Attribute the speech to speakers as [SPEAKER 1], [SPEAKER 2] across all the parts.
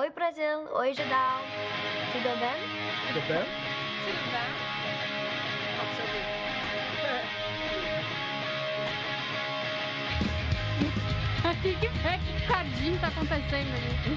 [SPEAKER 1] Oi Brasil, oi Judal, tudo bem?
[SPEAKER 2] Tudo bem?
[SPEAKER 3] Tudo bem? Pode saber. Que pé que cadinho tá acontecendo ali?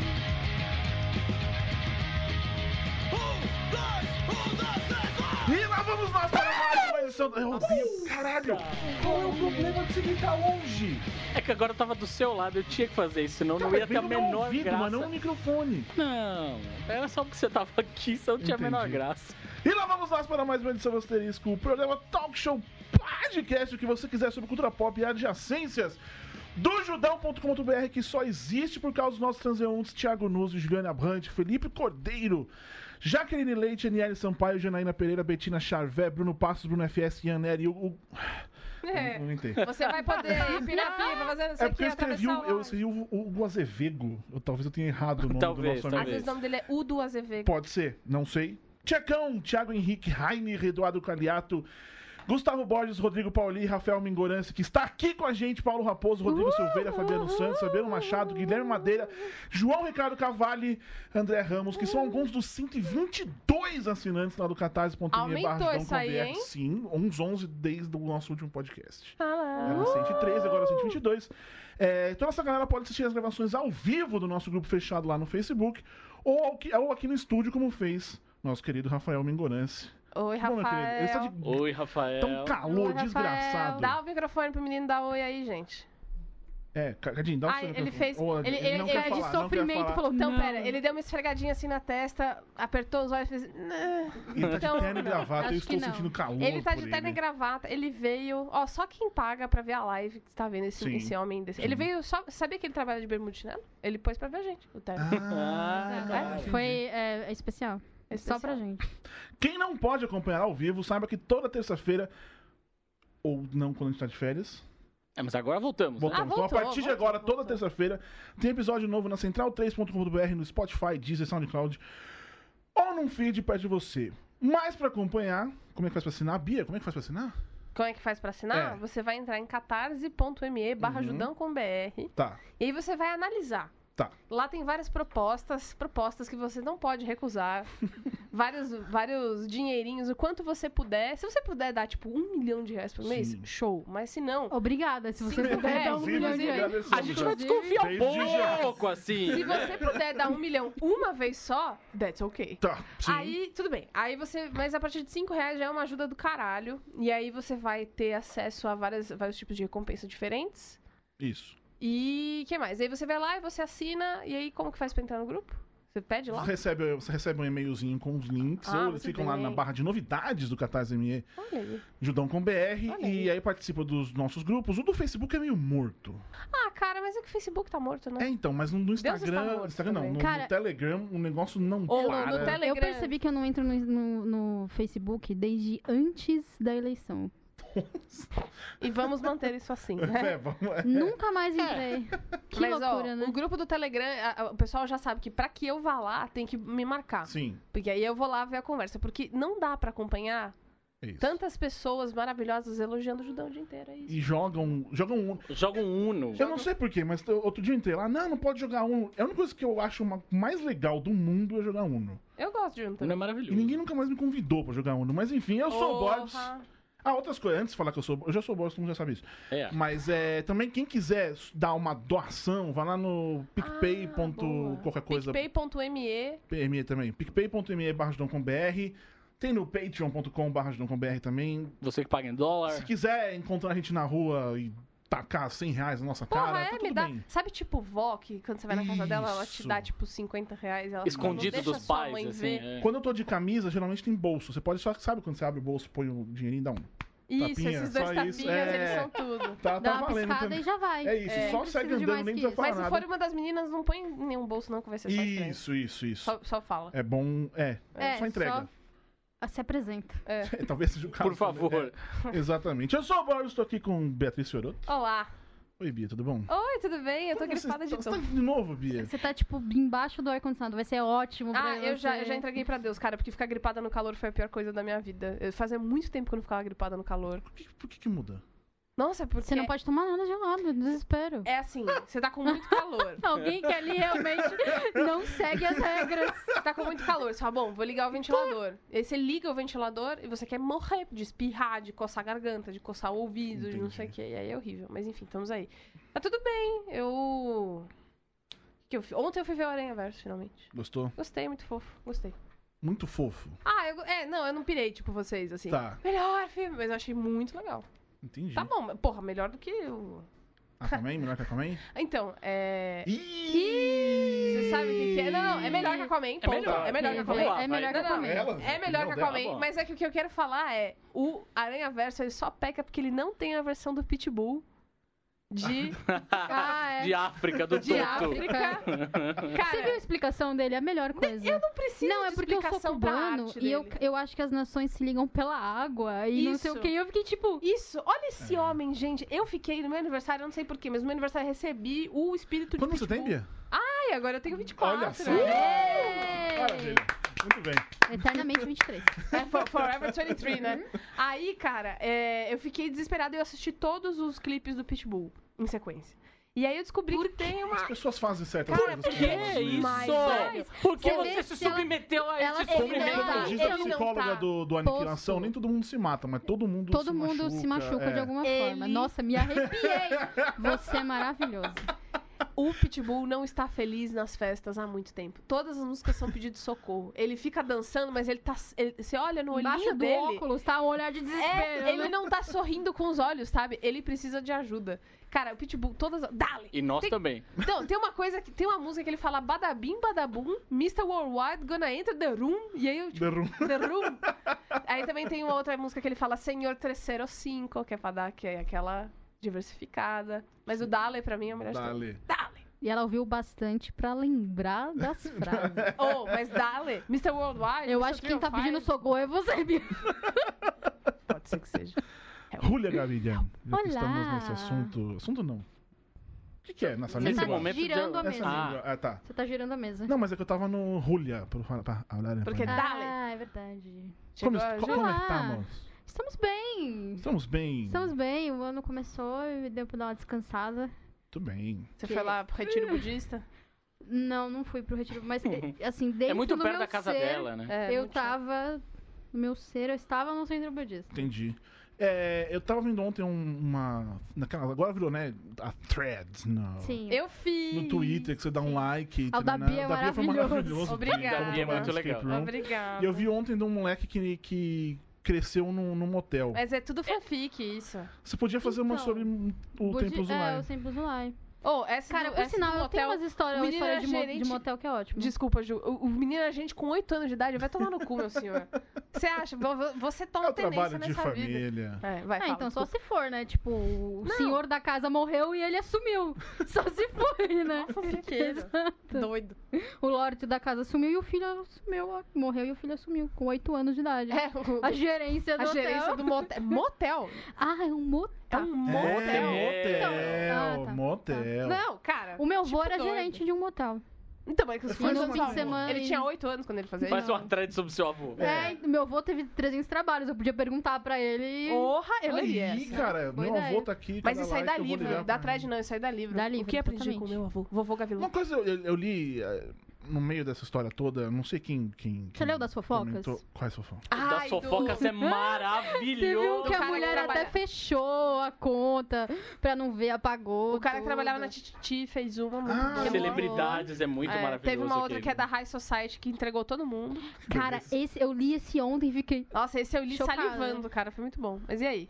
[SPEAKER 2] E lá vamos nós para mais uma edição do Rodrigo. Caralho, qual é o problema de você gritar longe?
[SPEAKER 4] É que agora eu tava do seu lado, eu tinha que fazer isso, senão não ia ter
[SPEAKER 2] Grita
[SPEAKER 4] a
[SPEAKER 2] no
[SPEAKER 4] menor
[SPEAKER 2] ouvido,
[SPEAKER 4] graça.
[SPEAKER 2] mas não no microfone.
[SPEAKER 4] Não, era só porque você tava aqui, senão não tinha a menor
[SPEAKER 2] Entendi.
[SPEAKER 4] graça.
[SPEAKER 2] E lá vamos nós para mais uma edição do Asterisco, o programa Talk Show Podcast, o que você quiser sobre cultura pop e adjacências do judão.com.br, que só existe por causa dos nossos transeuntes Thiago Nunes, Juliana Brandt, Felipe Cordeiro, Jaqueline Leite, Aniele Sampaio, Janaína Pereira, Betina Charvé, Bruno Passos, Bruno FS, Ian Neri, o... o-
[SPEAKER 3] É.
[SPEAKER 2] Não entendo.
[SPEAKER 3] Você vai poder ir pirapiba fazendo isso
[SPEAKER 2] É
[SPEAKER 3] aqui,
[SPEAKER 2] porque eu escrevi, o,
[SPEAKER 3] atravessar o
[SPEAKER 2] eu
[SPEAKER 3] ar.
[SPEAKER 2] escrevi o o Hugo Azevego. Eu, talvez eu tenha errado o nome
[SPEAKER 4] Talvez,
[SPEAKER 2] do nosso
[SPEAKER 3] Às
[SPEAKER 2] amigo.
[SPEAKER 4] talvez.
[SPEAKER 3] vezes o nome dele é Udo Azevedo.
[SPEAKER 2] Pode ser, não sei. Tiacão, Thiago Henrique, Raine, Eduardo Caliato, Gustavo Borges, Rodrigo Pauli, Rafael Mingorance, que está aqui com a gente, Paulo Raposo, Rodrigo Silveira, Fabiano Santos, Fabiano Machado, Guilherme Madeira, João Ricardo Cavalli, André Ramos, que são alguns dos 122 assinantes lá do catarse.me. barra
[SPEAKER 3] Aumentou isso aí,
[SPEAKER 2] judão.br.
[SPEAKER 3] hein?
[SPEAKER 2] Sim, uns 11 desde o nosso último podcast.
[SPEAKER 3] Ah,
[SPEAKER 2] Era 103, agora 122. É, então essa galera pode assistir as gravações ao vivo do nosso grupo fechado lá no Facebook ou, ao que- ou aqui no estúdio, como fez nosso querido Rafael Mingorance.
[SPEAKER 3] Oi,
[SPEAKER 2] Bom, meu querido, ele está
[SPEAKER 3] Rafael.
[SPEAKER 2] de
[SPEAKER 4] Oi, Rafael.
[SPEAKER 2] tão calor,
[SPEAKER 3] Oi, Rafael.
[SPEAKER 2] desgraçado.
[SPEAKER 3] Dá um- o microfone pro menino dar oi aí, gente.
[SPEAKER 2] É, Cadinho, dá o
[SPEAKER 3] Ah,
[SPEAKER 2] seu
[SPEAKER 3] ele
[SPEAKER 2] microfone.
[SPEAKER 3] fez.
[SPEAKER 2] Ô,
[SPEAKER 3] ele ele,
[SPEAKER 2] não
[SPEAKER 3] ele
[SPEAKER 2] quer
[SPEAKER 3] é de
[SPEAKER 2] falar, não quer
[SPEAKER 3] sofrimento
[SPEAKER 2] falar.
[SPEAKER 3] falou: Então,
[SPEAKER 4] Não.
[SPEAKER 3] pera. Ele deu uma esfregadinha assim na testa, apertou os olhos e fez. "Né".
[SPEAKER 2] Ele tá
[SPEAKER 3] Então,
[SPEAKER 2] de terno e gravata, eu
[SPEAKER 3] acho
[SPEAKER 2] estou
[SPEAKER 3] que não.
[SPEAKER 2] sentindo calor
[SPEAKER 3] Ele tá
[SPEAKER 2] por
[SPEAKER 3] de terno e gravata, ele veio. Ó, só quem paga pra ver a live que você tá vendo esse,
[SPEAKER 2] Sim.
[SPEAKER 3] esse homem desse.
[SPEAKER 2] Sim.
[SPEAKER 3] Ele veio só. Sabia que ele trabalha de bermuda e chinelo? Ele pôs pra ver a gente, o terno.
[SPEAKER 2] Ah,
[SPEAKER 4] Ah,
[SPEAKER 2] tá,
[SPEAKER 4] é,
[SPEAKER 2] entendi.
[SPEAKER 5] Foi é, é especial.
[SPEAKER 3] É
[SPEAKER 5] Só pra gente.
[SPEAKER 2] Quem não pode acompanhar ao vivo, saiba que toda terça-feira, ou não quando a gente tá de férias,
[SPEAKER 4] É, mas agora voltamos. né?
[SPEAKER 2] Voltamos.
[SPEAKER 3] Ah, voltou,
[SPEAKER 2] então, a partir de
[SPEAKER 3] voltou,
[SPEAKER 2] agora,
[SPEAKER 3] voltou.
[SPEAKER 2] toda terça-feira, tem episódio novo na central3.com.br, no Spotify, Deezer, SoundCloud, ou num feed perto de você. Mas pra acompanhar, como é que faz pra assinar? Bia, como é que faz pra assinar?
[SPEAKER 3] Como é que faz pra assinar?
[SPEAKER 2] É.
[SPEAKER 3] Você vai entrar em catarse.me barra
[SPEAKER 2] Uhum.
[SPEAKER 3] judão com BR
[SPEAKER 2] Tá.
[SPEAKER 3] e aí você vai analisar.
[SPEAKER 2] Tá.
[SPEAKER 3] Lá tem várias propostas, propostas que você não pode recusar, vários, vários dinheirinhos, o quanto você puder. Se você puder dar, tipo, um milhão de reais por mês,
[SPEAKER 2] Sim.
[SPEAKER 3] show. Mas se não,
[SPEAKER 5] Obrigada. Se você
[SPEAKER 2] é,
[SPEAKER 3] Sim,
[SPEAKER 5] puder dar um
[SPEAKER 3] inclusive,
[SPEAKER 5] milhão de
[SPEAKER 3] inclusive.
[SPEAKER 5] reais.
[SPEAKER 4] A gente vai
[SPEAKER 5] Inclusive-
[SPEAKER 4] desconfiar um
[SPEAKER 2] Desde já.
[SPEAKER 4] pouco, assim.
[SPEAKER 3] se
[SPEAKER 4] né?
[SPEAKER 3] você puder dar um milhão uma vez só, that's ok.
[SPEAKER 2] Tá, sim.
[SPEAKER 3] Aí, tudo bem. Aí você. Mas a partir de 5 reais já é uma ajuda do caralho. E aí você vai ter acesso a várias, vários tipos de recompensa diferentes.
[SPEAKER 2] Isso.
[SPEAKER 3] E que mais? Aí você vai lá e você assina. E aí, como que faz pra entrar no grupo? Você pede lá?
[SPEAKER 2] Você recebe, você recebe um e-mailzinho com os links,
[SPEAKER 3] Ah,
[SPEAKER 2] ou eles
[SPEAKER 3] muito
[SPEAKER 2] ficam lá
[SPEAKER 3] bem.
[SPEAKER 2] na barra de novidades do Catarse.me,
[SPEAKER 3] Olha aí.
[SPEAKER 2] Judão com BR,
[SPEAKER 3] Olha
[SPEAKER 2] e
[SPEAKER 3] aí.
[SPEAKER 2] aí participa dos nossos grupos. O do Facebook é meio morto.
[SPEAKER 3] Ah, cara, mas é que o Facebook tá morto, né?
[SPEAKER 2] É, então, mas no, no
[SPEAKER 3] está
[SPEAKER 2] Instagram,
[SPEAKER 3] morto
[SPEAKER 2] Instagram não,
[SPEAKER 3] também.
[SPEAKER 2] no,
[SPEAKER 5] Cara-
[SPEAKER 2] no Telegram o negócio não
[SPEAKER 3] Ou no-
[SPEAKER 2] para.
[SPEAKER 3] no Telegram.
[SPEAKER 5] Eu percebi que eu não entro no, no- no Facebook desde antes da eleição.
[SPEAKER 3] E vamos manter isso assim, né?
[SPEAKER 2] É, vamos, é.
[SPEAKER 5] Nunca mais entrei. Que
[SPEAKER 3] Mas,
[SPEAKER 5] loucura,
[SPEAKER 3] ó,
[SPEAKER 5] né?
[SPEAKER 3] o grupo do Telegram, a- a- o pessoal já sabe que pra que eu vá lá, tem que me marcar.
[SPEAKER 2] Sim,
[SPEAKER 3] Porque aí eu vou lá ver a conversa. Porque não dá pra acompanhar
[SPEAKER 2] é isso.
[SPEAKER 3] tantas pessoas maravilhosas elogiando o Judão o dia inteiro. É isso.
[SPEAKER 2] E jogam, jogam Uno.
[SPEAKER 4] Joga um Uno.
[SPEAKER 2] Eu não sei porquê, mas eu- outro dia eu entrei lá, não, não pode jogar Uno. É a única coisa que eu acho uma- mais legal do mundo é jogar Uno.
[SPEAKER 3] Eu gosto de Judão
[SPEAKER 4] Uno é
[SPEAKER 3] também.
[SPEAKER 4] maravilhoso.
[SPEAKER 2] E ninguém nunca mais me convidou pra jogar Uno. Mas enfim, eu sou o
[SPEAKER 3] Porra.
[SPEAKER 2] Borbs. Ah, outras coisas, antes de falar que eu sou. Eu já sou Borbs, todo mundo já sabe isso.
[SPEAKER 4] É.
[SPEAKER 2] Mas é, também quem quiser dar uma doação, vai lá no picpay.
[SPEAKER 3] Ah,
[SPEAKER 2] ponto
[SPEAKER 3] boa.
[SPEAKER 2] qualquer coisa.
[SPEAKER 3] PicPay.me.
[SPEAKER 2] PME também. picpay.me barra Judão com BR. Tem no patreon.com barra Judão com BR também.
[SPEAKER 4] Você que paga em dólar.
[SPEAKER 2] Se quiser encontrar a gente na rua e tacar 100 reais na nossa cara,
[SPEAKER 3] Porra,
[SPEAKER 2] tá
[SPEAKER 3] é,
[SPEAKER 2] tudo
[SPEAKER 3] me dá.
[SPEAKER 2] bem.
[SPEAKER 3] Sabe, tipo, vó, que quando você vai na casa dela, ela te
[SPEAKER 2] Isso.
[SPEAKER 3] dá, tipo, 50 reais. Ela fala,
[SPEAKER 4] Escondido
[SPEAKER 3] não deixa
[SPEAKER 4] dos
[SPEAKER 3] sua
[SPEAKER 4] pais,
[SPEAKER 3] mãe
[SPEAKER 4] assim.
[SPEAKER 3] ver.
[SPEAKER 4] é.
[SPEAKER 2] Quando eu tô de camisa, geralmente tem bolso. Você pode só, sabe quando você abre o bolso, põe o dinheirinho e dá um.
[SPEAKER 3] Isso,
[SPEAKER 2] Tapinha,
[SPEAKER 3] esses dois
[SPEAKER 2] só
[SPEAKER 3] tapinhas,
[SPEAKER 2] isso, é.
[SPEAKER 3] eles são tudo.
[SPEAKER 2] Tá,
[SPEAKER 5] Dá
[SPEAKER 2] tá
[SPEAKER 5] uma
[SPEAKER 2] valendo
[SPEAKER 5] piscada
[SPEAKER 2] também.
[SPEAKER 5] e já vai.
[SPEAKER 2] É isso,
[SPEAKER 3] É,
[SPEAKER 2] só
[SPEAKER 5] não
[SPEAKER 2] segue
[SPEAKER 5] precisa de
[SPEAKER 2] andando,
[SPEAKER 5] mais
[SPEAKER 2] nem
[SPEAKER 5] que
[SPEAKER 2] precisa
[SPEAKER 5] isso.
[SPEAKER 2] falar
[SPEAKER 3] Mas se
[SPEAKER 2] nada.
[SPEAKER 3] for uma das meninas, não põe em nenhum bolso, não, que vai ser só estranho.
[SPEAKER 2] Isso, isso, isso.
[SPEAKER 3] Só, só fala.
[SPEAKER 2] É bom. É,
[SPEAKER 5] É,
[SPEAKER 2] só entrega.
[SPEAKER 5] Ah, Se apresenta.
[SPEAKER 3] É.
[SPEAKER 2] É, talvez seja o caso.
[SPEAKER 4] Por favor.
[SPEAKER 2] também. É, exatamente. Eu sou o Boris, tô aqui com Beatriz Fiorotto.
[SPEAKER 3] Olá.
[SPEAKER 2] Oi, Bia, tudo bom?
[SPEAKER 3] Oi, tudo bem? Eu tô
[SPEAKER 2] Como você
[SPEAKER 3] gripada de
[SPEAKER 2] tá- Você
[SPEAKER 3] tudo.
[SPEAKER 2] tá de novo, Bia?
[SPEAKER 5] Você tá, tipo, embaixo do ar-condicionado. Vai ser ótimo pra
[SPEAKER 3] Ah, eu já,
[SPEAKER 5] você.
[SPEAKER 3] eu já entreguei pra Deus, cara, porque ficar gripada no calor foi a pior coisa da minha vida. Eu- Fazia muito tempo que eu não ficava gripada no calor.
[SPEAKER 2] Por que, por que que muda?
[SPEAKER 3] Nossa, porque
[SPEAKER 5] Você não pode tomar nada gelado, eu desespero.
[SPEAKER 3] é assim, você tá com muito calor.
[SPEAKER 5] Alguém que ali realmente não segue as regras.
[SPEAKER 3] Você tá com muito calor. Você fala, bom, vou ligar o ventilador. Aí você liga o ventilador e você quer morrer de espirrar, de coçar a garganta, de coçar o ouvido, de não
[SPEAKER 2] Entendi.
[SPEAKER 3] sei o que. E aí é horrível. Mas enfim, estamos aí. Tá tudo bem. Eu. o Que eu... fi- Ontem eu fui ver o Aranha Verso, finalmente.
[SPEAKER 2] Gostou?
[SPEAKER 3] Gostei, muito fofo. Gostei.
[SPEAKER 2] Muito fofo.
[SPEAKER 3] Ah, eu... é, não, eu não pirei, tipo, vocês, assim.
[SPEAKER 2] Tá,
[SPEAKER 3] Melhor filme, mas eu achei muito legal.
[SPEAKER 2] entendi.
[SPEAKER 3] Tá bom, mas, porra, melhor do que o.
[SPEAKER 2] Aquaman, melhor que Aquaman?
[SPEAKER 3] Então, é.
[SPEAKER 2] Ih!
[SPEAKER 3] Você sabe o que, que é? Não, não, é melhor que Aquaman, ponto.
[SPEAKER 4] melhor.
[SPEAKER 3] É melhor que
[SPEAKER 5] É,
[SPEAKER 4] Vamos
[SPEAKER 3] Aquaman.
[SPEAKER 4] lá,
[SPEAKER 5] é melhor que
[SPEAKER 4] vai.
[SPEAKER 5] eu
[SPEAKER 3] Não, não,
[SPEAKER 5] comer.
[SPEAKER 2] Dela?
[SPEAKER 3] É melhor que
[SPEAKER 2] Opinião
[SPEAKER 4] dela,
[SPEAKER 3] Aquaman,
[SPEAKER 4] boa.
[SPEAKER 3] mas é que o que eu quero falar é o Aranha Verso ele só peca porque ele não tem a versão do Pitbull de
[SPEAKER 5] Ah, é.
[SPEAKER 4] De África, do
[SPEAKER 3] de
[SPEAKER 4] Toto.
[SPEAKER 3] África.
[SPEAKER 5] Você viu a
[SPEAKER 3] Cara,
[SPEAKER 5] explicação dele? É a melhor coisa.
[SPEAKER 3] eu não preciso
[SPEAKER 5] Não, é
[SPEAKER 3] de
[SPEAKER 5] porque eu sou
[SPEAKER 3] explicação pra
[SPEAKER 5] cubano
[SPEAKER 3] arte
[SPEAKER 5] e eu,
[SPEAKER 3] dele.
[SPEAKER 5] eu acho que as nações se ligam pela água e não sei
[SPEAKER 3] Isso.
[SPEAKER 5] o que. E eu fiquei tipo.
[SPEAKER 3] Isso, olha
[SPEAKER 2] É.
[SPEAKER 3] esse homem, gente. Eu fiquei no meu aniversário, eu não sei porquê, mas no meu aniversário eu recebi o espírito
[SPEAKER 2] Quando
[SPEAKER 3] de
[SPEAKER 2] você tem,
[SPEAKER 3] Pitbull.
[SPEAKER 2] Bia?
[SPEAKER 3] Ai, agora eu tenho 24.
[SPEAKER 2] Olha só.
[SPEAKER 3] né?
[SPEAKER 5] "Ei!"
[SPEAKER 2] Maravilha. Muito bem.
[SPEAKER 5] Eternamente 23.
[SPEAKER 3] É, for- Forever 23, né? Aí, cara, é, eu fiquei desesperada e eu assisti todos os clipes do Pitbull em sequência. E aí eu descobri que tem uma.
[SPEAKER 2] As pessoas fazem certas
[SPEAKER 3] Cara,
[SPEAKER 2] coisas.
[SPEAKER 3] por
[SPEAKER 4] Que
[SPEAKER 2] com elas né? mesmas.
[SPEAKER 4] isso?
[SPEAKER 5] Mas-
[SPEAKER 4] Por que
[SPEAKER 5] Você
[SPEAKER 4] você
[SPEAKER 5] vê
[SPEAKER 4] se
[SPEAKER 5] se ela-
[SPEAKER 4] submeteu a
[SPEAKER 5] ela-
[SPEAKER 4] esse
[SPEAKER 5] ele
[SPEAKER 2] Como
[SPEAKER 5] não
[SPEAKER 2] bem
[SPEAKER 5] tá,
[SPEAKER 2] diz a
[SPEAKER 3] ele não
[SPEAKER 2] psicóloga
[SPEAKER 3] tá
[SPEAKER 2] do, do Aniquilação,
[SPEAKER 5] posto.
[SPEAKER 2] nem todo mundo se mata, mas todo mundo se
[SPEAKER 5] Todo
[SPEAKER 2] machuca.
[SPEAKER 5] mundo se machuca de
[SPEAKER 2] é.
[SPEAKER 5] alguma
[SPEAKER 3] Ele-
[SPEAKER 5] forma. Nossa, me arrepiei. Você é maravilhoso.
[SPEAKER 3] O Pitbull não está feliz nas festas há muito tempo. Todas as músicas são pedido de socorro. Ele fica dançando, mas ele tá. ele- você olha no olhinho
[SPEAKER 5] Embaixo do
[SPEAKER 3] dele.
[SPEAKER 5] óculos tá um olhar de desespero.
[SPEAKER 3] É, ele
[SPEAKER 5] né?
[SPEAKER 3] não tá sorrindo com os olhos, sabe? Ele precisa de ajuda. Cara, o Pitbull, todas. as- Dale!
[SPEAKER 4] E nós
[SPEAKER 3] Tem-
[SPEAKER 4] também.
[SPEAKER 3] Então, tem uma coisa que. Tem uma música que ele fala badabim, badabum, Mr. Worldwide, gonna enter the room. E aí eu, tipo,
[SPEAKER 2] Derru-
[SPEAKER 3] The Room. Aí também tem uma outra música que ele fala Senhor Terceiro Cinco, que é pra dar que é aquela diversificada. Mas o Dale, pra mim, é o melhor de todos.
[SPEAKER 2] Dale.
[SPEAKER 3] Dale!
[SPEAKER 5] E ela ouviu bastante pra lembrar das frases.
[SPEAKER 3] Oh, mas Dale! Mr. Worldwide.
[SPEAKER 5] Eu
[SPEAKER 3] Mr.
[SPEAKER 5] acho que quem tá
[SPEAKER 3] Triunfante.
[SPEAKER 5] pedindo socorro é você, Bia.
[SPEAKER 3] Pode ser que seja.
[SPEAKER 2] Júlia Gaviria, já que
[SPEAKER 5] Olá.
[SPEAKER 2] estamos nesse assunto. Assunto não. O que, que é? Nessa
[SPEAKER 4] Você
[SPEAKER 5] Você
[SPEAKER 4] Nesse
[SPEAKER 5] tá
[SPEAKER 2] língua?
[SPEAKER 4] momento
[SPEAKER 5] girando
[SPEAKER 4] deu-
[SPEAKER 5] a
[SPEAKER 2] Nessa
[SPEAKER 5] mesa.
[SPEAKER 4] Ah.
[SPEAKER 2] língua. Ah, tá.
[SPEAKER 5] Você tá girando a mesa.
[SPEAKER 2] Não, mas é que eu tava no Julia, pra, falar- pra hablar. em
[SPEAKER 3] Porque
[SPEAKER 2] espanhol.
[SPEAKER 3] Dale.
[SPEAKER 5] Ah, é verdade.
[SPEAKER 3] Chegou
[SPEAKER 2] como,
[SPEAKER 3] a
[SPEAKER 2] co-
[SPEAKER 3] Ju-
[SPEAKER 2] como
[SPEAKER 5] Olá.
[SPEAKER 2] estamos?
[SPEAKER 5] Estamos bem.
[SPEAKER 2] Estamos bem.
[SPEAKER 5] Estamos bem, o ano começou e deu pra dar uma descansada.
[SPEAKER 2] Muito bem.
[SPEAKER 3] Você foi lá pro retiro budista?
[SPEAKER 5] Não, não fui pro retiro, mas eh, assim, dentro
[SPEAKER 4] É muito
[SPEAKER 5] do
[SPEAKER 4] perto
[SPEAKER 5] meu
[SPEAKER 4] da casa
[SPEAKER 5] ser,
[SPEAKER 4] dela, né?
[SPEAKER 3] É,
[SPEAKER 5] Eu
[SPEAKER 3] muito
[SPEAKER 5] tava. No meu ser, eu estava no centro budista.
[SPEAKER 2] Entendi. É, eu tava vendo ontem um- uma. Naquela, agora virou, né? A threads no,
[SPEAKER 5] Sim.
[SPEAKER 3] Ah. Eu fiz.
[SPEAKER 2] no Twitter, que você dá um like.
[SPEAKER 5] Ah, o da
[SPEAKER 2] tananá.
[SPEAKER 5] Bia é
[SPEAKER 2] O da Bia foi
[SPEAKER 5] maravilhoso.
[SPEAKER 2] maravilhoso.
[SPEAKER 3] Obrigada.
[SPEAKER 2] Como trabalhar no
[SPEAKER 4] Muito
[SPEAKER 2] escape
[SPEAKER 4] legal.
[SPEAKER 2] room.
[SPEAKER 3] Obrigada.
[SPEAKER 2] E eu vi ontem de um moleque que, que cresceu num, num motel.
[SPEAKER 3] Mas é tudo fanfic, isso.
[SPEAKER 2] Você podia fazer uma
[SPEAKER 5] Então,
[SPEAKER 2] sobre o
[SPEAKER 5] Budi-
[SPEAKER 2] Templos
[SPEAKER 5] É, o
[SPEAKER 2] Online.
[SPEAKER 5] Templos Online.
[SPEAKER 3] Oh, essa
[SPEAKER 5] Cara,
[SPEAKER 3] do,
[SPEAKER 5] por
[SPEAKER 3] essa do
[SPEAKER 5] sinal, eu tenho
[SPEAKER 3] motel-
[SPEAKER 5] umas histórias, uma
[SPEAKER 3] menino
[SPEAKER 5] história
[SPEAKER 3] era
[SPEAKER 5] de, mo- de
[SPEAKER 3] gerente-
[SPEAKER 5] motel que é ótimo.
[SPEAKER 3] Desculpa, Ju. O, o menino é gente com 8 anos de idade. Vai tomar no cu, meu senhor. Você acha? Vo- vo-
[SPEAKER 2] É
[SPEAKER 3] Você toma
[SPEAKER 2] o
[SPEAKER 3] tenência
[SPEAKER 2] trabalho de
[SPEAKER 3] nessa vida.
[SPEAKER 2] família.
[SPEAKER 3] É, vai,
[SPEAKER 5] Ah,
[SPEAKER 3] fala,
[SPEAKER 5] então só
[SPEAKER 3] desculpa.
[SPEAKER 5] se for, né? Tipo, o
[SPEAKER 3] Não.
[SPEAKER 5] senhor da casa morreu e ele assumiu. Só se foi, né?
[SPEAKER 3] Nossa, fanfiqueiro. Doido.
[SPEAKER 5] O lorde da casa assumiu e o filho assumiu. ó, Morreu e o filho assumiu, com 8 anos de idade.
[SPEAKER 3] É, o-
[SPEAKER 5] A gerência do
[SPEAKER 3] a
[SPEAKER 5] hotel.
[SPEAKER 3] gerência do motel. Motel?
[SPEAKER 5] Ah, é um motel.
[SPEAKER 3] É um
[SPEAKER 2] É,
[SPEAKER 3] motel.
[SPEAKER 2] motel.
[SPEAKER 5] Então, ah, tá.
[SPEAKER 2] Motel.
[SPEAKER 3] Não, cara.
[SPEAKER 5] O meu avô
[SPEAKER 3] Tipo
[SPEAKER 5] era
[SPEAKER 3] doido.
[SPEAKER 5] gerente de um motel.
[SPEAKER 3] Então, mas que os
[SPEAKER 5] E no
[SPEAKER 3] filhos
[SPEAKER 5] fim de semana...
[SPEAKER 3] Ele tinha 8 anos quando ele fazia
[SPEAKER 4] Faz
[SPEAKER 3] isso.
[SPEAKER 4] uma thread sobre seu avô.
[SPEAKER 5] É, e meu avô teve 300 trabalhos. Eu podia perguntar pra ele.
[SPEAKER 3] Porra, eu
[SPEAKER 2] Aí,
[SPEAKER 3] leria essa.
[SPEAKER 2] cara,
[SPEAKER 5] é Boa
[SPEAKER 2] meu avô
[SPEAKER 5] ideia.
[SPEAKER 2] tá aqui.
[SPEAKER 3] Mas
[SPEAKER 2] cada
[SPEAKER 3] isso aí dá
[SPEAKER 2] like eu vou
[SPEAKER 3] livro.
[SPEAKER 2] ligar
[SPEAKER 3] Dá
[SPEAKER 2] pra-
[SPEAKER 3] thread não, isso aí dá livro.
[SPEAKER 5] Dá
[SPEAKER 3] o
[SPEAKER 5] livro,
[SPEAKER 3] que aprendi com o
[SPEAKER 5] exatamente.
[SPEAKER 3] meu avô? Vovô Gavilão.
[SPEAKER 2] Uma coisa eu, eu li eh, no meio dessa história toda, não sei quem. quem,
[SPEAKER 5] Você
[SPEAKER 2] quem
[SPEAKER 5] leu das fofocas?
[SPEAKER 2] comentou- Quais fofocas?
[SPEAKER 4] Da
[SPEAKER 3] Ai,
[SPEAKER 4] sofocas é maravilhoso.
[SPEAKER 5] Teve um que
[SPEAKER 3] Do cara
[SPEAKER 5] a
[SPEAKER 3] que
[SPEAKER 5] mulher
[SPEAKER 3] trabalha-
[SPEAKER 5] até fechou a conta pra não ver, apagou.
[SPEAKER 3] O cara que
[SPEAKER 5] tudo.
[SPEAKER 3] trabalhava na Tititi fez uma muito
[SPEAKER 2] Ah,
[SPEAKER 3] boa.
[SPEAKER 4] Celebridades é muito
[SPEAKER 3] É,
[SPEAKER 4] maravilhoso.
[SPEAKER 3] Teve uma outra
[SPEAKER 4] aquele.
[SPEAKER 3] que é da High Society que entregou todo mundo.
[SPEAKER 5] Cara, esse, eu li esse ontem e fiquei.
[SPEAKER 3] Nossa, esse eu li
[SPEAKER 5] Chocada.
[SPEAKER 3] salivando, cara. Foi muito bom. Mas e aí?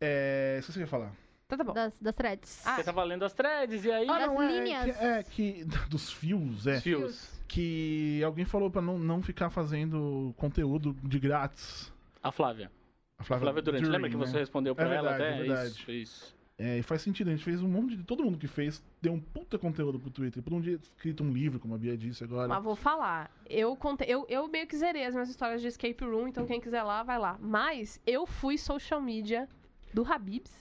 [SPEAKER 2] É. Esqueci o que eu ia falar.
[SPEAKER 3] Então tá bom.
[SPEAKER 5] Das, das threads.
[SPEAKER 4] Você tava lendo as threads e aí.
[SPEAKER 5] Ah, das
[SPEAKER 2] não, é,
[SPEAKER 5] linhas.
[SPEAKER 2] que- é que. Dos fios, é.
[SPEAKER 4] os fios.
[SPEAKER 2] Que alguém falou pra não, não ficar fazendo conteúdo de grátis.
[SPEAKER 4] A Flávia. A Flávia Durante. Lembra que
[SPEAKER 2] né?
[SPEAKER 4] você respondeu pra
[SPEAKER 2] É
[SPEAKER 4] ela
[SPEAKER 2] verdade,
[SPEAKER 4] até?
[SPEAKER 2] é verdade.
[SPEAKER 4] Isso, isso.
[SPEAKER 2] É, e faz sentido, a gente fez um monte de. Todo mundo que fez deu um puta conteúdo pro Twitter. Por um dia escrito um livro, como a Bia disse agora.
[SPEAKER 3] Mas vou falar. Eu, contei, eu, eu meio que zerei as minhas histórias de escape room, então quem quiser lá, vai lá. Mas eu fui social media do Habibs,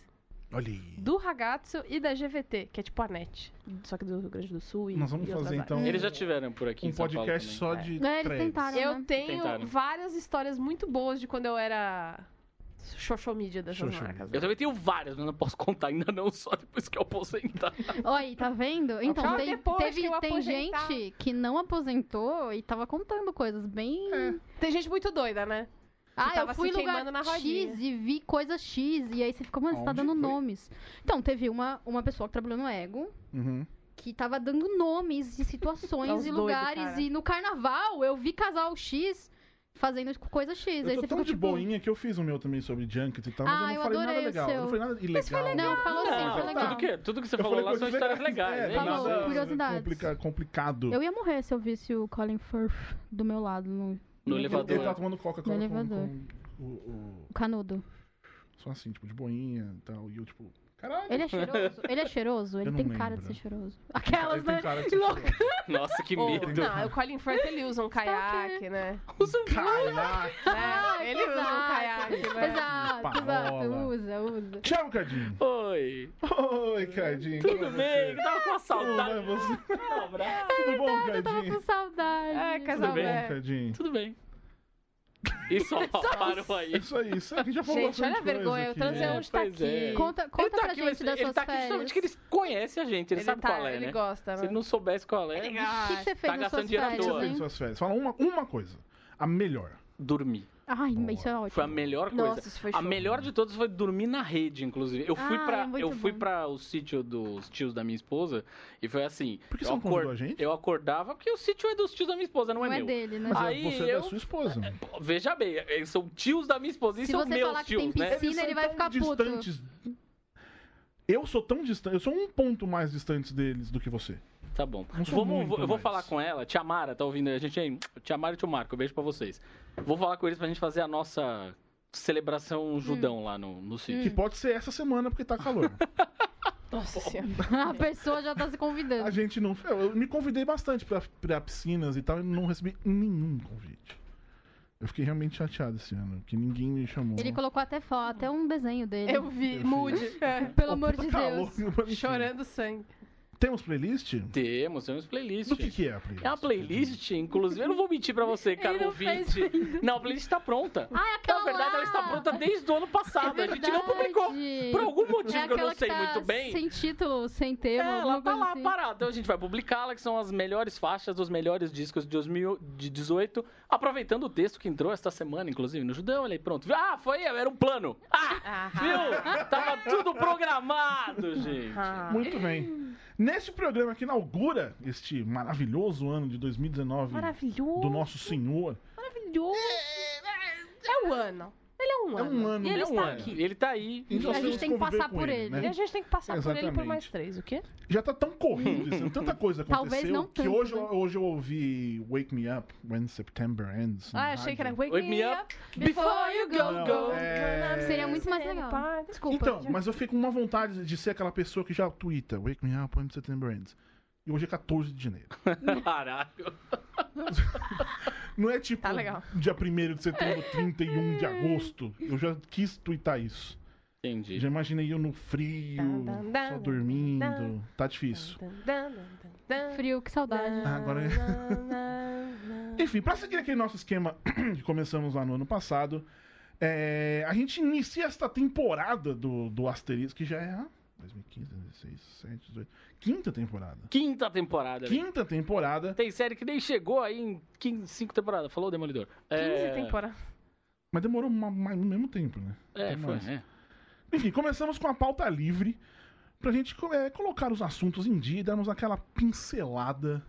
[SPEAKER 2] Olha aí.
[SPEAKER 3] do Ragazzo e da GVT, que é tipo a NET. Só que do Rio Grande do Sul e.
[SPEAKER 2] Nós vamos
[SPEAKER 3] e
[SPEAKER 2] fazer
[SPEAKER 3] outras
[SPEAKER 2] então
[SPEAKER 3] áreas.
[SPEAKER 4] Eles já tiveram por aqui. em
[SPEAKER 2] um
[SPEAKER 4] São
[SPEAKER 2] podcast
[SPEAKER 4] Paulo
[SPEAKER 2] só de.
[SPEAKER 5] É, eles
[SPEAKER 2] threads.
[SPEAKER 5] tentaram, né?
[SPEAKER 3] Eu tenho
[SPEAKER 4] Tentaram.
[SPEAKER 3] várias histórias muito boas de quando eu era social media dessas
[SPEAKER 2] Social
[SPEAKER 3] marcas. né?
[SPEAKER 4] Eu também tenho vários, mas não posso contar ainda não, só depois que eu aposentar.
[SPEAKER 5] Oi, tá vendo? Então,
[SPEAKER 3] Só
[SPEAKER 5] tem,
[SPEAKER 3] depois
[SPEAKER 5] teve-
[SPEAKER 3] que eu
[SPEAKER 5] tem
[SPEAKER 3] aposentar.
[SPEAKER 5] gente que não aposentou e tava contando coisas bem.
[SPEAKER 2] É.
[SPEAKER 3] Tem gente muito doida, né?
[SPEAKER 5] Ah,
[SPEAKER 3] tava
[SPEAKER 5] eu fui
[SPEAKER 3] se
[SPEAKER 5] em lugar
[SPEAKER 3] queimando na rodinha.
[SPEAKER 5] X e vi coisa X. E aí você ficou, mano, você tá
[SPEAKER 2] Aonde
[SPEAKER 5] dando
[SPEAKER 2] foi?
[SPEAKER 5] nomes. Então, teve uma, uma pessoa que trabalhou no Ego
[SPEAKER 2] Uhum.
[SPEAKER 5] que tava dando nomes de
[SPEAKER 3] Tá os
[SPEAKER 4] É
[SPEAKER 5] situações e
[SPEAKER 3] doidos,
[SPEAKER 5] lugares.
[SPEAKER 3] cara.
[SPEAKER 5] e no carnaval eu vi casal X fazendo coisa X. aí
[SPEAKER 2] Eu tô
[SPEAKER 5] você
[SPEAKER 2] tão
[SPEAKER 5] ficou
[SPEAKER 2] de
[SPEAKER 5] tipo,
[SPEAKER 2] boinha que eu fiz o meu também sobre Junket e tal, mas
[SPEAKER 5] Ah,
[SPEAKER 2] eu não
[SPEAKER 5] eu
[SPEAKER 2] falei nada
[SPEAKER 5] adorei o
[SPEAKER 2] legal. Eu não
[SPEAKER 5] seu.
[SPEAKER 2] falei nada ilegal.
[SPEAKER 5] legal.
[SPEAKER 2] né?
[SPEAKER 5] Falou sim,
[SPEAKER 4] não,
[SPEAKER 5] foi legal.
[SPEAKER 4] Tudo que, tudo que você
[SPEAKER 2] Eu
[SPEAKER 4] falou
[SPEAKER 2] falei
[SPEAKER 4] lá são
[SPEAKER 2] coisas
[SPEAKER 4] histórias
[SPEAKER 2] legais,
[SPEAKER 4] legais.
[SPEAKER 2] é,
[SPEAKER 4] né?
[SPEAKER 5] Falou,
[SPEAKER 4] Nada-
[SPEAKER 5] curiosidades.
[SPEAKER 2] Complica, complicado.
[SPEAKER 5] Eu ia morrer se eu visse o Colin Firth do meu lado, no
[SPEAKER 4] No
[SPEAKER 2] Ele-
[SPEAKER 4] elevador.
[SPEAKER 2] Ele tava tomando Coca-Cola
[SPEAKER 5] No
[SPEAKER 2] com,
[SPEAKER 5] elevador.
[SPEAKER 2] com o, o-
[SPEAKER 5] canudo.
[SPEAKER 2] Só assim, tipo, de boinha e tal. E eu, tipo, caralho.
[SPEAKER 5] Ele é cheiroso? Ele é cheiroso? Ele
[SPEAKER 2] não
[SPEAKER 5] tem cara de ser
[SPEAKER 2] lembro.
[SPEAKER 5] cheiroso.
[SPEAKER 2] Ele
[SPEAKER 5] Aquelas,
[SPEAKER 2] tem
[SPEAKER 5] né?
[SPEAKER 2] cara de
[SPEAKER 5] Que louco.
[SPEAKER 2] ser-
[SPEAKER 4] Nossa, que
[SPEAKER 3] Ou-
[SPEAKER 4] medo.
[SPEAKER 3] não, o Colin Firth ele usa um caiaque, né?
[SPEAKER 4] Usa um
[SPEAKER 2] Caraca.
[SPEAKER 3] É, ele usa um
[SPEAKER 5] exato.
[SPEAKER 3] caiaque, né?
[SPEAKER 5] Exato, exato.
[SPEAKER 2] Parola.
[SPEAKER 5] Usa, usa.
[SPEAKER 2] Tchau, Cardinho.
[SPEAKER 4] Oi.
[SPEAKER 2] Oi, é Cardinho.
[SPEAKER 4] Tudo bem? Eu tava com uma
[SPEAKER 2] Tudo bem,
[SPEAKER 4] saudade.
[SPEAKER 2] é você?
[SPEAKER 4] Um abraço.
[SPEAKER 2] Tudo bom,
[SPEAKER 5] Ah, Eu tava com
[SPEAKER 2] Cardinho?
[SPEAKER 5] saudade.
[SPEAKER 3] É,
[SPEAKER 2] Tudo
[SPEAKER 3] casal
[SPEAKER 2] bem,
[SPEAKER 3] velho.
[SPEAKER 2] Cardinho?
[SPEAKER 4] Tudo bem. tá E só parou aí.
[SPEAKER 2] É Isso aí, isso aqui já falou
[SPEAKER 3] Gente, olha a
[SPEAKER 2] bastante coisa
[SPEAKER 3] vergonha, o
[SPEAKER 2] aqui.
[SPEAKER 3] transeunte tá
[SPEAKER 4] pois é.
[SPEAKER 3] aqui.
[SPEAKER 5] Conta,
[SPEAKER 4] Ele
[SPEAKER 5] conta
[SPEAKER 4] tá
[SPEAKER 5] pra
[SPEAKER 4] aqui, mas
[SPEAKER 5] gente das
[SPEAKER 4] ele
[SPEAKER 5] suas
[SPEAKER 4] tá aqui
[SPEAKER 5] férias.
[SPEAKER 4] justamente que ele conhece a gente, ele, sabe
[SPEAKER 3] tá-
[SPEAKER 4] qual é,
[SPEAKER 3] ele
[SPEAKER 4] né?
[SPEAKER 3] gosta,
[SPEAKER 4] Se
[SPEAKER 3] né?
[SPEAKER 4] ele não soubesse qual
[SPEAKER 3] Ele
[SPEAKER 4] é,
[SPEAKER 5] O que, que
[SPEAKER 3] gosta.
[SPEAKER 5] você fez
[SPEAKER 4] Tá
[SPEAKER 5] nas
[SPEAKER 4] gastando
[SPEAKER 5] suas
[SPEAKER 4] dinheiro à
[SPEAKER 5] férias,
[SPEAKER 2] Você
[SPEAKER 4] toa.
[SPEAKER 2] fez
[SPEAKER 5] hein?
[SPEAKER 2] suas férias. Fala uma, uma coisa. A melhor.
[SPEAKER 4] dormi.
[SPEAKER 5] Ai, mas isso é ótimo.
[SPEAKER 4] Foi a melhor coisa.
[SPEAKER 3] Nossa, isso foi
[SPEAKER 4] a
[SPEAKER 3] show.
[SPEAKER 4] melhor de todas foi dormir na rede, inclusive. Eu fui
[SPEAKER 5] Ah, é
[SPEAKER 4] pra
[SPEAKER 5] muito
[SPEAKER 4] eu fui
[SPEAKER 5] bom.
[SPEAKER 4] para o sítio dos tios da minha esposa e foi assim,
[SPEAKER 2] Por que
[SPEAKER 4] eu
[SPEAKER 2] você não convidou
[SPEAKER 4] acor-
[SPEAKER 2] a gente?
[SPEAKER 4] eu acordava porque o sítio é dos tios da minha esposa, não,
[SPEAKER 5] Não
[SPEAKER 4] é,
[SPEAKER 5] é
[SPEAKER 4] meu.
[SPEAKER 5] dele, né?
[SPEAKER 2] Mas
[SPEAKER 4] Aí
[SPEAKER 2] você é
[SPEAKER 4] eu-
[SPEAKER 2] da sua esposa.
[SPEAKER 4] Pô, Veja bem, eles são tios da minha esposa e
[SPEAKER 5] Se
[SPEAKER 4] são
[SPEAKER 5] você
[SPEAKER 4] meus
[SPEAKER 5] falar que tem
[SPEAKER 4] tios, né?
[SPEAKER 5] piscina,
[SPEAKER 2] Eles são
[SPEAKER 5] ele vai
[SPEAKER 2] tão
[SPEAKER 5] ficar puto.
[SPEAKER 2] distantes. Eu sou tão distante, eu sou um ponto mais distante deles do que você.
[SPEAKER 4] Tá bom.
[SPEAKER 2] Não
[SPEAKER 5] é
[SPEAKER 2] sou
[SPEAKER 4] Vamos,
[SPEAKER 2] muito
[SPEAKER 4] vou- eu vou
[SPEAKER 2] mais.
[SPEAKER 4] falar com ela. Tia Mara, tá ouvindo a gente aí? Tia Mara e tio Marco, beijo pra vocês. Vou falar com eles pra gente fazer a nossa celebração
[SPEAKER 5] Hum.
[SPEAKER 4] judão lá no, no
[SPEAKER 2] Que
[SPEAKER 4] sítio.
[SPEAKER 2] pode ser essa semana, porque tá calor.
[SPEAKER 3] Nossa senhora.
[SPEAKER 5] A pessoa já tá se
[SPEAKER 2] A
[SPEAKER 5] convidando.
[SPEAKER 2] gente não. Eu, eu me convidei bastante pra, pra piscinas e tal, e não recebi nenhum convite. Eu fiquei realmente chateado esse ano, que ninguém me chamou.
[SPEAKER 4] Né?
[SPEAKER 5] Ele colocou até foto, até um desenho dele.
[SPEAKER 3] Eu vi,
[SPEAKER 2] Eu
[SPEAKER 3] mude. É.
[SPEAKER 5] Pelo
[SPEAKER 2] Ó,
[SPEAKER 5] amor
[SPEAKER 2] puta
[SPEAKER 5] de
[SPEAKER 2] calor,
[SPEAKER 5] Deus.
[SPEAKER 2] mas enfim.
[SPEAKER 3] Chorando sangue.
[SPEAKER 2] Temos playlist?
[SPEAKER 4] Temos, temos playlist.
[SPEAKER 2] Do que, que é a playlist?
[SPEAKER 4] É uma playlist, inclusive. Eu não vou mentir pra você, cara,
[SPEAKER 5] não
[SPEAKER 4] ouvinte. Não, a playlist tá pronta.
[SPEAKER 5] Ah, é
[SPEAKER 4] Na
[SPEAKER 5] aquela
[SPEAKER 4] verdade,
[SPEAKER 5] lá.
[SPEAKER 4] ela está pronta desde o ano passado.
[SPEAKER 5] É
[SPEAKER 4] a gente não publicou.
[SPEAKER 5] verdade.
[SPEAKER 4] Por algum motivo
[SPEAKER 5] É
[SPEAKER 4] que eu
[SPEAKER 5] aquela
[SPEAKER 4] não
[SPEAKER 5] que
[SPEAKER 4] sei
[SPEAKER 5] tá
[SPEAKER 4] muito bem.
[SPEAKER 5] Sem título, sem
[SPEAKER 4] É,
[SPEAKER 5] tema,
[SPEAKER 4] ela
[SPEAKER 5] alguma
[SPEAKER 4] tá
[SPEAKER 5] coisa
[SPEAKER 4] lá
[SPEAKER 5] assim.
[SPEAKER 4] parada. Então a gente vai publicá-la, que são as melhores faixas dos melhores discos de 2018. Aproveitando o texto que entrou esta semana, inclusive, no Judão, olha aí, pronto. Ah, foi, era um plano. Ah, viu? Tava tudo programado, gente.
[SPEAKER 5] Ah.
[SPEAKER 2] Muito bem. Neste programa que inaugura este maravilhoso ano de 2019
[SPEAKER 3] Maravilhoso.
[SPEAKER 2] do nosso senhor,
[SPEAKER 3] Maravilhoso. É o ano. Ele é um
[SPEAKER 2] É
[SPEAKER 3] ano.
[SPEAKER 2] um ano,
[SPEAKER 3] E ele
[SPEAKER 2] é um
[SPEAKER 3] está
[SPEAKER 2] ano.
[SPEAKER 3] aqui.
[SPEAKER 4] Ele tá aí.
[SPEAKER 2] Então,
[SPEAKER 5] A
[SPEAKER 2] Nós
[SPEAKER 5] gente
[SPEAKER 2] vamos
[SPEAKER 5] tem que
[SPEAKER 2] conviver
[SPEAKER 5] passar
[SPEAKER 2] com
[SPEAKER 5] por
[SPEAKER 2] ele,
[SPEAKER 5] ele.
[SPEAKER 2] né?
[SPEAKER 3] E a gente tem que passar por ele por
[SPEAKER 2] Exatamente.
[SPEAKER 3] mais três, o quê?
[SPEAKER 2] já tá tão corrido, isso, tanta coisa aconteceu
[SPEAKER 5] Talvez não
[SPEAKER 2] que
[SPEAKER 5] tanto,
[SPEAKER 2] hoje,
[SPEAKER 5] né?
[SPEAKER 2] eu- hoje eu ouvi Wake Me Up When September Ends. na
[SPEAKER 3] Ah, achei que era
[SPEAKER 2] rádio.
[SPEAKER 3] Wake,
[SPEAKER 4] Wake me up
[SPEAKER 5] assim.
[SPEAKER 4] before you go,
[SPEAKER 2] Não,
[SPEAKER 4] go.
[SPEAKER 2] é-
[SPEAKER 5] Seria muito mais legal. Desculpa.
[SPEAKER 2] Então, mas eu fiquei com uma vontade de ser aquela pessoa que já twitta Wake Me Up When September Ends. E hoje é 14 de janeiro.
[SPEAKER 4] Caralho.
[SPEAKER 2] Não é tipo
[SPEAKER 3] Tá legal.
[SPEAKER 2] dia 1 de setembro, 31 de agosto. Eu já quis twittar isso.
[SPEAKER 4] Entendi.
[SPEAKER 2] Já imaginei eu no frio,
[SPEAKER 3] Dan, dan, dan,
[SPEAKER 2] só dormindo.
[SPEAKER 3] dan.
[SPEAKER 2] Tá difícil.
[SPEAKER 5] Frio, que saudade.
[SPEAKER 2] Ah, agora é- Enfim, pra seguir aquele nosso esquema que começamos lá no ano passado, é, a gente inicia esta temporada do, do Asterisco, que já é a 2015, 16, 17, 18. Quinta temporada.
[SPEAKER 4] Quinta temporada. né?
[SPEAKER 2] Quinta temporada,
[SPEAKER 4] Tem série que nem chegou aí em 15, 5 temporadas. Falou, Demolidor.
[SPEAKER 3] 15 temporadas.
[SPEAKER 2] mas demorou ma- ma- no mesmo tempo, né?
[SPEAKER 4] É,
[SPEAKER 2] Tem
[SPEAKER 4] foi.
[SPEAKER 2] mais.
[SPEAKER 4] É.
[SPEAKER 2] Enfim, começamos com a pauta livre pra gente co- é, colocar os assuntos em dia e darmos aquela pincelada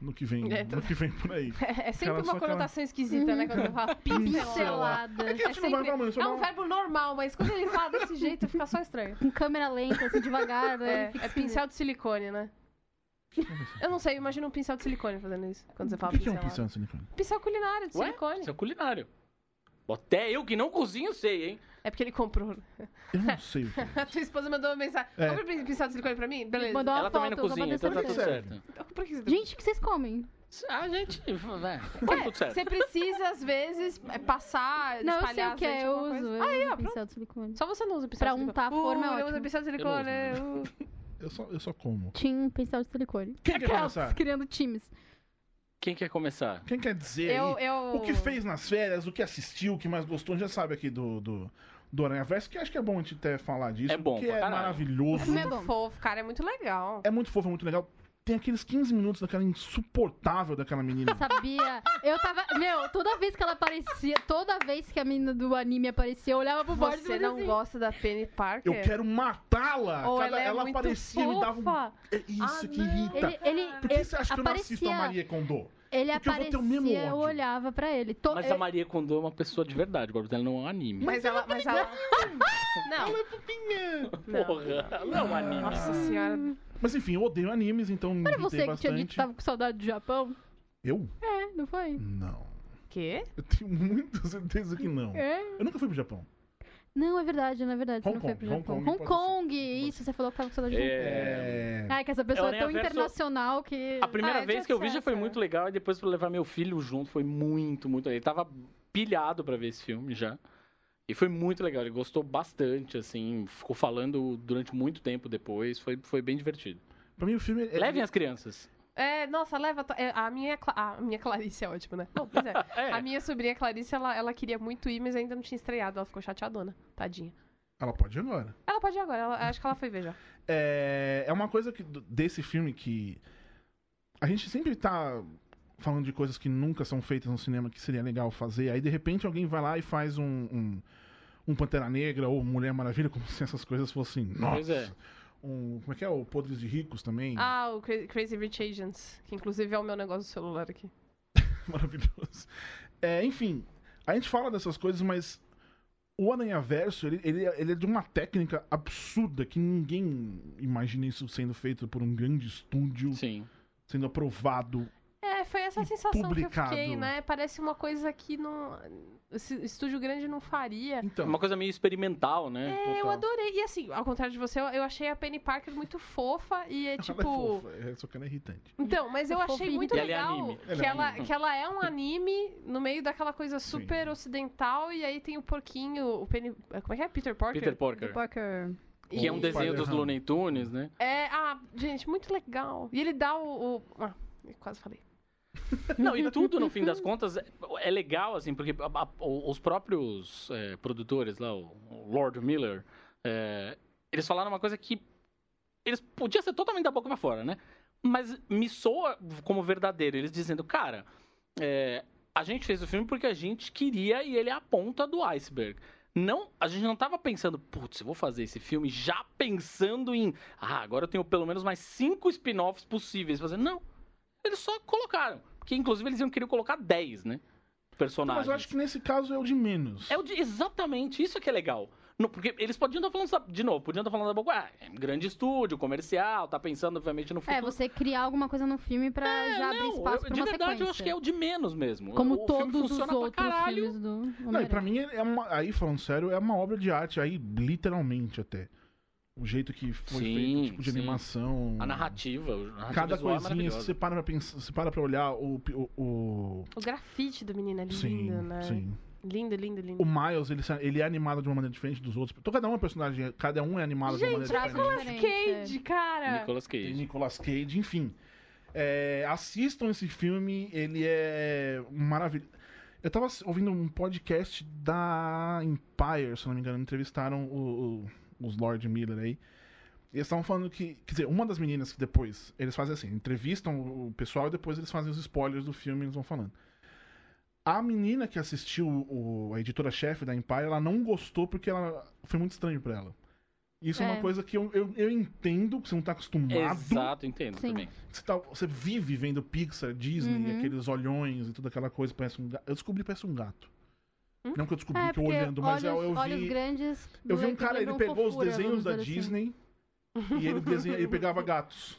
[SPEAKER 2] no que vem,
[SPEAKER 3] É, tá-
[SPEAKER 2] no que vem por aí.
[SPEAKER 3] É é sempre
[SPEAKER 2] Cara, só
[SPEAKER 3] uma
[SPEAKER 2] aquela-
[SPEAKER 3] conotação esquisita, né? Quando eu falo pincelada.
[SPEAKER 5] Tá Pincelada.
[SPEAKER 2] É que
[SPEAKER 3] É,
[SPEAKER 2] isso não vai
[SPEAKER 3] sempre-
[SPEAKER 2] pra mãe, isso
[SPEAKER 3] é
[SPEAKER 2] não-
[SPEAKER 3] um verbo normal, mas quando ele fala desse jeito fica só estranho.
[SPEAKER 5] Com câmera lenta, assim, devagar.
[SPEAKER 3] É,
[SPEAKER 5] né?
[SPEAKER 3] é pincel de silicone, né? Eu não sei, imagina um pincel de silicone fazendo isso. Quando você
[SPEAKER 2] O
[SPEAKER 3] fala
[SPEAKER 2] que que é um
[SPEAKER 3] pincelada.
[SPEAKER 2] pincel, Silicone?
[SPEAKER 3] Pincel culinário de
[SPEAKER 4] Ué?
[SPEAKER 3] silicone.
[SPEAKER 4] Isso é culinário. Até eu que não cozinho sei, hein?
[SPEAKER 3] É porque ele comprou.
[SPEAKER 2] Eu não sei o que é.
[SPEAKER 3] A tua esposa mandou uma mensagem.
[SPEAKER 2] É.
[SPEAKER 3] Compra um pincel de silicone pra mim? Beleza.
[SPEAKER 5] Mandou uma
[SPEAKER 4] Ela também
[SPEAKER 5] foto,
[SPEAKER 4] não
[SPEAKER 5] só pra
[SPEAKER 4] cozinha, então tá
[SPEAKER 5] ter
[SPEAKER 4] tudo
[SPEAKER 2] certeza.
[SPEAKER 4] certo.
[SPEAKER 3] Então, por que você...
[SPEAKER 5] Gente, o que vocês comem?
[SPEAKER 4] A gente. É, tá tudo certo.
[SPEAKER 3] né? Você precisa, às vezes, é, passar,
[SPEAKER 5] Não, eu sei
[SPEAKER 3] espalhar
[SPEAKER 5] o que é,
[SPEAKER 3] azeite,
[SPEAKER 5] eu
[SPEAKER 3] alguma
[SPEAKER 5] uso.
[SPEAKER 3] coisa.
[SPEAKER 5] Eu
[SPEAKER 3] Aí,
[SPEAKER 5] uso
[SPEAKER 3] ó, pronto.
[SPEAKER 5] pincel de silicone.
[SPEAKER 3] Só você não usa pincel
[SPEAKER 5] Pra
[SPEAKER 3] de silicone.
[SPEAKER 5] untar a forma é
[SPEAKER 3] uh, Eu
[SPEAKER 5] ótimo.
[SPEAKER 3] uso pincel de silicone. uh.
[SPEAKER 2] né? Eu só, eu só como.
[SPEAKER 5] Tinha um pincel de silicone.
[SPEAKER 2] Quem quer
[SPEAKER 5] Aquelas,
[SPEAKER 2] começar?
[SPEAKER 5] criando times.
[SPEAKER 4] Quem quer começar?
[SPEAKER 2] Quem quer dizer
[SPEAKER 3] Eu,
[SPEAKER 2] aí
[SPEAKER 3] eu... é
[SPEAKER 2] o que fez nas férias, o que assistiu, o que mais gostou, já sabe aqui do, do, do Aranha Verso, que acho que é bom a gente até falar disso.
[SPEAKER 4] É bom
[SPEAKER 2] Porque
[SPEAKER 4] pra
[SPEAKER 2] é
[SPEAKER 4] caralho.
[SPEAKER 2] maravilhoso.
[SPEAKER 5] Não é
[SPEAKER 3] Muito
[SPEAKER 5] bom.
[SPEAKER 3] fofo, cara, é muito legal.
[SPEAKER 2] É muito fofo, é muito legal. Tem aqueles 15 minutos daquela insuportável daquela menina.
[SPEAKER 5] Sabia? Eu tava. Meu, toda vez que ela aparecia, toda vez que a menina do anime aparecia, eu olhava pro bordo e
[SPEAKER 3] Você
[SPEAKER 5] fazia
[SPEAKER 3] não
[SPEAKER 5] assim.
[SPEAKER 3] gosta da Penny
[SPEAKER 2] Eu
[SPEAKER 3] Parker?
[SPEAKER 2] quero matá-la!
[SPEAKER 3] Ou
[SPEAKER 2] Cada-
[SPEAKER 3] ela é muito
[SPEAKER 2] aparecia e me dava um.
[SPEAKER 3] fofa.
[SPEAKER 2] É isso
[SPEAKER 3] Ah,
[SPEAKER 2] que
[SPEAKER 3] não.
[SPEAKER 2] irrita.
[SPEAKER 5] Ele, ele,
[SPEAKER 2] tá. Por que
[SPEAKER 5] eu-
[SPEAKER 2] você acha que eu não assisto a
[SPEAKER 5] aparecia-
[SPEAKER 2] Maria Kondo? Porque eu
[SPEAKER 5] Ele
[SPEAKER 2] vou ter
[SPEAKER 5] aparecia,
[SPEAKER 2] o mesmo
[SPEAKER 5] eu
[SPEAKER 2] ódio.
[SPEAKER 5] olhava pra ele. To-
[SPEAKER 4] Mas
[SPEAKER 5] eu-
[SPEAKER 4] a Maria Kondo é uma pessoa de verdade, Borbs. Ela não é um anime.
[SPEAKER 3] Mas ela. Mas ela... Não,
[SPEAKER 2] Ela é fofinha.
[SPEAKER 3] não. Ah.
[SPEAKER 4] Porra, ela é um anime.
[SPEAKER 3] Nossa senhora.
[SPEAKER 2] Mas enfim, eu odeio animes, então me
[SPEAKER 5] Não era
[SPEAKER 2] irritei
[SPEAKER 5] você que tinha dito
[SPEAKER 2] bastante.
[SPEAKER 5] que tava com saudade do Japão?
[SPEAKER 2] Eu?
[SPEAKER 5] É, não foi?
[SPEAKER 4] Hum.
[SPEAKER 2] Não.
[SPEAKER 3] Quê?
[SPEAKER 2] Eu tenho muita certeza que não.
[SPEAKER 5] É.
[SPEAKER 2] Eu nunca fui pro Japão.
[SPEAKER 5] Não, é verdade, não é verdade.
[SPEAKER 2] Hong
[SPEAKER 5] você
[SPEAKER 2] Kong,
[SPEAKER 5] não foi pro
[SPEAKER 2] Hong
[SPEAKER 5] Japão.
[SPEAKER 2] Kong
[SPEAKER 5] Hong
[SPEAKER 2] pode
[SPEAKER 5] Kong,
[SPEAKER 2] ser.
[SPEAKER 5] isso, você falou que tava com saudade de Hong
[SPEAKER 4] É...
[SPEAKER 2] É.
[SPEAKER 5] Kong. Ai, que essa pessoa é,
[SPEAKER 4] Aranha
[SPEAKER 5] tão
[SPEAKER 4] Verso-
[SPEAKER 5] internacional que.
[SPEAKER 4] A primeira
[SPEAKER 3] Ah, é
[SPEAKER 4] vez que eu vi já foi
[SPEAKER 3] sucesso,
[SPEAKER 4] muito legal e depois pra levar meu filho junto foi muito, muito. Ele tava pilhado pra ver esse filme já. E foi muito legal, ele gostou bastante, assim, ficou falando durante muito tempo depois, foi, foi bem divertido.
[SPEAKER 2] Pra mim o filme é.
[SPEAKER 4] Levem as crianças.
[SPEAKER 3] É, nossa, leva. to- é, A minha, Cla- a minha Clarice é ótima, né? Bom, pois é.
[SPEAKER 4] É,
[SPEAKER 3] A minha sobrinha Clarice, ela, ela queria muito ir, mas ainda não tinha estreado. Ela ficou chateadona, tadinha.
[SPEAKER 2] Ela pode ir agora.
[SPEAKER 3] Ela pode ir agora, ela- acho que ela foi ver já.
[SPEAKER 2] É, é uma coisa que, desse filme que. A gente sempre tá falando de coisas que nunca são feitas no cinema que seria legal fazer. Aí de repente alguém vai lá e faz um. um, um Pantera Negra ou Mulher Maravilha, como se essas coisas fossem. Nossa!
[SPEAKER 4] Pois é.
[SPEAKER 2] Um, como é que é? O Podres de Ricos também.
[SPEAKER 3] Ah, o Cra- Crazy Rich Agents, que inclusive é o meu negócio do celular aqui.
[SPEAKER 2] Maravilhoso. É, enfim, a gente fala dessas coisas, mas o Aranhaverso, ele, ele, é- ele é de uma técnica absurda que ninguém imagina isso sendo feito por um grande estúdio,
[SPEAKER 4] sim.
[SPEAKER 2] sendo aprovado.
[SPEAKER 3] É, foi essa
[SPEAKER 2] E
[SPEAKER 3] sensação
[SPEAKER 2] publicado.
[SPEAKER 3] que eu fiquei, né? Parece uma coisa que não. esse Estúdio grande não faria.
[SPEAKER 2] Então,
[SPEAKER 4] É. Uma coisa meio experimental, né?
[SPEAKER 3] É, eu
[SPEAKER 2] total.
[SPEAKER 3] adorei. E assim, ao contrário de você, eu- eu achei a Penny Parker muito fofa e é
[SPEAKER 2] ela é
[SPEAKER 3] tipo.
[SPEAKER 2] fofa, é, só que ela é irritante.
[SPEAKER 3] Então, mas eu
[SPEAKER 5] É
[SPEAKER 3] achei
[SPEAKER 5] fofinho.
[SPEAKER 3] muito
[SPEAKER 4] E ela é
[SPEAKER 3] legal
[SPEAKER 4] anime.
[SPEAKER 2] Ela
[SPEAKER 3] que,
[SPEAKER 2] é
[SPEAKER 3] ela,
[SPEAKER 2] anime.
[SPEAKER 3] que ela é um anime no meio daquela coisa
[SPEAKER 2] Sim.
[SPEAKER 3] super ocidental e aí tem o porquinho, o Penny. Como é que é? Peter Parker?
[SPEAKER 4] Peter Parker,
[SPEAKER 5] Parker.
[SPEAKER 4] que é um
[SPEAKER 2] O
[SPEAKER 4] desenho
[SPEAKER 2] Spider-Man.
[SPEAKER 4] dos Looney Tunes, né?
[SPEAKER 3] É, ah, gente, muito legal. E ele dá o. o- ah, eu quase falei.
[SPEAKER 4] Não, e tudo, no fim das contas, é, é legal, assim, porque a- a- o- os próprios é, produtores lá, o, o Lord Miller, é, eles falaram uma coisa que eles podia ser totalmente da boca pra fora, né? Mas me soa como verdadeiro. Eles dizendo, cara, é, a gente fez o filme porque a gente queria e ele é a ponta do iceberg. Não, a gente não tava pensando, putz, eu vou fazer esse filme já pensando em, ah, agora eu tenho pelo menos mais cinco spin-offs possíveis. Fazer, não. Eles só colocaram. Porque, inclusive, eles iam querer colocar 10, né? Personagens.
[SPEAKER 2] Mas eu acho que nesse caso é o de menos.
[SPEAKER 4] É o de- exatamente isso que é legal. No- porque eles podiam estar falando, essa- de novo, podiam estar falando da boca, ah, é um grande estúdio, comercial, tá pensando, obviamente, no futuro. É,
[SPEAKER 5] É, você criar alguma coisa no filme pra já abrir
[SPEAKER 4] Não,
[SPEAKER 5] espaço
[SPEAKER 4] eu-
[SPEAKER 5] pra
[SPEAKER 4] de
[SPEAKER 5] uma
[SPEAKER 4] verdade,
[SPEAKER 5] sequência.
[SPEAKER 4] eu acho que é o de menos mesmo.
[SPEAKER 5] Como
[SPEAKER 4] o filme
[SPEAKER 5] todos os
[SPEAKER 4] funciona pra
[SPEAKER 5] outros
[SPEAKER 4] caralho.
[SPEAKER 5] filmes do
[SPEAKER 2] Não, e pra
[SPEAKER 4] né?
[SPEAKER 5] Homem-Aranha.
[SPEAKER 2] mim, é uma- aí falando sério, é uma obra de arte, aí literalmente até. O jeito que foi
[SPEAKER 4] Sim,
[SPEAKER 2] feito, o tipo de
[SPEAKER 4] sim.
[SPEAKER 2] animação.
[SPEAKER 4] A narrativa, a narrativa
[SPEAKER 2] Cada
[SPEAKER 4] visual é
[SPEAKER 2] coisinha, se
[SPEAKER 4] maravilhosa.
[SPEAKER 2] você para pra, pensar, se para pra olhar o, pi- o- o-
[SPEAKER 3] O grafite do menino é lindo,
[SPEAKER 2] Sim,
[SPEAKER 3] né?
[SPEAKER 2] sim.
[SPEAKER 3] Lindo, lindo, lindo.
[SPEAKER 2] O Miles, ele, sa- ele é animado de uma maneira diferente dos outros. Então, cada um é personagem, cada um é animado de uma
[SPEAKER 3] Gente, assim
[SPEAKER 2] maneira
[SPEAKER 5] traz
[SPEAKER 2] diferente.
[SPEAKER 5] Nicolas
[SPEAKER 3] Cage, cara!
[SPEAKER 4] Nicolas
[SPEAKER 2] Tem
[SPEAKER 4] Cage.
[SPEAKER 2] Nicolas Cage, enfim. É, assistam esse filme, ele é maravilhoso. Eu tava ass- ouvindo um podcast da Empire, se eu não me engano, entrevistaram o- o- os Lord Miller aí. E eles estavam falando que, quer dizer, uma das meninas que depois, eles fazem assim, entrevistam o o pessoal e depois eles fazem os spoilers do filme e eles vão falando. A menina que assistiu, o- a editora-chefe da Empire, ela não gostou porque ela foi muito estranho pra ela. Isso é, uma
[SPEAKER 5] É.
[SPEAKER 2] coisa que eu, eu, eu entendo, que você não tá acostumado.
[SPEAKER 4] Exato, entendo
[SPEAKER 5] Sim.
[SPEAKER 4] também.
[SPEAKER 2] Você, tá- você vive vendo Pixar, Disney,
[SPEAKER 5] Uhum.
[SPEAKER 2] aqueles olhões e toda aquela coisa, parece um gato. Eu descobri que parece um gato.
[SPEAKER 3] Hum?
[SPEAKER 2] Não que eu descobri
[SPEAKER 5] É,
[SPEAKER 2] que
[SPEAKER 5] porque
[SPEAKER 2] eu olhando, mas eu,
[SPEAKER 5] olhos,
[SPEAKER 2] eu
[SPEAKER 5] olhos
[SPEAKER 2] vi.
[SPEAKER 5] grandes.
[SPEAKER 2] Eu vi um
[SPEAKER 5] lembram
[SPEAKER 2] cara, ele pegou os
[SPEAKER 5] fofura,
[SPEAKER 2] desenhos
[SPEAKER 5] vamos
[SPEAKER 2] da
[SPEAKER 5] dizer assim.
[SPEAKER 2] Disney e ele, desenha, ele pegava gatos.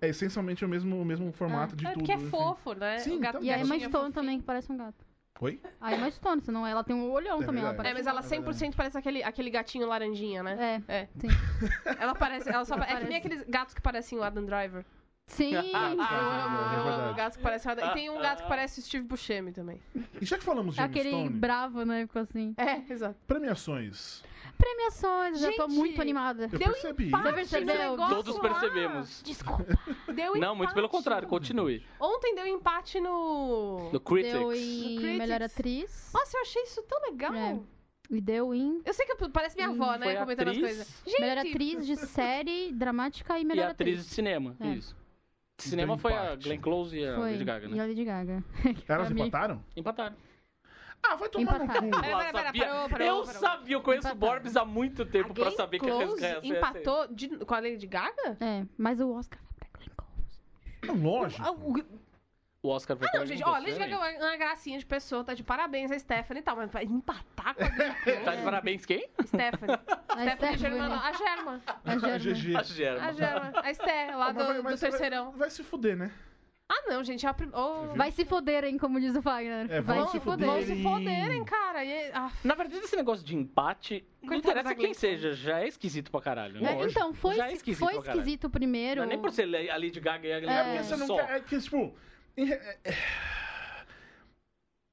[SPEAKER 2] É essencialmente o mesmo, o mesmo formato
[SPEAKER 5] Ah,
[SPEAKER 2] de
[SPEAKER 3] é
[SPEAKER 2] tudo.
[SPEAKER 3] porque é
[SPEAKER 2] enfim.
[SPEAKER 3] fofo, né?
[SPEAKER 2] Sim, então,
[SPEAKER 3] o gato
[SPEAKER 5] E a Emma
[SPEAKER 3] gatinho é
[SPEAKER 5] Stone
[SPEAKER 3] fofinho.
[SPEAKER 5] também, que parece um gato.
[SPEAKER 2] Oi?
[SPEAKER 5] A Emma Stone, senão ela tem um olhão
[SPEAKER 2] É
[SPEAKER 5] também. Ela
[SPEAKER 2] verdade.
[SPEAKER 5] parece
[SPEAKER 3] É, mas ela
[SPEAKER 2] É verdade.
[SPEAKER 3] 100% parece aquele, aquele gatinho laranjinha, né?
[SPEAKER 5] É,
[SPEAKER 3] É.
[SPEAKER 5] sim.
[SPEAKER 3] Ela parece. Ela só, é que
[SPEAKER 5] Parece.
[SPEAKER 3] nem aqueles gatos que parecem o Adam Driver.
[SPEAKER 5] Sim,
[SPEAKER 3] Eu
[SPEAKER 5] ah,
[SPEAKER 3] amo,
[SPEAKER 2] é
[SPEAKER 3] eu amo
[SPEAKER 2] verdade.
[SPEAKER 3] gatos que parecem o Adam E tem um gato que parece o Steve Buscemi também.
[SPEAKER 2] E já que falamos de
[SPEAKER 5] Tá aquele
[SPEAKER 2] Stone,
[SPEAKER 5] bravo, né? Ficou assim.
[SPEAKER 3] É, exato.
[SPEAKER 2] premiações.
[SPEAKER 5] Premiações, eu já tô
[SPEAKER 3] Gente!
[SPEAKER 5] muito animada.
[SPEAKER 2] Eu
[SPEAKER 3] Deu
[SPEAKER 2] percebi.
[SPEAKER 5] Você percebeu?
[SPEAKER 3] negócio
[SPEAKER 4] Todos
[SPEAKER 3] lá.
[SPEAKER 4] percebemos.
[SPEAKER 5] Desculpa.
[SPEAKER 3] Deu
[SPEAKER 4] Não, muito pelo
[SPEAKER 3] empate.
[SPEAKER 4] contrário, continue.
[SPEAKER 3] Ontem deu empate no.
[SPEAKER 4] Do
[SPEAKER 5] Deu
[SPEAKER 4] Critics.
[SPEAKER 5] em
[SPEAKER 3] Critics.
[SPEAKER 5] melhor atriz.
[SPEAKER 3] Nossa, eu achei isso tão legal.
[SPEAKER 5] É. E deu em
[SPEAKER 3] Eu sei que eu- parece minha avó,
[SPEAKER 4] Hum, Foi
[SPEAKER 3] né? Comentando as
[SPEAKER 4] atriz
[SPEAKER 3] coisas. Gente,
[SPEAKER 5] melhor atriz de série dramática e
[SPEAKER 4] e
[SPEAKER 5] melhor
[SPEAKER 4] atriz,
[SPEAKER 5] atriz.
[SPEAKER 4] de cinema.
[SPEAKER 5] É.
[SPEAKER 4] Isso. De cinema
[SPEAKER 2] Então,
[SPEAKER 4] foi a
[SPEAKER 2] empate.
[SPEAKER 4] Glenn Close e a
[SPEAKER 5] Foi.
[SPEAKER 4] Lady Gaga,
[SPEAKER 5] E
[SPEAKER 4] né?
[SPEAKER 5] a Lady Gaga.
[SPEAKER 2] Elas
[SPEAKER 5] Pra mim.
[SPEAKER 2] empataram?
[SPEAKER 4] Empataram.
[SPEAKER 2] Ah, vai tomar no
[SPEAKER 5] Empataram.
[SPEAKER 2] cu.
[SPEAKER 3] Pera, pera,
[SPEAKER 4] Eu
[SPEAKER 3] pera,
[SPEAKER 4] sabia.
[SPEAKER 3] parou, parou,
[SPEAKER 4] eu
[SPEAKER 3] parou.
[SPEAKER 4] sabia, eu conheço o
[SPEAKER 5] Empataram.
[SPEAKER 4] Borbs há muito tempo pra
[SPEAKER 3] Glenn
[SPEAKER 4] saber que a
[SPEAKER 3] Close
[SPEAKER 4] resposta é essa.
[SPEAKER 3] empatou de- com a Lady Gaga?
[SPEAKER 5] É, mas o Oscar vai pra Glenn Close.
[SPEAKER 2] É Lógico.
[SPEAKER 3] Ah, o-
[SPEAKER 4] O Oscar
[SPEAKER 5] Ah,
[SPEAKER 4] foi
[SPEAKER 3] Não, gente, ó, a Lady Gaga é uma- uma gracinha de pessoa, tá de parabéns a Stephanie e tal, mas vai empatar com a
[SPEAKER 4] Tá de parabéns quem?
[SPEAKER 3] Stephanie.
[SPEAKER 5] A
[SPEAKER 3] Stephanie
[SPEAKER 5] Stephanie,
[SPEAKER 3] Germano,
[SPEAKER 5] né?
[SPEAKER 3] a Germa.
[SPEAKER 5] A
[SPEAKER 2] É
[SPEAKER 5] Germa.
[SPEAKER 2] GG.
[SPEAKER 4] A
[SPEAKER 3] A
[SPEAKER 4] Germa.
[SPEAKER 3] Germa. A Sté, lá
[SPEAKER 2] Ah, mas vai-
[SPEAKER 3] do,
[SPEAKER 2] mas
[SPEAKER 3] do
[SPEAKER 2] você vai-
[SPEAKER 3] terceirão.
[SPEAKER 2] Vai se fuder, né?
[SPEAKER 3] Ah, não, gente, é a prim... oh,
[SPEAKER 5] Vai se foderem, como diz o Wagner.
[SPEAKER 2] É,
[SPEAKER 5] vai
[SPEAKER 2] vão
[SPEAKER 5] se
[SPEAKER 2] se
[SPEAKER 5] foder.
[SPEAKER 3] Vão
[SPEAKER 2] foderem.
[SPEAKER 3] se foderem, cara. E- ah,
[SPEAKER 4] Na verdade, esse negócio de empate, não
[SPEAKER 3] Coitada
[SPEAKER 4] interessa
[SPEAKER 3] da
[SPEAKER 4] quem
[SPEAKER 3] Glenn
[SPEAKER 4] seja, já é esquisito pra caralho.
[SPEAKER 5] É,
[SPEAKER 4] Né?
[SPEAKER 5] então, foi,
[SPEAKER 4] Já é
[SPEAKER 5] esquisito,
[SPEAKER 4] esquisito
[SPEAKER 5] foi
[SPEAKER 4] pra caralho.
[SPEAKER 5] esquisito primeiro.
[SPEAKER 4] Não é nem por ser a Lady Gaga e a Glenn
[SPEAKER 5] É,
[SPEAKER 4] Close
[SPEAKER 2] Porque você não
[SPEAKER 4] só.
[SPEAKER 2] quer. É que, tipo. em re- é- é.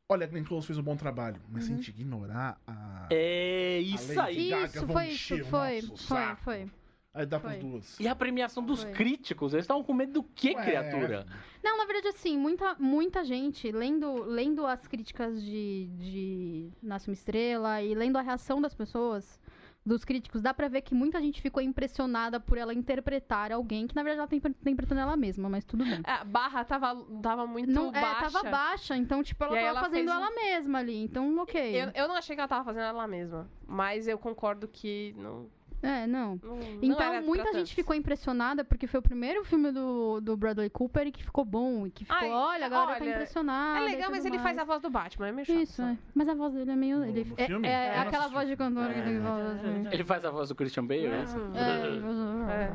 [SPEAKER 2] Olha, a Glenn Close fez um bom trabalho, mas se a
[SPEAKER 5] Uhum.
[SPEAKER 2] gente ignorar a.
[SPEAKER 4] É isso
[SPEAKER 2] Além-
[SPEAKER 4] aí.
[SPEAKER 5] Isso,
[SPEAKER 2] Gaga, vão
[SPEAKER 5] foi
[SPEAKER 2] encher
[SPEAKER 5] isso,
[SPEAKER 2] o
[SPEAKER 5] foi,
[SPEAKER 2] nosso
[SPEAKER 5] foi,
[SPEAKER 2] saco.
[SPEAKER 5] foi.
[SPEAKER 2] Aí dá pras
[SPEAKER 5] Foi.
[SPEAKER 2] duas.
[SPEAKER 4] E a premiação dos
[SPEAKER 5] Foi.
[SPEAKER 4] críticos, eles estavam com medo do que,
[SPEAKER 2] Ué.
[SPEAKER 4] criatura?
[SPEAKER 5] Não, na verdade, assim, muita, muita gente, lendo, lendo as críticas de, de Nasce uma Estrela e lendo a reação das pessoas, dos críticos, dá pra ver que muita gente ficou impressionada por ela interpretar alguém que, na verdade, ela tá impre- tá interpretando ela mesma, mas tudo bem.
[SPEAKER 3] a barra tava, tava muito
[SPEAKER 5] Não, é,
[SPEAKER 3] baixa.
[SPEAKER 5] tava baixa, então, tipo, ela
[SPEAKER 3] E aí
[SPEAKER 5] tava
[SPEAKER 3] ela
[SPEAKER 5] fazendo
[SPEAKER 3] fez um-
[SPEAKER 5] ela mesma ali, então, ok.
[SPEAKER 3] Eu, eu não achei que ela tava fazendo ela mesma. Mas eu concordo que não.
[SPEAKER 5] É, não.
[SPEAKER 3] não- não era
[SPEAKER 5] Então,
[SPEAKER 3] pra
[SPEAKER 5] muita
[SPEAKER 3] tanto.
[SPEAKER 5] gente ficou impressionada porque foi o primeiro filme do, do Bradley Cooper e que ficou bom. E que ficou,
[SPEAKER 3] Ai,
[SPEAKER 5] olha, a galera tá
[SPEAKER 3] olha,
[SPEAKER 5] impressionada.
[SPEAKER 3] É
[SPEAKER 5] e
[SPEAKER 3] legal,
[SPEAKER 5] tudo
[SPEAKER 3] mas ele faz
[SPEAKER 5] mais.
[SPEAKER 3] a voz do Batman, é meio chato.
[SPEAKER 5] Isso,
[SPEAKER 3] sabe?
[SPEAKER 5] é. mas a voz dele é meio.
[SPEAKER 2] No-
[SPEAKER 5] ele-
[SPEAKER 2] no
[SPEAKER 5] é
[SPEAKER 2] filme?
[SPEAKER 5] é,
[SPEAKER 2] Eu não
[SPEAKER 5] aquela
[SPEAKER 2] assisti.
[SPEAKER 5] voz de cantor que
[SPEAKER 2] É.
[SPEAKER 5] tem voz. né?
[SPEAKER 4] Ele faz a voz do Christian Bale, é isso?
[SPEAKER 5] É,
[SPEAKER 3] É.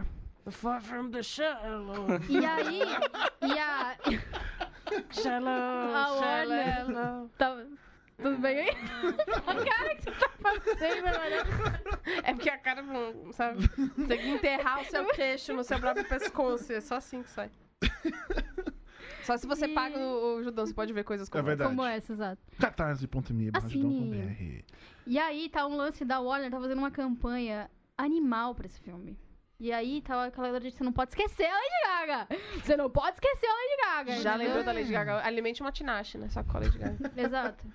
[SPEAKER 5] voz-
[SPEAKER 3] Far from the shallow.
[SPEAKER 5] E aí, e a.
[SPEAKER 3] Shallow.
[SPEAKER 5] A Warner.
[SPEAKER 3] shallow.
[SPEAKER 5] tá- Tudo bem aí? a cara que você tá fazendo, mano.
[SPEAKER 3] É porque a cara não. Sabe? Tem que enterrar o seu queixo no seu próprio pescoço. É só assim que sai. Só se você
[SPEAKER 5] E-
[SPEAKER 3] paga o, o judão, você pode ver coisas
[SPEAKER 2] É
[SPEAKER 3] como.
[SPEAKER 2] verdade.
[SPEAKER 5] Como essa, exato.
[SPEAKER 2] Catarse.me, barra
[SPEAKER 5] Assine.
[SPEAKER 2] judão.br.
[SPEAKER 5] E aí tá um lance da Warner, tá fazendo uma campanha animal pra esse filme. E aí tá aquela galera de você não pode esquecer a Lady Gaga! Você não pode esquecer a Lady Gaga!
[SPEAKER 3] Já
[SPEAKER 5] entendeu?
[SPEAKER 3] lembrou da Lady Gaga? Alimente uma tinache, né? Só com a Lady Gaga.
[SPEAKER 5] Exato.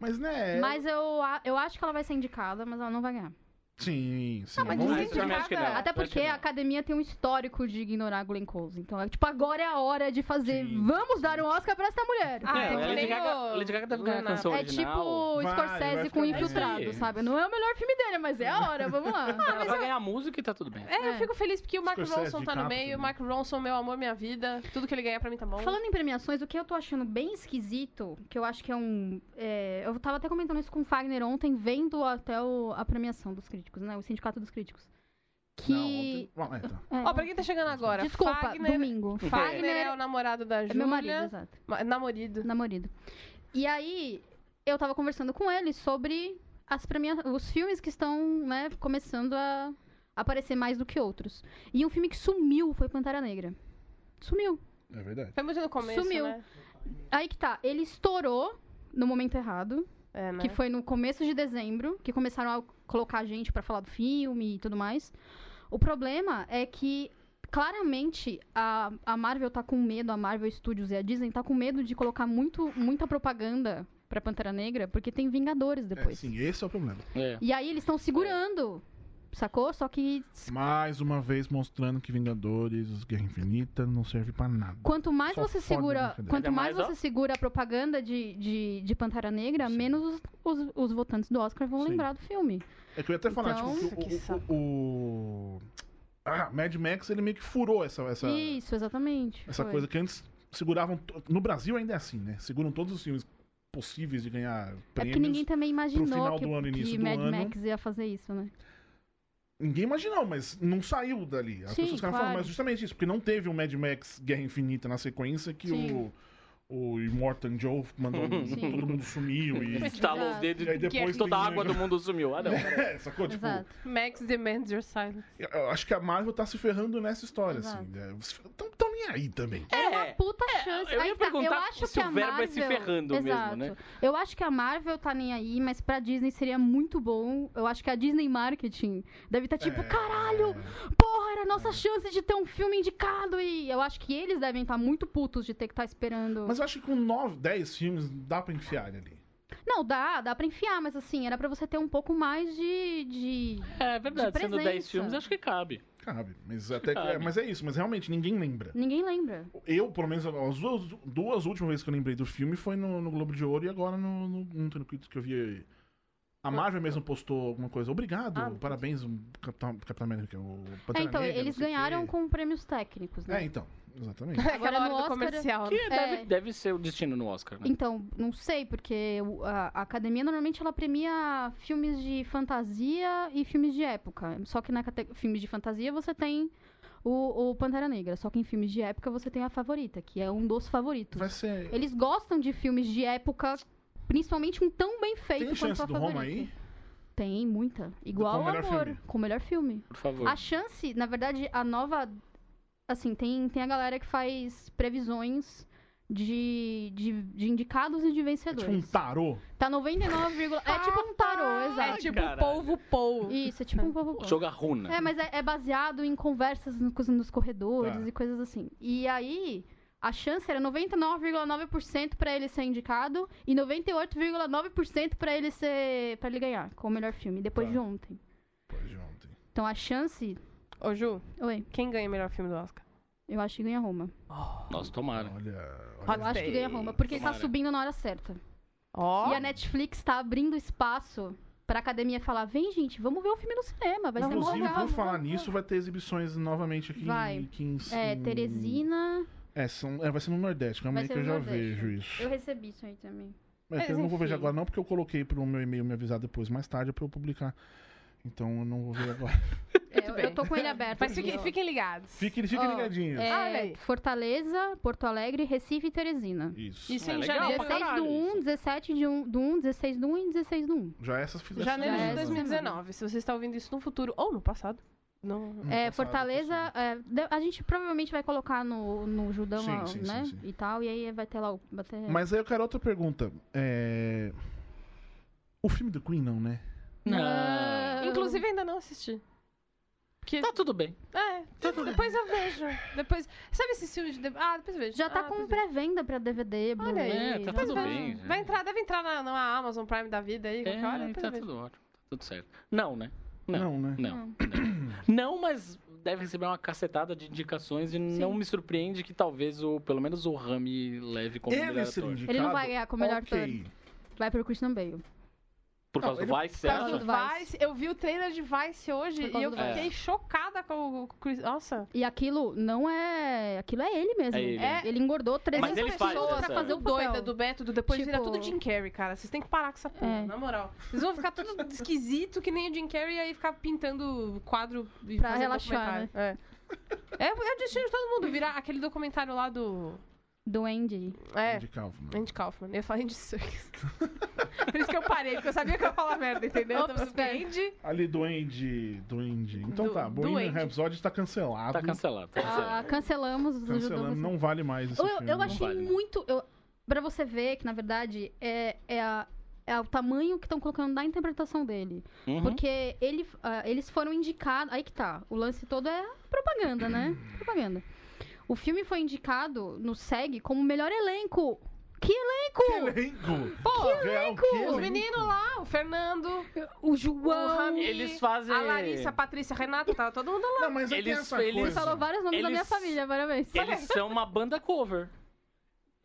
[SPEAKER 2] Mas né.
[SPEAKER 5] Mas eu, a- eu acho que ela vai ser indicada, mas ela não vai ganhar.
[SPEAKER 2] Sim, sim.
[SPEAKER 3] Ah, mas
[SPEAKER 2] vamos-
[SPEAKER 4] isso eu também acho
[SPEAKER 2] É,
[SPEAKER 4] que não.
[SPEAKER 5] Até
[SPEAKER 4] Eu acho
[SPEAKER 5] porque
[SPEAKER 4] que não.
[SPEAKER 5] a academia tem um histórico de ignorar a Glenn Close. Então, é, tipo, agora é a hora de fazer.
[SPEAKER 2] Sim.
[SPEAKER 5] Vamos dar um Oscar pra essa mulher.
[SPEAKER 3] Ah,
[SPEAKER 4] é,
[SPEAKER 3] é
[SPEAKER 4] a
[SPEAKER 3] que
[SPEAKER 4] Lady
[SPEAKER 3] nem
[SPEAKER 4] Gaga,
[SPEAKER 3] o-
[SPEAKER 4] a Lady Gaga deve ganhar a
[SPEAKER 3] Leonardo.
[SPEAKER 4] canção
[SPEAKER 5] É
[SPEAKER 4] original.
[SPEAKER 5] tipo
[SPEAKER 2] Vai, vai
[SPEAKER 5] Scorsese
[SPEAKER 2] ficar
[SPEAKER 5] com
[SPEAKER 2] bem.
[SPEAKER 5] o
[SPEAKER 2] assim.
[SPEAKER 5] infiltrado,
[SPEAKER 4] É.
[SPEAKER 5] sabe? Não é o melhor filme dele, mas é a hora, vamos lá.
[SPEAKER 4] Ela vai ganhar a música e tá tudo bem.
[SPEAKER 3] É, eu
[SPEAKER 5] É.
[SPEAKER 3] fico feliz porque o Mark
[SPEAKER 2] Scorsese,
[SPEAKER 3] Ronson tá no
[SPEAKER 2] DiCaprio,
[SPEAKER 3] meio. O
[SPEAKER 2] né?
[SPEAKER 3] Mark Ronson, meu amor, minha vida. Tudo que ele ganhar pra mim tá bom.
[SPEAKER 5] Falando em premiações, o que eu tô achando bem esquisito, que eu acho que é um. é, eu tava até comentando isso com o Fagner ontem, vendo até o- a premiação dos críticos, né? O Sindicato dos Críticos. Que.
[SPEAKER 2] Não, ontem- Bom, é, tá.
[SPEAKER 5] é,
[SPEAKER 3] Ó, pra quem tá chegando agora.
[SPEAKER 5] Desculpa,
[SPEAKER 3] Fagner,
[SPEAKER 5] domingo.
[SPEAKER 3] Fagner é o namorado da
[SPEAKER 5] É
[SPEAKER 3] Júlia.
[SPEAKER 5] meu marido, exato.
[SPEAKER 3] ma- Namorido.
[SPEAKER 5] namorado. E aí, eu tava conversando com ele sobre as premia... os filmes que estão, né, começando a aparecer mais do que outros. E um filme que sumiu foi Pantera Negra. Sumiu.
[SPEAKER 2] É verdade.
[SPEAKER 3] Foi muito no começo,
[SPEAKER 5] Sumiu.
[SPEAKER 3] né?
[SPEAKER 5] Aí que tá, ele estourou no momento errado,
[SPEAKER 3] É, né?
[SPEAKER 5] que foi no começo de dezembro, que começaram a colocar gente pra falar do filme e tudo mais. O problema é que claramente a, a Marvel tá com medo, a Marvel Studios e a Disney tá com medo de colocar muito, muita propaganda pra Pantera Negra, porque tem Vingadores
[SPEAKER 2] É,
[SPEAKER 5] depois.
[SPEAKER 2] sim, esse é o problema.
[SPEAKER 4] É.
[SPEAKER 5] E aí eles estão segurando, sacou? Só que s-
[SPEAKER 2] Mais uma vez mostrando que Vingadores, Guerra Infinita, não serve pra nada.
[SPEAKER 5] quanto mais
[SPEAKER 2] Só né?
[SPEAKER 5] você
[SPEAKER 2] foda na
[SPEAKER 5] segura,
[SPEAKER 2] cadeia.
[SPEAKER 5] quanto
[SPEAKER 4] Ainda
[SPEAKER 5] mais,
[SPEAKER 4] mais, ó.
[SPEAKER 5] você segura a propaganda de, de, de Pantera Negra,
[SPEAKER 2] Sim.
[SPEAKER 5] menos os, os, os votantes do Oscar vão
[SPEAKER 2] Sim.
[SPEAKER 5] lembrar do filme.
[SPEAKER 2] É que eu ia até falar,
[SPEAKER 5] Então-
[SPEAKER 2] tipo, que
[SPEAKER 3] Nossa,
[SPEAKER 2] o, o, o, o- Ah, Mad Max, ele meio que furou essa, essa,
[SPEAKER 5] Isso, exatamente.
[SPEAKER 2] essa
[SPEAKER 5] foi.
[SPEAKER 2] coisa que antes seguravam. to- No Brasil ainda é assim, né? Seguram todos os filmes possíveis de ganhar
[SPEAKER 5] É
[SPEAKER 2] prêmios.
[SPEAKER 5] porque ninguém também imaginou
[SPEAKER 2] final
[SPEAKER 5] que,
[SPEAKER 2] do ano, início
[SPEAKER 5] que
[SPEAKER 2] do
[SPEAKER 5] Mad
[SPEAKER 2] ano.
[SPEAKER 5] Max ia fazer isso, né?
[SPEAKER 2] Ninguém imaginou, mas não saiu dali. As
[SPEAKER 5] Sim,
[SPEAKER 2] pessoas ficaram
[SPEAKER 5] claro.
[SPEAKER 2] falando, mas justamente isso, porque não teve um Mad Max Guerra Infinita na sequência que
[SPEAKER 5] Sim.
[SPEAKER 2] o. O Immortan Joe mandou
[SPEAKER 5] Sim. é
[SPEAKER 2] todo mundo sumiu e.
[SPEAKER 4] Estalou os
[SPEAKER 5] Exato.
[SPEAKER 4] dedos
[SPEAKER 2] E aí
[SPEAKER 4] e
[SPEAKER 2] depois
[SPEAKER 4] toda a
[SPEAKER 2] tem- um
[SPEAKER 4] água do mundo sumiu. Ah, não. pera aí.
[SPEAKER 2] É, sacou? Tipo,
[SPEAKER 5] Exato.
[SPEAKER 3] Max demands your silence.
[SPEAKER 2] eu- eu acho que a Marvel tá se ferrando nessa história,
[SPEAKER 5] Exato.
[SPEAKER 2] assim. né? Vocês Tão, tão nem aí também.
[SPEAKER 5] Era
[SPEAKER 4] É.
[SPEAKER 5] uma puta chance.
[SPEAKER 4] eu
[SPEAKER 5] Aí
[SPEAKER 4] ia
[SPEAKER 5] tá,
[SPEAKER 4] perguntar
[SPEAKER 5] acho
[SPEAKER 4] se
[SPEAKER 5] que
[SPEAKER 4] o
[SPEAKER 5] a
[SPEAKER 4] verbo é se
[SPEAKER 5] Marvel-
[SPEAKER 4] ferrando mesmo,
[SPEAKER 5] Exato.
[SPEAKER 4] né?
[SPEAKER 5] Eu acho que a Marvel tá nem aí, mas pra Disney seria muito bom. Eu acho que a Disney Marketing deve estar tipo,
[SPEAKER 2] É.
[SPEAKER 5] caralho, porra, era a nossa chance de ter um filme indicado. E eu acho que eles tá devem estar muito putos de ter que estar tá esperando.
[SPEAKER 2] Mas eu acho que com 9, 10 filmes dá pra enfiar ele ali.
[SPEAKER 5] Não, dá, dá pra enfiar, mas assim, era pra você ter um pouco mais de. de...
[SPEAKER 4] É verdade,
[SPEAKER 5] De
[SPEAKER 4] sendo 10
[SPEAKER 5] presença.
[SPEAKER 4] filmes, acho que cabe.
[SPEAKER 2] Cabe. Mas, até que-
[SPEAKER 4] Cabe.
[SPEAKER 2] é, mas é isso, mas realmente ninguém lembra.
[SPEAKER 5] Ninguém lembra.
[SPEAKER 2] Eu, pelo menos, as duas, duas últimas vezes que eu lembrei do filme foi no, no Globo de Ouro e agora no, no, no Tony Critics que eu vi.
[SPEAKER 5] Ah.
[SPEAKER 2] A Marvel mesmo postou alguma coisa. Obrigado,
[SPEAKER 3] Ah,
[SPEAKER 2] parabéns, o Capitão, Capitão América. O
[SPEAKER 5] É,
[SPEAKER 2] Pantera
[SPEAKER 5] então,
[SPEAKER 2] Negra,
[SPEAKER 5] eles
[SPEAKER 2] não sei o
[SPEAKER 5] ganharam
[SPEAKER 2] quê.
[SPEAKER 5] com prêmios técnicos, né?
[SPEAKER 2] É, então, exatamente.
[SPEAKER 5] Agora é
[SPEAKER 3] Aquela hora
[SPEAKER 5] no
[SPEAKER 3] do
[SPEAKER 5] Oscar-
[SPEAKER 3] comercial, né?
[SPEAKER 4] Que deve, deve ser o destino no Oscar, né?
[SPEAKER 5] Então, não sei, porque o- a, a academia normalmente ela premia filmes de fantasia e filmes de época. Só que na cate- filmes de fantasia você tem o, o Pantera Negra. Só que em filmes de época você tem a favorita, que é um dos favoritos.
[SPEAKER 2] Vai ser.
[SPEAKER 5] Eles gostam de filmes de época, principalmente um tão bem feito
[SPEAKER 2] Tem
[SPEAKER 5] quanto
[SPEAKER 2] chance
[SPEAKER 5] a
[SPEAKER 2] do
[SPEAKER 5] favorita.
[SPEAKER 2] Roma aí?
[SPEAKER 5] Tem, muita. Igual
[SPEAKER 2] Com o
[SPEAKER 5] ao
[SPEAKER 2] melhor
[SPEAKER 5] amor,
[SPEAKER 2] filme.
[SPEAKER 5] com o melhor filme.
[SPEAKER 4] Por favor.
[SPEAKER 5] A chance, na verdade, a nova. Assim, tem, tem a galera que faz previsões de, de, de indicados e de
[SPEAKER 2] É tipo um
[SPEAKER 5] vencedores.
[SPEAKER 2] tarô.
[SPEAKER 5] Tá 99, é tipo um tarô,
[SPEAKER 3] É
[SPEAKER 5] exato.
[SPEAKER 3] tipo
[SPEAKER 4] caralho.
[SPEAKER 3] polvo polvo.
[SPEAKER 5] Isso, é tipo um povo.
[SPEAKER 4] Joga runa.
[SPEAKER 2] né?
[SPEAKER 5] É, mas é, é baseado em conversas no- nos, corredores
[SPEAKER 2] Tá.
[SPEAKER 5] e coisas assim. E aí, a chance era 99,9% pra ele ser indicado e 98,9% pra ele ser para ele ganhar com o melhor filme depois
[SPEAKER 2] Tá.
[SPEAKER 5] de ontem.
[SPEAKER 2] Pô, de ontem.
[SPEAKER 5] Então a chance,
[SPEAKER 3] Ô, Ju,
[SPEAKER 5] oi,
[SPEAKER 3] quem ganha o melhor filme do Oscar?
[SPEAKER 5] eu acho que ganha Roma. Oh.
[SPEAKER 4] Nossa, tomara.
[SPEAKER 2] Olha.
[SPEAKER 3] Hot
[SPEAKER 2] olha
[SPEAKER 5] Eu acho que ganha
[SPEAKER 3] Sei.
[SPEAKER 5] Roma, porque ele tá
[SPEAKER 4] Tomara.
[SPEAKER 5] subindo na hora certa.
[SPEAKER 3] Ó,
[SPEAKER 5] E a Netflix tá abrindo espaço pra academia falar: "Vem, gente, vamos ver o filme no cinema, vai ser mó
[SPEAKER 2] Inclusive,
[SPEAKER 5] legal".
[SPEAKER 2] por falar nisso, vai ter exibições novamente aqui
[SPEAKER 5] Vai.
[SPEAKER 2] em. Aqui em
[SPEAKER 5] É,
[SPEAKER 2] em-
[SPEAKER 5] Teresina,
[SPEAKER 2] É, são, é, vai ser no Nordeste, calma
[SPEAKER 5] Vai
[SPEAKER 2] aí que
[SPEAKER 5] ser
[SPEAKER 2] eu
[SPEAKER 5] no
[SPEAKER 2] já
[SPEAKER 5] Nordeste.
[SPEAKER 2] vejo isso.
[SPEAKER 5] eu recebi isso aí também.
[SPEAKER 2] É, que
[SPEAKER 3] Mas
[SPEAKER 2] eu não vou
[SPEAKER 3] enfim.
[SPEAKER 2] ver agora não, porque eu coloquei pro meu e-mail me avisar depois, mais tarde, pra eu publicar. Então eu não vou ver agora.
[SPEAKER 5] É, eu,
[SPEAKER 3] bem.
[SPEAKER 5] eu tô com ele aberto.
[SPEAKER 3] mas
[SPEAKER 5] aqui,
[SPEAKER 3] fiquem,
[SPEAKER 5] ó.
[SPEAKER 3] fiquem ligados.
[SPEAKER 2] Fiquem, fiquem
[SPEAKER 3] Ó,
[SPEAKER 2] ligadinhos.
[SPEAKER 5] É,
[SPEAKER 3] Olha aí.
[SPEAKER 5] Fortaleza, Porto Alegre, Recife e Teresina.
[SPEAKER 2] Isso.
[SPEAKER 3] Isso
[SPEAKER 4] É
[SPEAKER 3] em
[SPEAKER 4] legal
[SPEAKER 3] janeiro.
[SPEAKER 4] pra
[SPEAKER 5] 16
[SPEAKER 4] caralho
[SPEAKER 5] do 1,
[SPEAKER 4] isso.
[SPEAKER 5] 17 de 1, do 1, 16 do 1 e 16 do 1.
[SPEAKER 2] Já essas fizeram.
[SPEAKER 3] Janeiro
[SPEAKER 5] Já
[SPEAKER 3] de
[SPEAKER 5] é
[SPEAKER 3] 2019. Se você está ouvindo isso no futuro ou no passado, não.
[SPEAKER 5] É, Fortaleza, é, de- a gente provavelmente vai colocar no, no Judão,
[SPEAKER 2] Sim,
[SPEAKER 5] ó,
[SPEAKER 2] sim,
[SPEAKER 5] né?
[SPEAKER 2] sim, sim.
[SPEAKER 5] E tal, e aí vai ter lá o. Vai ter...
[SPEAKER 2] Mas aí eu quero outra pergunta. É... O filme do Queen, não, né?
[SPEAKER 4] Não.
[SPEAKER 5] Ah.
[SPEAKER 3] Inclusive, ainda não assisti. Porque...
[SPEAKER 4] Tá tudo bem. Tá
[SPEAKER 3] É, depois eu vejo. Depois. Sabe esse filme de. Ah, depois eu vejo.
[SPEAKER 5] Já tá
[SPEAKER 3] Ah,
[SPEAKER 5] com
[SPEAKER 3] depois eu vejo.
[SPEAKER 5] pré-venda pra DVD, Blu-ray.
[SPEAKER 3] aí,
[SPEAKER 4] É, tá
[SPEAKER 5] já
[SPEAKER 4] tudo
[SPEAKER 5] tá-
[SPEAKER 4] bem.
[SPEAKER 3] Vai entrar, deve entrar na, na Amazon Prime da vida aí, qualquer hora.
[SPEAKER 4] É,
[SPEAKER 3] depois
[SPEAKER 4] tá
[SPEAKER 3] eu vejo.
[SPEAKER 4] tudo ótimo. Tá tudo certo. Não, né? Não.
[SPEAKER 2] né?
[SPEAKER 4] Não. Não, mas deve receber uma cacetada de indicações e não me surpreende que talvez o, pelo menos o Rami leve como
[SPEAKER 2] Ele
[SPEAKER 4] melhor
[SPEAKER 2] seria
[SPEAKER 4] ator.
[SPEAKER 2] indicado.
[SPEAKER 5] Ele não vai ganhar como melhor
[SPEAKER 2] ok.
[SPEAKER 5] ator. Vai pro Christian Bale.
[SPEAKER 4] Por
[SPEAKER 2] Não,
[SPEAKER 4] causa
[SPEAKER 2] ele-
[SPEAKER 4] do Vice, você
[SPEAKER 3] Por causa
[SPEAKER 4] acha?
[SPEAKER 5] do
[SPEAKER 3] do Vice, eu vi o trailer de Vice hoje
[SPEAKER 5] Por
[SPEAKER 3] e
[SPEAKER 5] causa
[SPEAKER 3] eu
[SPEAKER 5] do
[SPEAKER 4] Vice.
[SPEAKER 3] fiquei chocada com o Chris. Nossa,
[SPEAKER 5] E aquilo não é. Aquilo é ele mesmo.
[SPEAKER 4] É ele.
[SPEAKER 3] É.
[SPEAKER 5] engordou 300
[SPEAKER 4] Mas ele faz
[SPEAKER 5] pessoas
[SPEAKER 4] essa-
[SPEAKER 5] pra fazer o papel.
[SPEAKER 3] doida do método, depois
[SPEAKER 5] Tipo-
[SPEAKER 3] vira tudo Jim Carrey, cara. Vocês têm que parar com essa porra,
[SPEAKER 5] É.
[SPEAKER 3] na moral. Vocês vão ficar tudo esquisito que nem o Jim Carrey e aí ficar pintando quadro e
[SPEAKER 5] Pra
[SPEAKER 3] fazer
[SPEAKER 5] relaxar, né?
[SPEAKER 3] documentário. É. É, é o destino de todo mundo, virar aquele documentário lá do.
[SPEAKER 5] Do Andy.
[SPEAKER 3] É,
[SPEAKER 2] Andy Kaufman.
[SPEAKER 3] Andy Kaufman. Eu ia falar Andy Serkis. Por isso que eu parei, porque eu sabia que eu ia falar merda, entendeu? Então,
[SPEAKER 5] Ops, pera.
[SPEAKER 3] Andy.
[SPEAKER 2] Ali do Andy. Do Andy. Então
[SPEAKER 3] Do-
[SPEAKER 2] tá,
[SPEAKER 3] do
[SPEAKER 2] Bohemian
[SPEAKER 3] Andy.
[SPEAKER 2] Rhapsody tá cancelado.
[SPEAKER 4] Tá cancelado. Tá
[SPEAKER 5] Ah,
[SPEAKER 4] cancelado.
[SPEAKER 5] cancelamos,
[SPEAKER 2] Cancelando,
[SPEAKER 5] ajudamos.
[SPEAKER 2] não vale mais esse
[SPEAKER 5] Eu,
[SPEAKER 2] filme.
[SPEAKER 5] eu achei
[SPEAKER 4] vale, né?
[SPEAKER 5] muito. Eu, pra você ver que, na verdade, é, é, a- é o tamanho que estão colocando na interpretação dele.
[SPEAKER 4] Uhum.
[SPEAKER 5] Porque ele, ah, eles foram indicados. Aí que tá. O lance todo é propaganda, né? Propaganda. O filme foi indicado no SEG como melhor elenco. Que
[SPEAKER 2] Que
[SPEAKER 5] elenco!
[SPEAKER 2] elenco!
[SPEAKER 5] Pô,
[SPEAKER 2] Real, que
[SPEAKER 3] Os
[SPEAKER 2] elenco!
[SPEAKER 3] meninos lá, o Fernando,
[SPEAKER 5] o João.
[SPEAKER 3] Rami,
[SPEAKER 4] Eles fazem.
[SPEAKER 3] a Larissa, a Patrícia, a Renata, tava todo mundo lá.
[SPEAKER 2] Não, mas
[SPEAKER 4] Eles-
[SPEAKER 2] eles, essa
[SPEAKER 4] eles-
[SPEAKER 5] Você
[SPEAKER 2] coisa.
[SPEAKER 5] falou vários nomes da
[SPEAKER 4] Eles-
[SPEAKER 5] minha família, parabéns.
[SPEAKER 4] Eles são uma banda cover.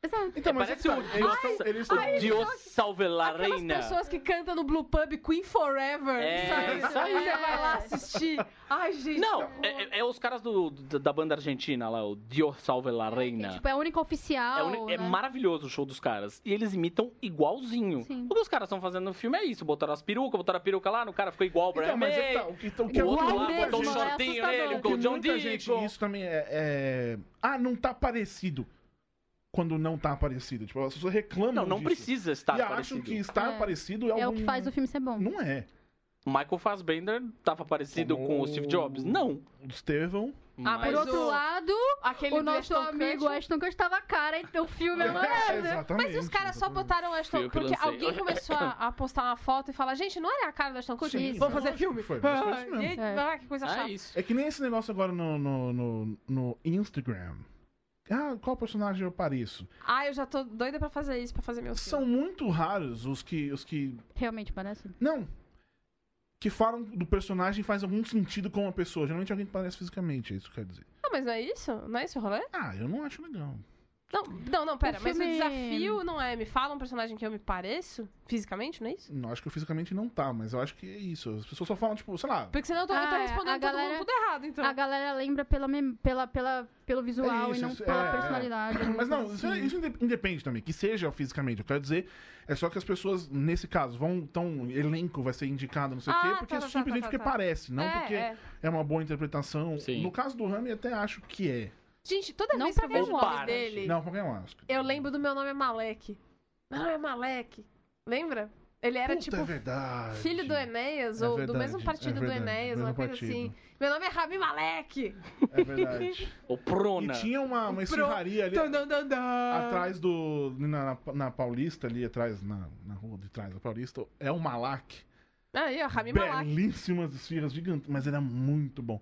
[SPEAKER 5] Exato.
[SPEAKER 2] Então,
[SPEAKER 4] É,
[SPEAKER 2] mas
[SPEAKER 4] parece
[SPEAKER 2] é
[SPEAKER 4] o
[SPEAKER 2] que tá,
[SPEAKER 4] Dios,
[SPEAKER 2] eles tão- eles tão-
[SPEAKER 4] o Dios Salve la
[SPEAKER 3] Aquelas
[SPEAKER 4] Reina.
[SPEAKER 3] pessoas que cantam no Blue Pub Queen Forever,
[SPEAKER 4] É,
[SPEAKER 3] sabe?
[SPEAKER 4] isso aí.
[SPEAKER 3] Você vai lá assistir. Ai, gente.
[SPEAKER 4] Não,
[SPEAKER 3] que horror.
[SPEAKER 4] é, é- é os caras do, do- da banda argentina lá, o Dios Salve la
[SPEAKER 5] É,
[SPEAKER 4] Reina.
[SPEAKER 5] tipo, é a única oficial.
[SPEAKER 4] né? É, uni- é
[SPEAKER 5] né?
[SPEAKER 4] maravilhoso o show dos caras. E eles imitam igualzinho.
[SPEAKER 5] Sim.
[SPEAKER 4] O que os caras estão fazendo no filme é isso. Botaram as perucas, botaram a peruca lá, no cara ficou igual o Brian
[SPEAKER 2] Então, mas é que
[SPEAKER 4] May.
[SPEAKER 2] tá, o que, então, o que
[SPEAKER 4] né? O outro
[SPEAKER 5] Igual
[SPEAKER 4] lá
[SPEAKER 5] mesmo,
[SPEAKER 4] botou um
[SPEAKER 5] é
[SPEAKER 4] shortinho
[SPEAKER 5] assustador.
[SPEAKER 4] nele,
[SPEAKER 2] Porque
[SPEAKER 4] ficou o John
[SPEAKER 2] muita gente,
[SPEAKER 4] Deacon.
[SPEAKER 2] isso também é, é- Ah, não tá parecido. Quando não tá parecido. Tipo, as pessoas reclamam
[SPEAKER 4] Não, não
[SPEAKER 2] disso.
[SPEAKER 4] precisa estar
[SPEAKER 2] E acham
[SPEAKER 4] parecido.
[SPEAKER 2] que estar
[SPEAKER 5] É.
[SPEAKER 2] parecido é,
[SPEAKER 5] É o
[SPEAKER 2] algum-
[SPEAKER 5] que faz o filme ser bom.
[SPEAKER 2] Não é.
[SPEAKER 4] O Michael Fassbender tava parecido
[SPEAKER 2] Como
[SPEAKER 4] com o Steve Jobs? Não.
[SPEAKER 2] O Estevão...
[SPEAKER 3] Ah,
[SPEAKER 5] Por
[SPEAKER 3] Mas
[SPEAKER 5] outro
[SPEAKER 3] o-
[SPEAKER 5] lado,
[SPEAKER 3] Aquele
[SPEAKER 5] o
[SPEAKER 3] do
[SPEAKER 5] nosso
[SPEAKER 3] Ashton
[SPEAKER 5] amigo
[SPEAKER 3] Kutcher.
[SPEAKER 5] Ashton Kutcher tava cara, então o filme é uma
[SPEAKER 2] É,
[SPEAKER 5] merda.
[SPEAKER 2] exatamente.
[SPEAKER 3] Mas os caras só
[SPEAKER 2] exatamente.
[SPEAKER 3] botaram o Ashton
[SPEAKER 4] Fui eu que
[SPEAKER 3] porque
[SPEAKER 4] lancei.
[SPEAKER 3] alguém começou a, a postar uma foto e falar, gente, não era a cara do Ashton Kutcher?
[SPEAKER 5] Sim,
[SPEAKER 3] Vamos fazer
[SPEAKER 2] lógico que
[SPEAKER 3] filme?
[SPEAKER 2] foi, mas foi isso mesmo.
[SPEAKER 3] Gente,
[SPEAKER 5] É.
[SPEAKER 3] ah, que coisa
[SPEAKER 4] Ah,
[SPEAKER 3] chata.
[SPEAKER 4] isso.
[SPEAKER 2] É que nem esse negócio agora no, no, no, no Instagram. Ah, qual personagem eu pareço?
[SPEAKER 3] Ah, eu já tô doida pra fazer isso, pra fazer meu filme.
[SPEAKER 2] São muito raros os que, os que.
[SPEAKER 5] Realmente parece?
[SPEAKER 2] Não! Que falam do personagem e faz algum sentido com a pessoa. Geralmente alguém que parece fisicamente, é isso que eu quero dizer.
[SPEAKER 3] Ah, mas não é isso? Não é esse o rolê?
[SPEAKER 2] Ah, eu não acho legal.
[SPEAKER 3] Não, não, não, pera.
[SPEAKER 5] O
[SPEAKER 3] Mas o
[SPEAKER 5] filme-
[SPEAKER 3] desafio não é me fala um personagem que eu me pareço fisicamente, não é isso?
[SPEAKER 2] Não, acho que eu fisicamente não tá, mas eu acho que é isso. As pessoas só falam, tipo, sei lá.
[SPEAKER 3] Porque senão eu tô, eu tô
[SPEAKER 5] Ah, é, a
[SPEAKER 3] respondendo todo
[SPEAKER 5] galera-
[SPEAKER 3] mundo tudo errado, então.
[SPEAKER 5] A galera lembra pela, mem- pela, pela, pelo visual
[SPEAKER 2] É isso,
[SPEAKER 5] e não
[SPEAKER 2] isso-
[SPEAKER 5] pela
[SPEAKER 2] é, é.
[SPEAKER 5] personalidade. alguma
[SPEAKER 2] Mas não,
[SPEAKER 5] coisa
[SPEAKER 2] isso, é,
[SPEAKER 5] assim.
[SPEAKER 2] isso inde- independe também, que seja fisicamente. Eu quero dizer, é só que as pessoas, nesse caso, vão. Então, elenco vai ser indicado, não sei o
[SPEAKER 3] Ah,
[SPEAKER 2] quê,
[SPEAKER 3] tá,
[SPEAKER 2] porque é
[SPEAKER 3] tá, tá,
[SPEAKER 2] simplesmente
[SPEAKER 3] tá,
[SPEAKER 2] porque
[SPEAKER 3] tá.
[SPEAKER 2] parece, não
[SPEAKER 3] é,
[SPEAKER 2] porque é.
[SPEAKER 3] é.
[SPEAKER 2] uma boa interpretação.
[SPEAKER 4] Sim.
[SPEAKER 2] No caso do Rami, até acho que é.
[SPEAKER 3] Gente, toda
[SPEAKER 5] Não
[SPEAKER 3] vez que eu
[SPEAKER 5] pra
[SPEAKER 3] vejo o
[SPEAKER 4] qualquer
[SPEAKER 3] nome
[SPEAKER 4] um.
[SPEAKER 3] dele,
[SPEAKER 2] Não, qualquer um acho.
[SPEAKER 3] eu lembro do meu nome é Malek. Meu nome é Malek. Lembra? Ele era
[SPEAKER 2] Puta,
[SPEAKER 3] tipo
[SPEAKER 2] é verdade.
[SPEAKER 3] filho do Enéas,
[SPEAKER 2] É
[SPEAKER 3] ou do
[SPEAKER 2] verdade,
[SPEAKER 3] mesmo partido
[SPEAKER 2] é
[SPEAKER 3] do
[SPEAKER 2] verdade,
[SPEAKER 3] Enéas,
[SPEAKER 2] mesmo
[SPEAKER 3] uma coisa
[SPEAKER 2] partido.
[SPEAKER 3] assim. Meu nome é Rami Malek!
[SPEAKER 2] É verdade.
[SPEAKER 4] O
[SPEAKER 2] e
[SPEAKER 4] Prona.
[SPEAKER 2] tinha uma, uma
[SPEAKER 3] Pro-
[SPEAKER 2] esfirraria ali.
[SPEAKER 3] Dun, dun, dun, dun.
[SPEAKER 2] Atrás do. Na, na, na Paulista, ali atrás, na, na rua de trás da Paulista, é o Malac.
[SPEAKER 3] Aí, ó, Rami Malek.
[SPEAKER 2] Belíssimas esfirras gigantes, mas era muito bom.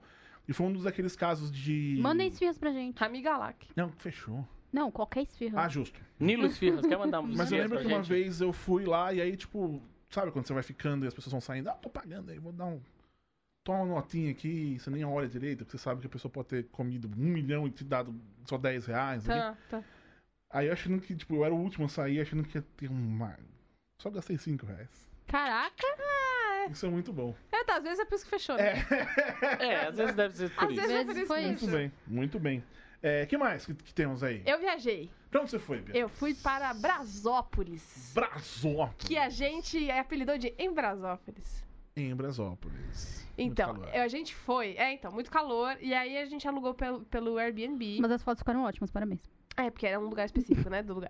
[SPEAKER 2] E foi um dos daqueles casos de.
[SPEAKER 5] Mandem esfirras pra gente.
[SPEAKER 3] Rami Galak.
[SPEAKER 2] Não, fechou.
[SPEAKER 5] Não, qualquer esfirra.
[SPEAKER 2] Ah, justo.
[SPEAKER 4] Nilo Esfirras, quer mandar um
[SPEAKER 2] Mas eu lembro
[SPEAKER 4] pra
[SPEAKER 2] que uma
[SPEAKER 4] gente?
[SPEAKER 2] vez eu fui lá e aí, tipo, sabe quando você vai ficando e as pessoas vão saindo? Ah, tô pagando aí, vou dar um. Toma uma notinha aqui, você nem olha direito, porque você sabe que a pessoa pode ter comido um milhão e te dado só 10 reais. um ali.
[SPEAKER 3] Tá, tá.
[SPEAKER 2] Aí eu achando que, tipo, eu era o último a sair, achando que ia ter uma. Só gastei 5 reais.
[SPEAKER 5] Caraca!
[SPEAKER 2] Isso é muito bom.
[SPEAKER 3] Ah, É, tá, às vezes é por isso que fechou, né?
[SPEAKER 4] É, às vezes deve ser por
[SPEAKER 3] Às
[SPEAKER 4] isso.
[SPEAKER 3] vezes é por
[SPEAKER 5] Vezes
[SPEAKER 3] isso
[SPEAKER 5] foi
[SPEAKER 3] que
[SPEAKER 5] isso.
[SPEAKER 2] Muito
[SPEAKER 3] fechou.
[SPEAKER 2] bem, muito bem. É, que mais que, que temos aí?
[SPEAKER 3] Eu viajei.
[SPEAKER 2] Pra onde você foi, Bia?
[SPEAKER 3] Eu fui para Brasópolis.
[SPEAKER 2] Brasópolis.
[SPEAKER 3] Que a gente é apelidou de Em Brasópolis.
[SPEAKER 2] Em Brasópolis.
[SPEAKER 3] Então,
[SPEAKER 2] calor.
[SPEAKER 3] a gente foi. É, então, muito calor. E aí a gente alugou pelo, pelo Airbnb.
[SPEAKER 5] Mas as fotos ficaram ótimas, parabéns.
[SPEAKER 3] É, porque era um lugar específico, né? Do lugar.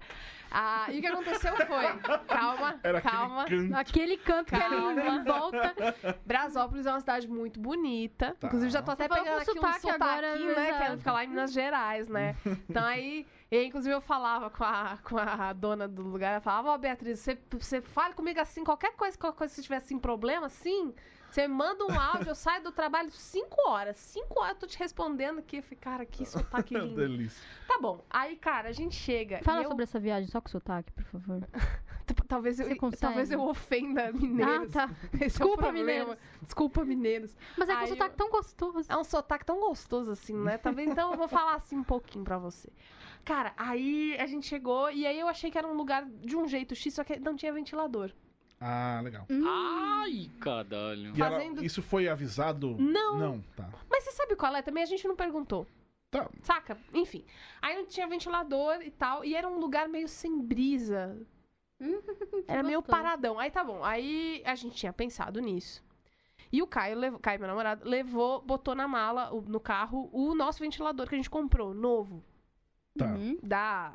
[SPEAKER 3] Ah, e o que aconteceu foi. Calma,
[SPEAKER 2] Era
[SPEAKER 3] calma.
[SPEAKER 2] aquele canto.
[SPEAKER 5] Aquele canto
[SPEAKER 3] é
[SPEAKER 5] que ele
[SPEAKER 3] Calma.
[SPEAKER 5] em volta.
[SPEAKER 3] Brasópolis é uma cidade muito bonita.
[SPEAKER 2] Tá.
[SPEAKER 3] Inclusive, já tô até
[SPEAKER 5] Você pegou
[SPEAKER 3] pegando
[SPEAKER 5] um
[SPEAKER 3] aqui um
[SPEAKER 5] sotaque agora,
[SPEAKER 3] sotaquinho, né? Que ela
[SPEAKER 5] exato.
[SPEAKER 3] fica lá em Minas Gerais, né? Então aí, e, inclusive, eu falava com a, com a dona do lugar, ela falava, ó, Beatriz, você, você fala comigo assim, qualquer coisa, qualquer coisa que você tiver assim, problema, assim, você manda um áudio, eu saio do trabalho 5 horas. 5 horas eu tô te respondendo aqui. Eu falei, cara, que sotaque lindo.
[SPEAKER 2] Delícia.
[SPEAKER 3] tá bom. Aí, cara, a gente chega.
[SPEAKER 5] Fala
[SPEAKER 3] e eu-
[SPEAKER 5] sobre essa viagem, só com sotaque, por favor.
[SPEAKER 3] T- Talvez eu,
[SPEAKER 5] Você consegue?
[SPEAKER 3] talvez eu ofenda mineiros.
[SPEAKER 5] Ah, tá.
[SPEAKER 3] Esse é o
[SPEAKER 5] Desculpa,
[SPEAKER 3] problema.
[SPEAKER 5] mineiros.
[SPEAKER 3] Desculpa, mineiros.
[SPEAKER 5] Mas é com
[SPEAKER 3] Aí eu-
[SPEAKER 5] sotaque tão gostoso.
[SPEAKER 3] É um sotaque tão gostoso assim, né? Talvez então eu vou falar assim um pouquinho pra você. Cara, aí a gente chegou e aí eu achei que era um lugar de um jeito X, só que não tinha ventilador.
[SPEAKER 2] Ah, legal.
[SPEAKER 5] Hum,
[SPEAKER 4] Ai, caralho.
[SPEAKER 2] E ela-
[SPEAKER 3] Fazendo-
[SPEAKER 2] isso foi avisado?
[SPEAKER 3] Não.
[SPEAKER 2] Não, tá.
[SPEAKER 3] Mas você sabe qual é? Também a gente não perguntou.
[SPEAKER 2] Tá.
[SPEAKER 3] Saca? Enfim. Aí não tinha ventilador e tal, e era um lugar meio sem brisa. Era meio
[SPEAKER 5] gostoso.
[SPEAKER 3] paradão. Aí tá bom. Aí a gente tinha pensado nisso. E o Caio, levou, Caio, meu namorado, levou, botou na mala, o- no carro, o nosso ventilador que a gente comprou, novo.
[SPEAKER 2] Tá.
[SPEAKER 5] Uhum.
[SPEAKER 3] da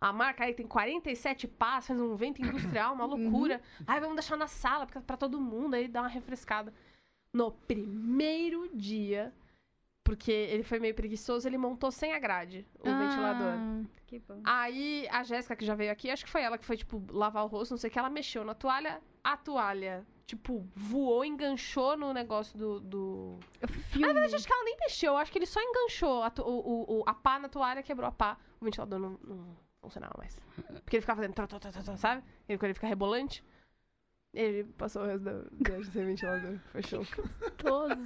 [SPEAKER 3] a marca aí tem 47 passos, um vento industrial, uma loucura. Aí vamos deixar na sala porque- é pra todo mundo aí dar uma refrescada. No primeiro dia, porque ele foi meio preguiçoso, ele montou sem a grade o
[SPEAKER 5] Ah,
[SPEAKER 3] ventilador.
[SPEAKER 5] Que bom.
[SPEAKER 3] Aí a Jéssica que já veio aqui, acho que foi ela que foi tipo lavar o rosto, não sei o que, ela mexeu na toalha, a toalha tipo voou, enganchou no negócio do, do...
[SPEAKER 5] Filme.
[SPEAKER 3] Mas acho que ela nem mexeu, acho que ele só enganchou a, to- o, o- o- a pá na toalha, quebrou a pá. O ventilador não, não funcionava mais. Porque ele ficava fazendo. tro- tro- tro- tro- tro, sabe? Ele, quando ele fica rebolante. Ele passou o resto da viagem sem ventilador. Foi show.
[SPEAKER 5] Gostoso.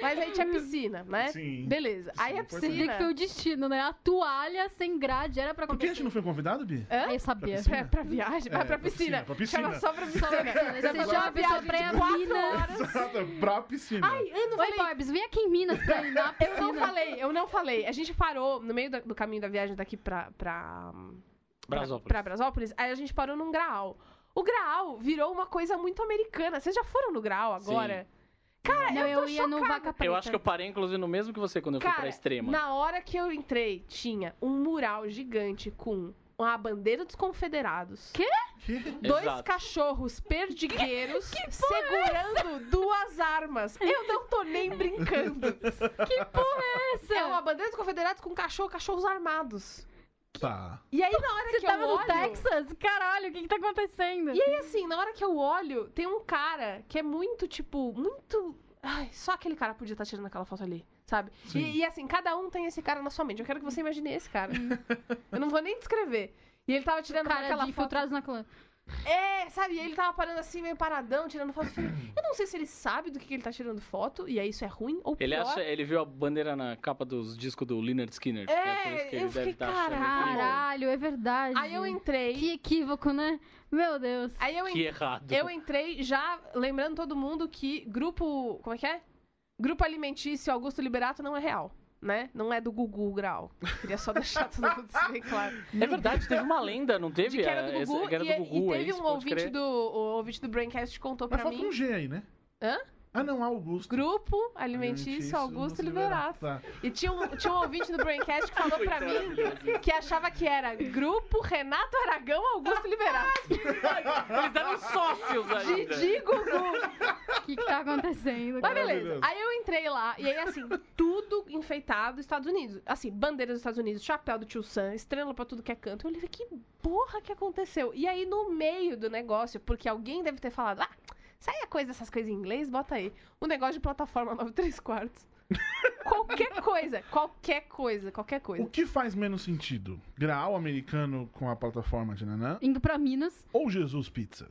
[SPEAKER 3] Mas aí tinha piscina, né?
[SPEAKER 2] Sim.
[SPEAKER 3] Beleza. aí
[SPEAKER 2] Sim,
[SPEAKER 3] a
[SPEAKER 2] importante.
[SPEAKER 5] Você vê que
[SPEAKER 3] piscina.
[SPEAKER 5] foi o destino, né? A toalha sem grade era pra
[SPEAKER 2] Por que a
[SPEAKER 5] qualquer
[SPEAKER 2] gente não foi convidado, Bi?
[SPEAKER 3] Hã?
[SPEAKER 5] Eu sabia.
[SPEAKER 2] piscina?
[SPEAKER 3] É, pra viagem.
[SPEAKER 2] É,
[SPEAKER 3] ah, pra piscina.
[SPEAKER 2] pra piscina.
[SPEAKER 3] Chama só pra piscina. Fazer
[SPEAKER 5] Você já
[SPEAKER 3] uma
[SPEAKER 5] avisou
[SPEAKER 3] viagem
[SPEAKER 5] pra
[SPEAKER 3] de
[SPEAKER 5] ir a
[SPEAKER 3] quatro
[SPEAKER 5] Minas.
[SPEAKER 3] horas.
[SPEAKER 2] Exato, é pra piscina.
[SPEAKER 3] Ai, eu não
[SPEAKER 5] Oi,
[SPEAKER 3] falei
[SPEAKER 5] Borbs, vem aqui em Minas pra ir na
[SPEAKER 3] Eu não
[SPEAKER 5] piscina.
[SPEAKER 3] falei, eu não falei. A gente parou no meio da- do, caminho da viagem daqui pra, pra,
[SPEAKER 4] Brasópolis.
[SPEAKER 3] pra Brasópolis, aí a gente parou num graal. O graal virou uma coisa muito americana. Vocês já foram no graal agora? Cara,
[SPEAKER 5] Não,
[SPEAKER 3] eu,
[SPEAKER 5] eu,
[SPEAKER 3] tô
[SPEAKER 5] ia no
[SPEAKER 3] chocada.
[SPEAKER 5] Vaca Preta.
[SPEAKER 4] Eu acho que eu parei, inclusive, no mesmo que você quando eu fui pra
[SPEAKER 3] Cara,
[SPEAKER 4] extrema.
[SPEAKER 3] Na hora que eu entrei, tinha um mural gigante com a bandeira dos confederados.
[SPEAKER 2] Que?
[SPEAKER 3] Dois
[SPEAKER 4] Exato.
[SPEAKER 3] cachorros perdigueiros
[SPEAKER 5] é
[SPEAKER 3] segurando duas armas. Eu não tô nem brincando.
[SPEAKER 5] Que porra é essa?
[SPEAKER 3] É uma bandeira dos confederados com cachorro, cachorros armados.
[SPEAKER 2] Tá.
[SPEAKER 3] E aí, na hora
[SPEAKER 5] Você
[SPEAKER 3] que
[SPEAKER 5] tava
[SPEAKER 3] eu
[SPEAKER 5] no
[SPEAKER 3] olho...
[SPEAKER 5] Texas? Caralho, o que que tá acontecendo?
[SPEAKER 3] E aí, assim, na hora que eu olho, tem um cara que é muito, tipo, muito. Ai, só aquele cara podia estar tirando aquela foto ali. Sabe?
[SPEAKER 2] Sim.
[SPEAKER 3] E, e, assim, cada um tem esse cara na sua mente. Eu quero que você imagine esse cara. Eu não vou nem descrever. E ele tava tirando
[SPEAKER 5] Cara
[SPEAKER 3] aquela
[SPEAKER 5] de
[SPEAKER 3] foto.
[SPEAKER 5] infiltrados na clã.
[SPEAKER 3] É, sabe? E ele tava parando assim, meio paradão, tirando foto. Eu falei, eu não sei se ele sabe do que, que ele tá tirando foto, e aí isso é ruim ou
[SPEAKER 4] Ele,
[SPEAKER 3] pior.
[SPEAKER 4] acha, ele viu a bandeira na capa dos discos do Leonard Skinner.
[SPEAKER 3] É,
[SPEAKER 4] né? Por isso que
[SPEAKER 3] eu
[SPEAKER 4] ele deve
[SPEAKER 3] fiquei,
[SPEAKER 4] estar achando que-
[SPEAKER 5] Caralho, é verdade.
[SPEAKER 3] Aí eu entrei.
[SPEAKER 5] Que equívoco, né? Meu Deus.
[SPEAKER 3] Aí eu
[SPEAKER 4] Que
[SPEAKER 3] entrei.
[SPEAKER 4] errado.
[SPEAKER 3] Eu entrei já lembrando todo mundo que grupo. Como é que é? Grupo alimentício Augusto Liberato não é real, né? Não é do Gugu Grau. Queria só deixar tudo isso bem claro.
[SPEAKER 4] É verdade, teve uma lenda, não teve?
[SPEAKER 3] De que era do
[SPEAKER 4] É, essa-
[SPEAKER 3] Gugu,
[SPEAKER 4] que era
[SPEAKER 3] e,
[SPEAKER 4] do
[SPEAKER 3] e
[SPEAKER 4] Gugu, é
[SPEAKER 3] teve
[SPEAKER 4] isso,
[SPEAKER 3] um
[SPEAKER 4] pode
[SPEAKER 3] ouvinte
[SPEAKER 4] crer.
[SPEAKER 3] do, o ouvinte do Braincast contou
[SPEAKER 2] Mas
[SPEAKER 3] pra
[SPEAKER 2] falta
[SPEAKER 3] mim.
[SPEAKER 2] um G aí, né?
[SPEAKER 3] Hã?
[SPEAKER 2] Ah, não, Augusto.
[SPEAKER 3] Grupo Alimentício Augusto Liberato.
[SPEAKER 2] Tá.
[SPEAKER 3] E tinha um, tinha um ouvinte do Braincast que falou pra mim que achava que era Grupo Renato Aragão Augusto Liberato.
[SPEAKER 4] Eles eram sócios ainda.
[SPEAKER 3] Didi Gugu.
[SPEAKER 5] O que, que tá acontecendo?
[SPEAKER 3] Mas
[SPEAKER 5] cara?
[SPEAKER 3] beleza.
[SPEAKER 2] Maravilhoso.
[SPEAKER 3] Aí eu entrei lá, e aí, assim, tudo enfeitado Estados Unidos. Assim, bandeira dos Estados Unidos, chapéu do tio Sam, estrela pra tudo que é canto. Eu olhei e falei, que porra que aconteceu? E aí, no meio do negócio, porque alguém deve ter falado, ah, sai a coisa dessas coisas em inglês, bota aí. Um negócio de plataforma 93 quartos. qualquer coisa, qualquer coisa, qualquer
[SPEAKER 2] O
[SPEAKER 3] coisa.
[SPEAKER 2] que faz menos sentido? Graal americano com a plataforma de Nanã
[SPEAKER 5] Indo pra Minas.
[SPEAKER 2] ou Jesus Pizza?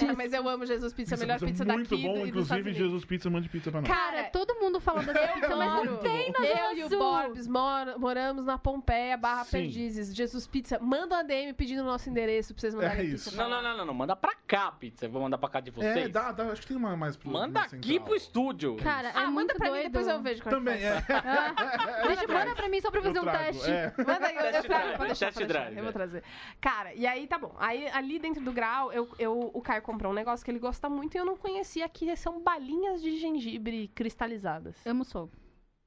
[SPEAKER 3] É, mas eu amo Jesus Pizza, a melhor
[SPEAKER 2] Jesus
[SPEAKER 3] pizza
[SPEAKER 2] é
[SPEAKER 3] daqui
[SPEAKER 2] muito bom,
[SPEAKER 3] do- e dos Estados
[SPEAKER 2] inclusive
[SPEAKER 3] Unidos.
[SPEAKER 2] Jesus Pizza mande pizza pra nós.
[SPEAKER 5] Cara, todo mundo fala dessa pizza, mas não
[SPEAKER 3] Juro.
[SPEAKER 5] tem na
[SPEAKER 3] Eu e
[SPEAKER 5] Zona
[SPEAKER 3] o
[SPEAKER 5] Sul.
[SPEAKER 3] Borbs mora- moramos na Pompeia barra
[SPEAKER 2] Sim.
[SPEAKER 3] Perdizes. Jesus Pizza, manda uma DM pedindo o nosso endereço pra vocês mandarem
[SPEAKER 2] É
[SPEAKER 3] pizza.
[SPEAKER 2] isso.
[SPEAKER 4] Não, não, não, não, não. Manda pra cá, pizza. Vou mandar pra cá de vocês.
[SPEAKER 2] É, dá, assim, dá, acho que tem uma mais pro
[SPEAKER 4] Manda
[SPEAKER 2] mais
[SPEAKER 4] aqui
[SPEAKER 2] central.
[SPEAKER 4] pro estúdio.
[SPEAKER 5] Cara, é
[SPEAKER 3] Ah, manda
[SPEAKER 5] muito
[SPEAKER 3] pra mim,
[SPEAKER 5] doido.
[SPEAKER 3] depois eu vejo. qual é que
[SPEAKER 2] Também,
[SPEAKER 3] faz.
[SPEAKER 2] é.
[SPEAKER 5] Ah, deixa, manda pra mim só pra
[SPEAKER 2] Eu
[SPEAKER 5] fazer um
[SPEAKER 2] trago,
[SPEAKER 5] teste.
[SPEAKER 2] é.
[SPEAKER 3] Manda aí, eu, eu
[SPEAKER 4] Test
[SPEAKER 3] trago,
[SPEAKER 4] drive,
[SPEAKER 3] pode deixar,
[SPEAKER 4] test
[SPEAKER 3] pode deixar,
[SPEAKER 4] drive,
[SPEAKER 3] Eu
[SPEAKER 4] é.
[SPEAKER 3] vou trazer. Cara, e aí tá bom. Aí ali dentro do grau, eu, eu- o Caio comprou um negócio que ele gosta muito e eu não conhecia, que são balinhas de gengibre cristalizadas. Eu,
[SPEAKER 5] Amo sol.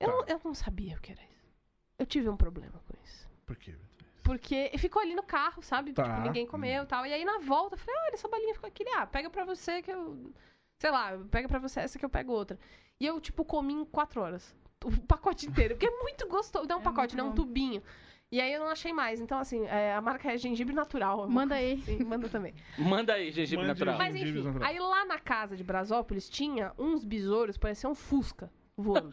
[SPEAKER 3] não-
[SPEAKER 2] Tá.
[SPEAKER 3] eu não sabia o que era isso. Eu tive um problema com isso.
[SPEAKER 2] Por quê?
[SPEAKER 3] Porque ficou ali no carro, sabe?
[SPEAKER 2] Tá.
[SPEAKER 3] Tipo, ninguém comeu e tal. E aí na volta eu falei, olha, essa balinha ficou aqui. Ele, Ah, pega pra você que eu. Sei lá, pega pra você essa que eu pego outra. E eu, tipo, comi em quatro horas. O pacote inteiro. Porque é muito gostoso. Não é um
[SPEAKER 5] É
[SPEAKER 3] pacote,
[SPEAKER 5] muito
[SPEAKER 3] não é um
[SPEAKER 5] bom.
[SPEAKER 3] tubinho. E aí eu não achei mais. Então, assim, é, a marca é gengibre natural.
[SPEAKER 5] Manda aí.
[SPEAKER 3] Sim, manda também.
[SPEAKER 4] Manda aí, gengibre
[SPEAKER 2] Mande aí.
[SPEAKER 4] natural.
[SPEAKER 3] Mas
[SPEAKER 2] Gengibre
[SPEAKER 3] enfim,
[SPEAKER 2] natural.
[SPEAKER 3] aí lá na casa de Brasópolis tinha uns besouros, parecia um Fusca voando.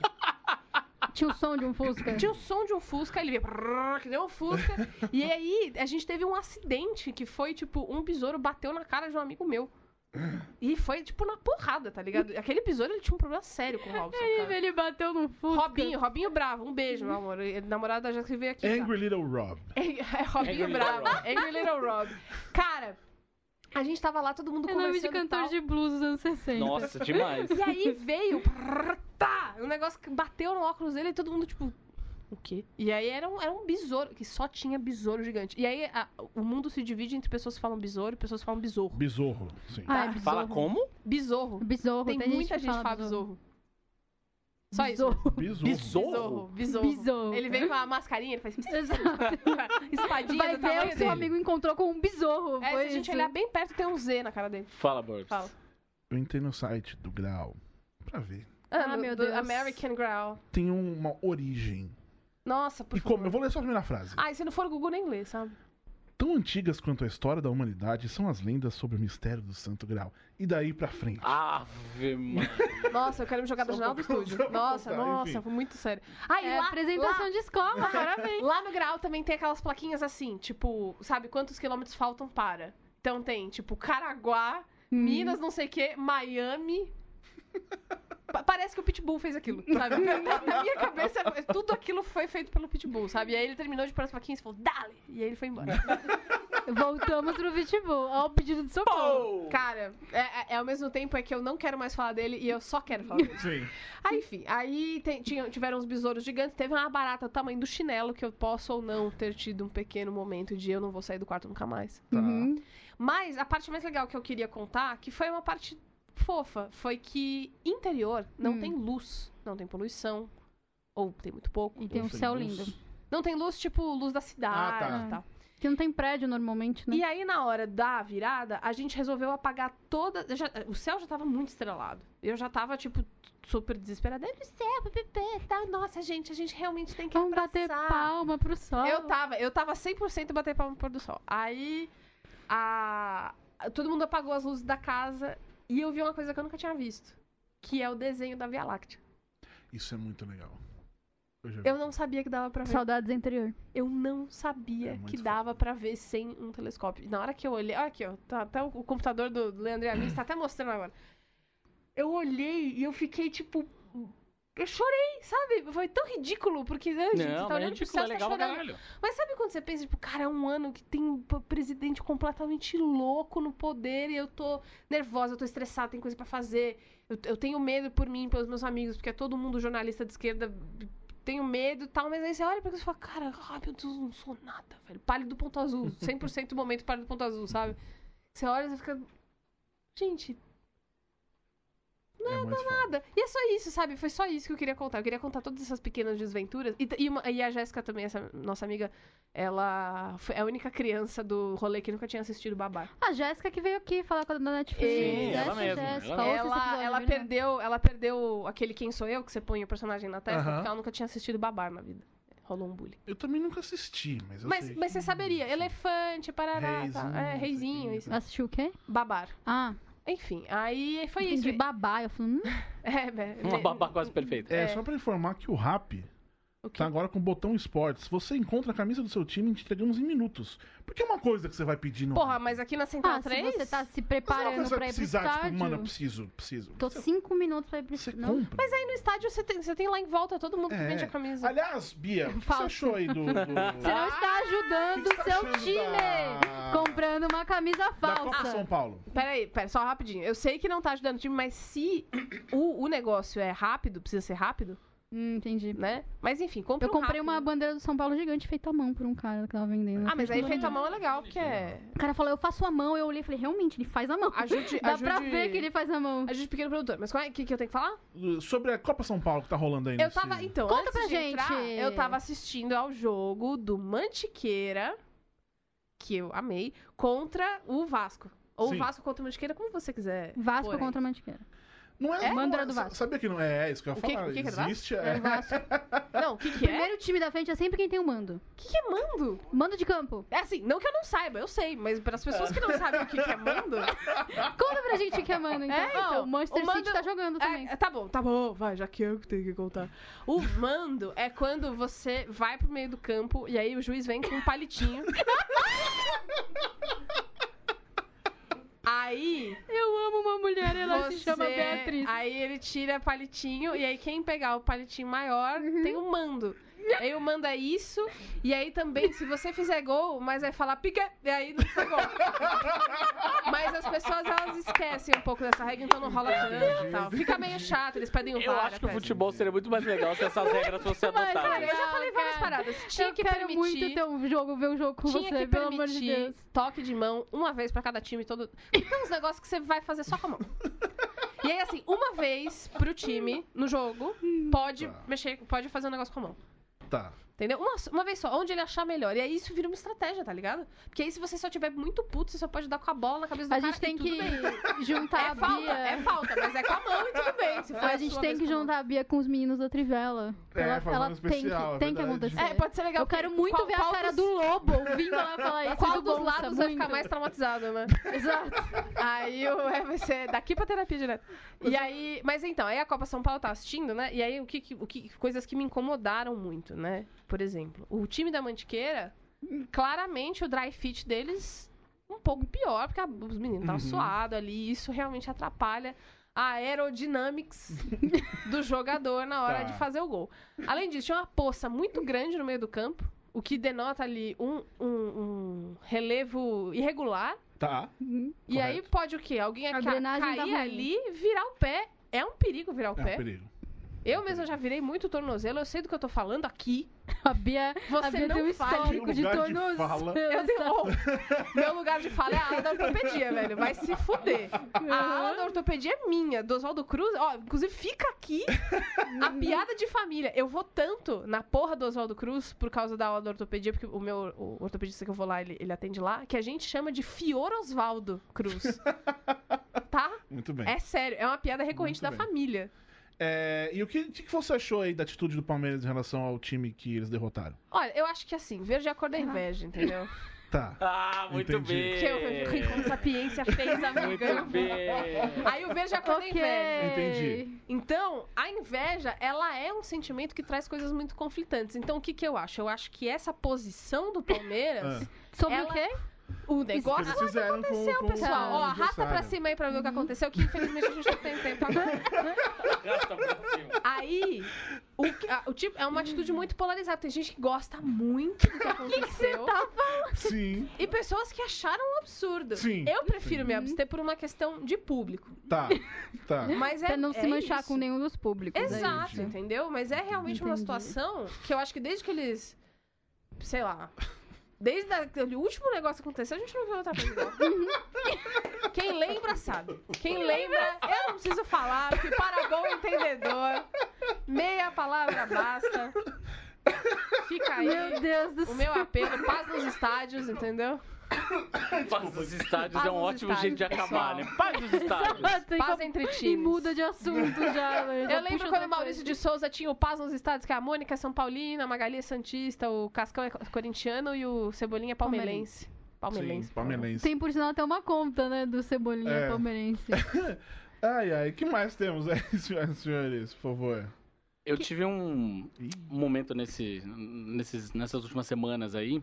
[SPEAKER 5] Tinha o som de um Fusca.
[SPEAKER 3] Tinha o som de um Fusca, ele veio, prrr, que deu um Fusca. e aí, a gente teve um acidente que foi, tipo, um besouro bateu na cara de um amigo meu. E foi, tipo, na porrada, tá ligado? Aquele besouro, ele tinha um problema sério com o Robson, cara.
[SPEAKER 5] Ele bateu num Fusca.
[SPEAKER 3] Robinho, Robinho Bravo, um beijo, meu amor. Ele- Namorado da Jéssica que veio aqui. tá?
[SPEAKER 2] Angry Little Rob.
[SPEAKER 3] É Robinho
[SPEAKER 4] Angry
[SPEAKER 3] Bravo.
[SPEAKER 4] Little
[SPEAKER 3] Angry Little Rob. Cara, a gente tava lá, todo mundo
[SPEAKER 5] É nome
[SPEAKER 3] conversando
[SPEAKER 5] de
[SPEAKER 3] e tal.
[SPEAKER 5] cantor de blues dos anos 60.
[SPEAKER 4] Nossa, demais.
[SPEAKER 3] E aí veio. prrr, Tá! Um negócio que bateu no óculos dele e todo mundo, tipo. O quê? E aí era um, era um besouro, que só tinha besouro gigante. E aí a- o mundo se divide entre pessoas que falam besouro e pessoas que falam besouro.
[SPEAKER 2] Besouro, sim.
[SPEAKER 5] Ah, é bizarro.
[SPEAKER 4] Fala como?
[SPEAKER 3] Besouro.
[SPEAKER 5] Besouro.
[SPEAKER 3] Tá. Tem, muita gente que fala
[SPEAKER 5] besouro.
[SPEAKER 3] besouro. Só isso.
[SPEAKER 2] Besouro.
[SPEAKER 4] Besouro.
[SPEAKER 3] Besouro. Besouro.
[SPEAKER 5] Besouro.
[SPEAKER 3] Ele vem com a mascarinha, ele faz
[SPEAKER 5] Exato.
[SPEAKER 3] espadinha
[SPEAKER 5] Vai
[SPEAKER 3] do
[SPEAKER 5] ver,
[SPEAKER 3] tamanho
[SPEAKER 5] o seu
[SPEAKER 3] dele.
[SPEAKER 5] amigo encontrou com um besourro.
[SPEAKER 3] É, se
[SPEAKER 5] foi
[SPEAKER 3] a gente
[SPEAKER 5] isso.
[SPEAKER 3] olhar bem perto, tem um Z na cara dele.
[SPEAKER 4] Fala, Borbs.
[SPEAKER 3] Fala.
[SPEAKER 2] Eu entrei no site do Grau pra ver.
[SPEAKER 5] Ah,
[SPEAKER 3] do-
[SPEAKER 5] meu
[SPEAKER 3] do
[SPEAKER 5] Deus.
[SPEAKER 3] American Growl.
[SPEAKER 2] Tem uma origem.
[SPEAKER 3] Nossa, por
[SPEAKER 2] E como?
[SPEAKER 3] favor.
[SPEAKER 2] Eu vou ler só a primeira frase.
[SPEAKER 3] Ah, e se não for o Google nem lê, sabe?
[SPEAKER 2] Tão antigas quanto a história da humanidade são as lendas sobre o mistério do Santo Grau. E daí pra frente.
[SPEAKER 4] Ave, mano.
[SPEAKER 3] Nossa, eu quero me jogar do
[SPEAKER 2] Só
[SPEAKER 3] jornal do
[SPEAKER 2] pra-
[SPEAKER 3] estúdio.
[SPEAKER 2] só pra
[SPEAKER 3] Nossa,
[SPEAKER 2] contar,
[SPEAKER 3] nossa,
[SPEAKER 2] enfim.
[SPEAKER 3] foi muito sério. Aí
[SPEAKER 5] É
[SPEAKER 3] lá,
[SPEAKER 5] apresentação
[SPEAKER 3] lá,
[SPEAKER 5] de escola, parabéns.
[SPEAKER 3] lá no grau também tem aquelas plaquinhas assim, tipo, sabe quantos quilômetros faltam para? Então tem, tipo, Caraguá,
[SPEAKER 2] Hum.
[SPEAKER 3] Minas, não sei o quê, Miami. Pa- Parece que o Pitbull fez aquilo, sabe? Na, na minha cabeça, tudo aquilo foi feito pelo Pitbull, sabe? E aí ele terminou de pôr as plaquinhas e falou, dale! E aí ele foi embora.
[SPEAKER 5] Voltamos pro Pitbull, ao pedido de socorro.
[SPEAKER 3] Cara, é, é- é ao mesmo tempo é que eu não quero mais falar dele e eu só quero falar dele.
[SPEAKER 2] Sim.
[SPEAKER 3] Aí, Ah, enfim, aí tem- tinha- tiveram uns besouros gigantes, teve uma barata do tamanho do chinelo, que eu posso ou não ter tido um pequeno momento de eu não vou sair do quarto nunca mais.
[SPEAKER 2] Tá.
[SPEAKER 5] Uhum.
[SPEAKER 3] Mas a parte mais legal que eu queria contar, que foi uma parte fofa, foi que interior não
[SPEAKER 5] Hum.
[SPEAKER 3] tem luz, não tem poluição, ou tem muito pouco.
[SPEAKER 5] E tem um
[SPEAKER 2] Sem
[SPEAKER 5] céu
[SPEAKER 2] luz.
[SPEAKER 5] lindo.
[SPEAKER 3] Não tem luz, tipo, luz da cidade
[SPEAKER 2] Ah, tá.
[SPEAKER 3] e tal.
[SPEAKER 5] Que não tem prédio normalmente, né?
[SPEAKER 3] E é aí, na hora da virada, a gente resolveu apagar toda. já- o céu já tava muito estrelado. Eu já tava, tipo, super desesperada. Ai, do céu, bebê, tá? Nossa, gente, a gente realmente tem que
[SPEAKER 5] Vamos bater
[SPEAKER 3] abraçar.
[SPEAKER 5] palma pro sol.
[SPEAKER 3] Eu tava, eu tava 100% bater palma pro pôr do sol. Aí, a... todo mundo apagou as luzes da casa e eu vi uma coisa que eu nunca tinha visto. Que é o desenho da Via Láctea.
[SPEAKER 2] Isso é muito legal. já vi.
[SPEAKER 3] Eu não sabia que dava pra ver.
[SPEAKER 5] Saudades interior.
[SPEAKER 3] Eu não sabia
[SPEAKER 2] É muito
[SPEAKER 3] que
[SPEAKER 2] foda.
[SPEAKER 3] dava pra ver sem um telescópio. Na hora que eu olhei. Olha aqui, ó, tá, até o o computador do do Leandro e a Miss tá até mostrando agora. Eu olhei e eu fiquei tipo. Eu chorei, sabe? Foi tão ridículo, porque né, gente, você
[SPEAKER 4] Não,
[SPEAKER 3] tá
[SPEAKER 4] mas é
[SPEAKER 3] olhando pro céu
[SPEAKER 4] ridículo, é
[SPEAKER 3] e tá
[SPEAKER 4] legal pra
[SPEAKER 3] chorando.
[SPEAKER 4] caralho.
[SPEAKER 3] Mas sabe quando você pensa, tipo, cara, é um ano que tem um p- presidente completamente louco no poder e eu tô nervosa, eu tô estressada, tem coisa pra fazer. Eu, eu tenho medo por mim, pelos meus amigos, porque é todo mundo jornalista de esquerda. Tenho medo e tal, mas aí você olha pra coisa e fala, cara, ai meu Deus, não sou nada, velho. Pálido ponto azul. 100% do momento pálido ponto azul, sabe? Você olha e você fica. Gente,
[SPEAKER 2] É muito foda.
[SPEAKER 3] nada. E é só isso, sabe? Foi só isso que eu queria contar. Eu queria contar todas essas pequenas desventuras. E, t- e uma- e a Jéssica também, essa nossa amiga, ela foi a única criança do rolê que nunca tinha assistido Babá.
[SPEAKER 5] A Jéssica que veio aqui falar com a dona Netflix.
[SPEAKER 3] Sim,
[SPEAKER 5] Essa
[SPEAKER 4] ela mesma,
[SPEAKER 5] Jéssica,
[SPEAKER 4] ela
[SPEAKER 5] ouça esse
[SPEAKER 3] Ela,
[SPEAKER 5] episódio,
[SPEAKER 3] ela
[SPEAKER 5] viu, né?
[SPEAKER 3] perdeu, ela perdeu aquele Quem Sou Eu, que você põe o personagem na testa,
[SPEAKER 2] Aham.
[SPEAKER 3] porque ela nunca tinha assistido Babá na vida. Rolou um bullying.
[SPEAKER 2] Eu também nunca assisti, mas eu
[SPEAKER 3] Mas,
[SPEAKER 2] sei.
[SPEAKER 3] mas
[SPEAKER 2] que-
[SPEAKER 3] você saberia, é elefante, parará,
[SPEAKER 2] Reizinho,
[SPEAKER 3] tá, é,
[SPEAKER 2] não sei
[SPEAKER 3] reizinho,
[SPEAKER 2] quem,
[SPEAKER 3] isso.
[SPEAKER 2] tá.
[SPEAKER 5] Assistiu o quê?
[SPEAKER 3] babar.
[SPEAKER 5] Ah,
[SPEAKER 3] Enfim, aí foi
[SPEAKER 5] entendi
[SPEAKER 3] isso.
[SPEAKER 5] babá. Eu falei, hum,
[SPEAKER 3] É, é,
[SPEAKER 4] Uma
[SPEAKER 3] é,
[SPEAKER 4] babá quase perfeita.
[SPEAKER 2] É,
[SPEAKER 3] É.
[SPEAKER 2] só pra informar que o Rap
[SPEAKER 3] o quê?
[SPEAKER 2] tá agora com o botão esportes. Você encontra a camisa do seu time e te entregamos em minutos. Porque é uma coisa que você vai pedir no.
[SPEAKER 3] Porra, mas aqui na Central
[SPEAKER 5] ah, se
[SPEAKER 3] 3...
[SPEAKER 5] você tá se
[SPEAKER 2] Mas é uma coisa
[SPEAKER 5] preparando
[SPEAKER 2] que você
[SPEAKER 5] pra
[SPEAKER 2] vai
[SPEAKER 5] ir pro
[SPEAKER 2] precisar, tipo, mano, eu
[SPEAKER 5] estádio.
[SPEAKER 2] preciso, preciso.
[SPEAKER 5] Tô
[SPEAKER 2] Você-
[SPEAKER 5] cinco minutos pra ir pro
[SPEAKER 2] Você
[SPEAKER 5] estádio.
[SPEAKER 2] compra. Mas aí
[SPEAKER 3] No estádio você tem, você tem lá em volta todo mundo que
[SPEAKER 2] É.
[SPEAKER 3] vende a camisa.
[SPEAKER 2] Aliás, Bia, o que você
[SPEAKER 5] Falso.
[SPEAKER 2] achou aí do. do...
[SPEAKER 5] Você não está ajudando
[SPEAKER 2] que você
[SPEAKER 5] o
[SPEAKER 2] tá
[SPEAKER 5] seu
[SPEAKER 2] achando
[SPEAKER 5] time
[SPEAKER 2] da-
[SPEAKER 5] comprando uma camisa
[SPEAKER 2] da Copa São
[SPEAKER 5] falsa.
[SPEAKER 2] Paulo.
[SPEAKER 3] Peraí, pera, só rapidinho. Eu sei que não tá ajudando o time, mas se o, o negócio é rápido, precisa ser rápido,
[SPEAKER 5] Hum, entendi.
[SPEAKER 3] né? Mas enfim, compra
[SPEAKER 5] Eu
[SPEAKER 3] um
[SPEAKER 5] comprei
[SPEAKER 3] rápido.
[SPEAKER 5] uma bandeira do São Paulo gigante feita à mão por um cara que tava vendendo.
[SPEAKER 3] Ah, mas aí feito a mão é legal, porque é.
[SPEAKER 5] O cara falou, eu faço a mão. Eu olhei e falei, realmente, ele faz a mão.
[SPEAKER 3] Ajude.
[SPEAKER 5] Dá
[SPEAKER 3] ajude,
[SPEAKER 5] pra ver que ele faz a mão.
[SPEAKER 3] Ajude pequeno produtor. Mas qual é- que, que eu tenho que falar?
[SPEAKER 2] Sobre a Copa São Paulo que tá rolando aí
[SPEAKER 3] Eu
[SPEAKER 2] nesse-
[SPEAKER 3] tava. Então,
[SPEAKER 5] Conta
[SPEAKER 3] antes
[SPEAKER 5] pra
[SPEAKER 3] de
[SPEAKER 5] gente.
[SPEAKER 3] entrar, eu tava assistindo ao jogo do Mantiqueira, que eu amei, contra o Vasco. Ou
[SPEAKER 2] Sim.
[SPEAKER 3] o Vasco contra o Mantiqueira, como você quiser.
[SPEAKER 5] Vasco
[SPEAKER 3] pôr aí.
[SPEAKER 5] contra a Mantiqueira.
[SPEAKER 2] Não é,
[SPEAKER 5] É?
[SPEAKER 2] não
[SPEAKER 5] Bandeira
[SPEAKER 2] é-
[SPEAKER 5] do
[SPEAKER 2] sa-
[SPEAKER 5] Vasco.
[SPEAKER 2] Sabia que não é, é isso que eu ia
[SPEAKER 3] O que-
[SPEAKER 2] falar.
[SPEAKER 3] o que que é do Vasco?
[SPEAKER 2] Existe.
[SPEAKER 5] É
[SPEAKER 2] é.
[SPEAKER 5] o Vasco.
[SPEAKER 3] Não, o que, que é?
[SPEAKER 5] Primeiro time da frente é sempre quem tem o mando.
[SPEAKER 3] O que, que é mando?
[SPEAKER 5] Mando de campo.
[SPEAKER 3] É assim, não que eu não saiba, eu sei, mas para as pessoas que não sabem o que, que é mando.
[SPEAKER 5] Conta pra gente o que é mando, então.
[SPEAKER 3] É,
[SPEAKER 5] Ah,
[SPEAKER 3] então.
[SPEAKER 5] o Manchester
[SPEAKER 3] O mando-
[SPEAKER 5] City tá jogando também.
[SPEAKER 3] É, tá bom, tá bom, vai, já que eu que tenho que contar. O mando é quando você vai pro meio do campo e aí o juiz vem com um palitinho. Aí
[SPEAKER 5] Eu amo uma mulher,
[SPEAKER 3] você- Aí ele tira palitinho e aí quem pegar o palitinho maior
[SPEAKER 5] Uhum.
[SPEAKER 3] tem o mando. Aí o mando é isso, e aí também, se você fizer gol, mas aí falar pica, e aí não foi gol. mas as pessoas, elas esquecem um pouco dessa regra, então não rola tanto e tal. Fica meio chato, eles pedem o
[SPEAKER 4] Eu
[SPEAKER 3] VAR
[SPEAKER 4] acho que o
[SPEAKER 3] até.
[SPEAKER 4] futebol seria muito mais legal se essas regras fossem
[SPEAKER 5] mais
[SPEAKER 3] Cara,
[SPEAKER 4] adotadas.
[SPEAKER 3] eu já falei várias
[SPEAKER 5] Cara,
[SPEAKER 3] paradas. Tinha
[SPEAKER 5] Tinha
[SPEAKER 3] que
[SPEAKER 5] eu quero
[SPEAKER 3] permitir...
[SPEAKER 5] muito ter um jogo, ver um jogo com
[SPEAKER 3] Tinha
[SPEAKER 5] você,
[SPEAKER 3] que
[SPEAKER 5] pelo amor de
[SPEAKER 3] permitir
[SPEAKER 5] Deus.
[SPEAKER 3] toque de mão uma vez pra cada time todo. Tem uns negócios que você vai fazer só com a mão. E aí, assim, uma vez pro time, no jogo,
[SPEAKER 5] Hum.
[SPEAKER 3] pode
[SPEAKER 2] Tá.
[SPEAKER 3] mexer, pode fazer um negócio com a mão.
[SPEAKER 2] Tá.
[SPEAKER 3] Entendeu? Uma, uma vez só, onde ele achar melhor. E aí isso vira uma estratégia, tá ligado? Porque aí se você só tiver muito puto, você só pode dar com a bola na cabeça do
[SPEAKER 5] A
[SPEAKER 3] cara
[SPEAKER 5] gente
[SPEAKER 3] e
[SPEAKER 5] tem
[SPEAKER 3] tudo
[SPEAKER 5] que
[SPEAKER 3] bem.
[SPEAKER 5] juntar
[SPEAKER 3] É
[SPEAKER 5] a
[SPEAKER 3] falta,
[SPEAKER 5] Bia.
[SPEAKER 3] é falta, mas é com a mão e tudo bem. se for
[SPEAKER 5] A gente
[SPEAKER 3] sua
[SPEAKER 5] tem
[SPEAKER 3] vez
[SPEAKER 5] que
[SPEAKER 3] com a mão.
[SPEAKER 5] juntar a Bia com os meninos da Trivela.
[SPEAKER 2] É, fazer um especial, é
[SPEAKER 5] tem que, tem que
[SPEAKER 2] verdade.
[SPEAKER 5] acontecer.
[SPEAKER 3] É, pode ser legal.
[SPEAKER 5] Eu quero
[SPEAKER 3] porque
[SPEAKER 5] muito
[SPEAKER 3] qual-
[SPEAKER 5] ver
[SPEAKER 3] qual
[SPEAKER 5] a cara
[SPEAKER 3] dos-
[SPEAKER 5] do Lobo vindo lá falar isso.
[SPEAKER 3] Qual
[SPEAKER 5] do
[SPEAKER 3] dos
[SPEAKER 5] Gonça,
[SPEAKER 3] lados vai ficar
[SPEAKER 5] muito.
[SPEAKER 3] mais traumatizado, né?
[SPEAKER 5] Exato.
[SPEAKER 3] Aí o- é, vai ser daqui pra terapia direto. E aí, mas então, aí a Copa São Paulo tá assistindo, né? E aí o que, que- o que coisas que me incomodaram muito, né? Por exemplo, o time da Mantiqueira, claramente o dry fit deles um pouco pior, porque a- os meninos estavam
[SPEAKER 2] Uhum.
[SPEAKER 3] suados ali, e isso realmente atrapalha a aerodynamics do jogador na hora
[SPEAKER 2] Tá.
[SPEAKER 3] de fazer o gol. Além disso, tinha uma poça muito grande no meio do campo, o que denota ali um- um- um relevo irregular.
[SPEAKER 2] Tá.
[SPEAKER 3] E aí
[SPEAKER 2] Correto.
[SPEAKER 3] pode o quê? Alguém
[SPEAKER 5] A
[SPEAKER 3] ca-
[SPEAKER 5] drenagem tá
[SPEAKER 3] cair
[SPEAKER 5] ruim.
[SPEAKER 3] ali, virar o pé. É um perigo virar o
[SPEAKER 2] É um
[SPEAKER 3] pé.
[SPEAKER 2] perigo.
[SPEAKER 3] eu mesma já virei muito tornozelo, eu sei do que eu tô falando aqui.
[SPEAKER 5] A Bia, a
[SPEAKER 3] Você
[SPEAKER 5] Bia tem um
[SPEAKER 3] não fala.
[SPEAKER 5] histórico de
[SPEAKER 2] Lugar de
[SPEAKER 5] tornozelo.
[SPEAKER 2] fala.
[SPEAKER 3] Eu tenho... Oh, meu lugar de fala é a ala da ortopedia, velho. Vai se fuder. A ala da ortopedia é minha, do Oswaldo Cruz. Ó, inclusive fica aqui a piada de família. Eu vou tanto na porra do Oswaldo Cruz por causa da ala da ortopedia, porque o meu o ortopedista que eu vou lá, ele, ele atende lá, que a gente chama de Fior Oswaldo Cruz. tá?
[SPEAKER 2] Muito bem.
[SPEAKER 3] É sério, é uma piada recorrente
[SPEAKER 2] Muito
[SPEAKER 3] da
[SPEAKER 2] bem.
[SPEAKER 3] família.
[SPEAKER 2] É, e o que, o que que você achou aí da atitude do Palmeiras em relação ao time que eles derrotaram?
[SPEAKER 3] Olha, eu acho que assim, verde é a cor da inveja, entendeu?
[SPEAKER 2] Tá.
[SPEAKER 4] Ah, muito
[SPEAKER 2] Entendi.
[SPEAKER 4] bem.
[SPEAKER 3] Que eu encontro sapiência fez
[SPEAKER 4] Muito
[SPEAKER 3] amiga.
[SPEAKER 4] bem.
[SPEAKER 3] Aí eu vejo a coisa da
[SPEAKER 5] Ok.
[SPEAKER 3] inveja.
[SPEAKER 2] Entendi.
[SPEAKER 3] Então, a inveja, ela é um sentimento que traz coisas muito conflitantes. Então, o que que eu acho? Eu acho que essa posição do Palmeiras,
[SPEAKER 5] Sobre
[SPEAKER 3] Ela-
[SPEAKER 5] o quê?
[SPEAKER 3] o
[SPEAKER 2] O que
[SPEAKER 3] negócio
[SPEAKER 2] eles fizeram com, É. com,
[SPEAKER 3] aconteceu, pessoal.
[SPEAKER 5] com
[SPEAKER 3] Ó,
[SPEAKER 5] o
[SPEAKER 3] arrasta pra
[SPEAKER 2] adversário.
[SPEAKER 3] cima aí pra ver o que
[SPEAKER 5] Uhum.
[SPEAKER 3] aconteceu, que infelizmente a gente não tem tempo agora.
[SPEAKER 4] Gasta pra cima.
[SPEAKER 3] Aí, o, que- a- o tipo, é uma atitude muito polarizada. Tem gente que gosta muito do que aconteceu.
[SPEAKER 5] tá
[SPEAKER 2] Sim,
[SPEAKER 3] E pessoas que acharam um absurdo.
[SPEAKER 2] Sim.
[SPEAKER 3] Eu prefiro
[SPEAKER 2] Sim.
[SPEAKER 3] me
[SPEAKER 5] Uhum.
[SPEAKER 3] abster por uma questão de público.
[SPEAKER 2] tá. Tá.
[SPEAKER 3] Mas é
[SPEAKER 5] pra não se
[SPEAKER 3] é
[SPEAKER 5] manchar
[SPEAKER 3] isso.
[SPEAKER 5] com nenhum dos públicos. é
[SPEAKER 3] Exato,
[SPEAKER 2] Entendi.
[SPEAKER 3] entendeu? Mas é realmente uma
[SPEAKER 5] Entendi.
[SPEAKER 3] situação que eu acho que desde que eles. Sei lá. Desde aquele último negócio que aconteceu, a gente não viu outra coisa igual. Quem lembra sabe. Quem lembra, eu não preciso falar, que para bom entendedor. Meia palavra basta. Fica aí.
[SPEAKER 5] isso. Meu Deus do
[SPEAKER 3] O
[SPEAKER 5] céu.
[SPEAKER 3] meu é apelo, paz nos estádios, entendeu?
[SPEAKER 4] Paz dos estádios
[SPEAKER 5] Paz
[SPEAKER 4] é um
[SPEAKER 5] dos
[SPEAKER 4] ótimo
[SPEAKER 5] estádios,
[SPEAKER 4] jeito de acabar, né? Paz dos estádios.
[SPEAKER 5] Exato, e
[SPEAKER 3] Paz
[SPEAKER 5] com-
[SPEAKER 3] entre
[SPEAKER 5] E
[SPEAKER 3] times.
[SPEAKER 5] muda de assunto já. né? Já
[SPEAKER 3] Eu lembro
[SPEAKER 5] puxa
[SPEAKER 3] quando
[SPEAKER 5] outra
[SPEAKER 3] o Maurício
[SPEAKER 5] coisa.
[SPEAKER 3] de Souza tinha o Paz nos estados, que a Mônica é São Paulina, a Magali é Santista, o Cascão é corintiano e o Cebolinha é palmeirense. Palmeirense.
[SPEAKER 2] Sim, palmeirense.
[SPEAKER 5] Tem, por sinal, até uma conta, né, do Cebolinha
[SPEAKER 2] É.
[SPEAKER 5] palmeirense.
[SPEAKER 2] Ai, ai, que mais temos aí, senhoras e senhores, por favor?
[SPEAKER 4] Eu tive um
[SPEAKER 2] Ih.
[SPEAKER 4] um momento nesse, nesses, nessas últimas semanas aí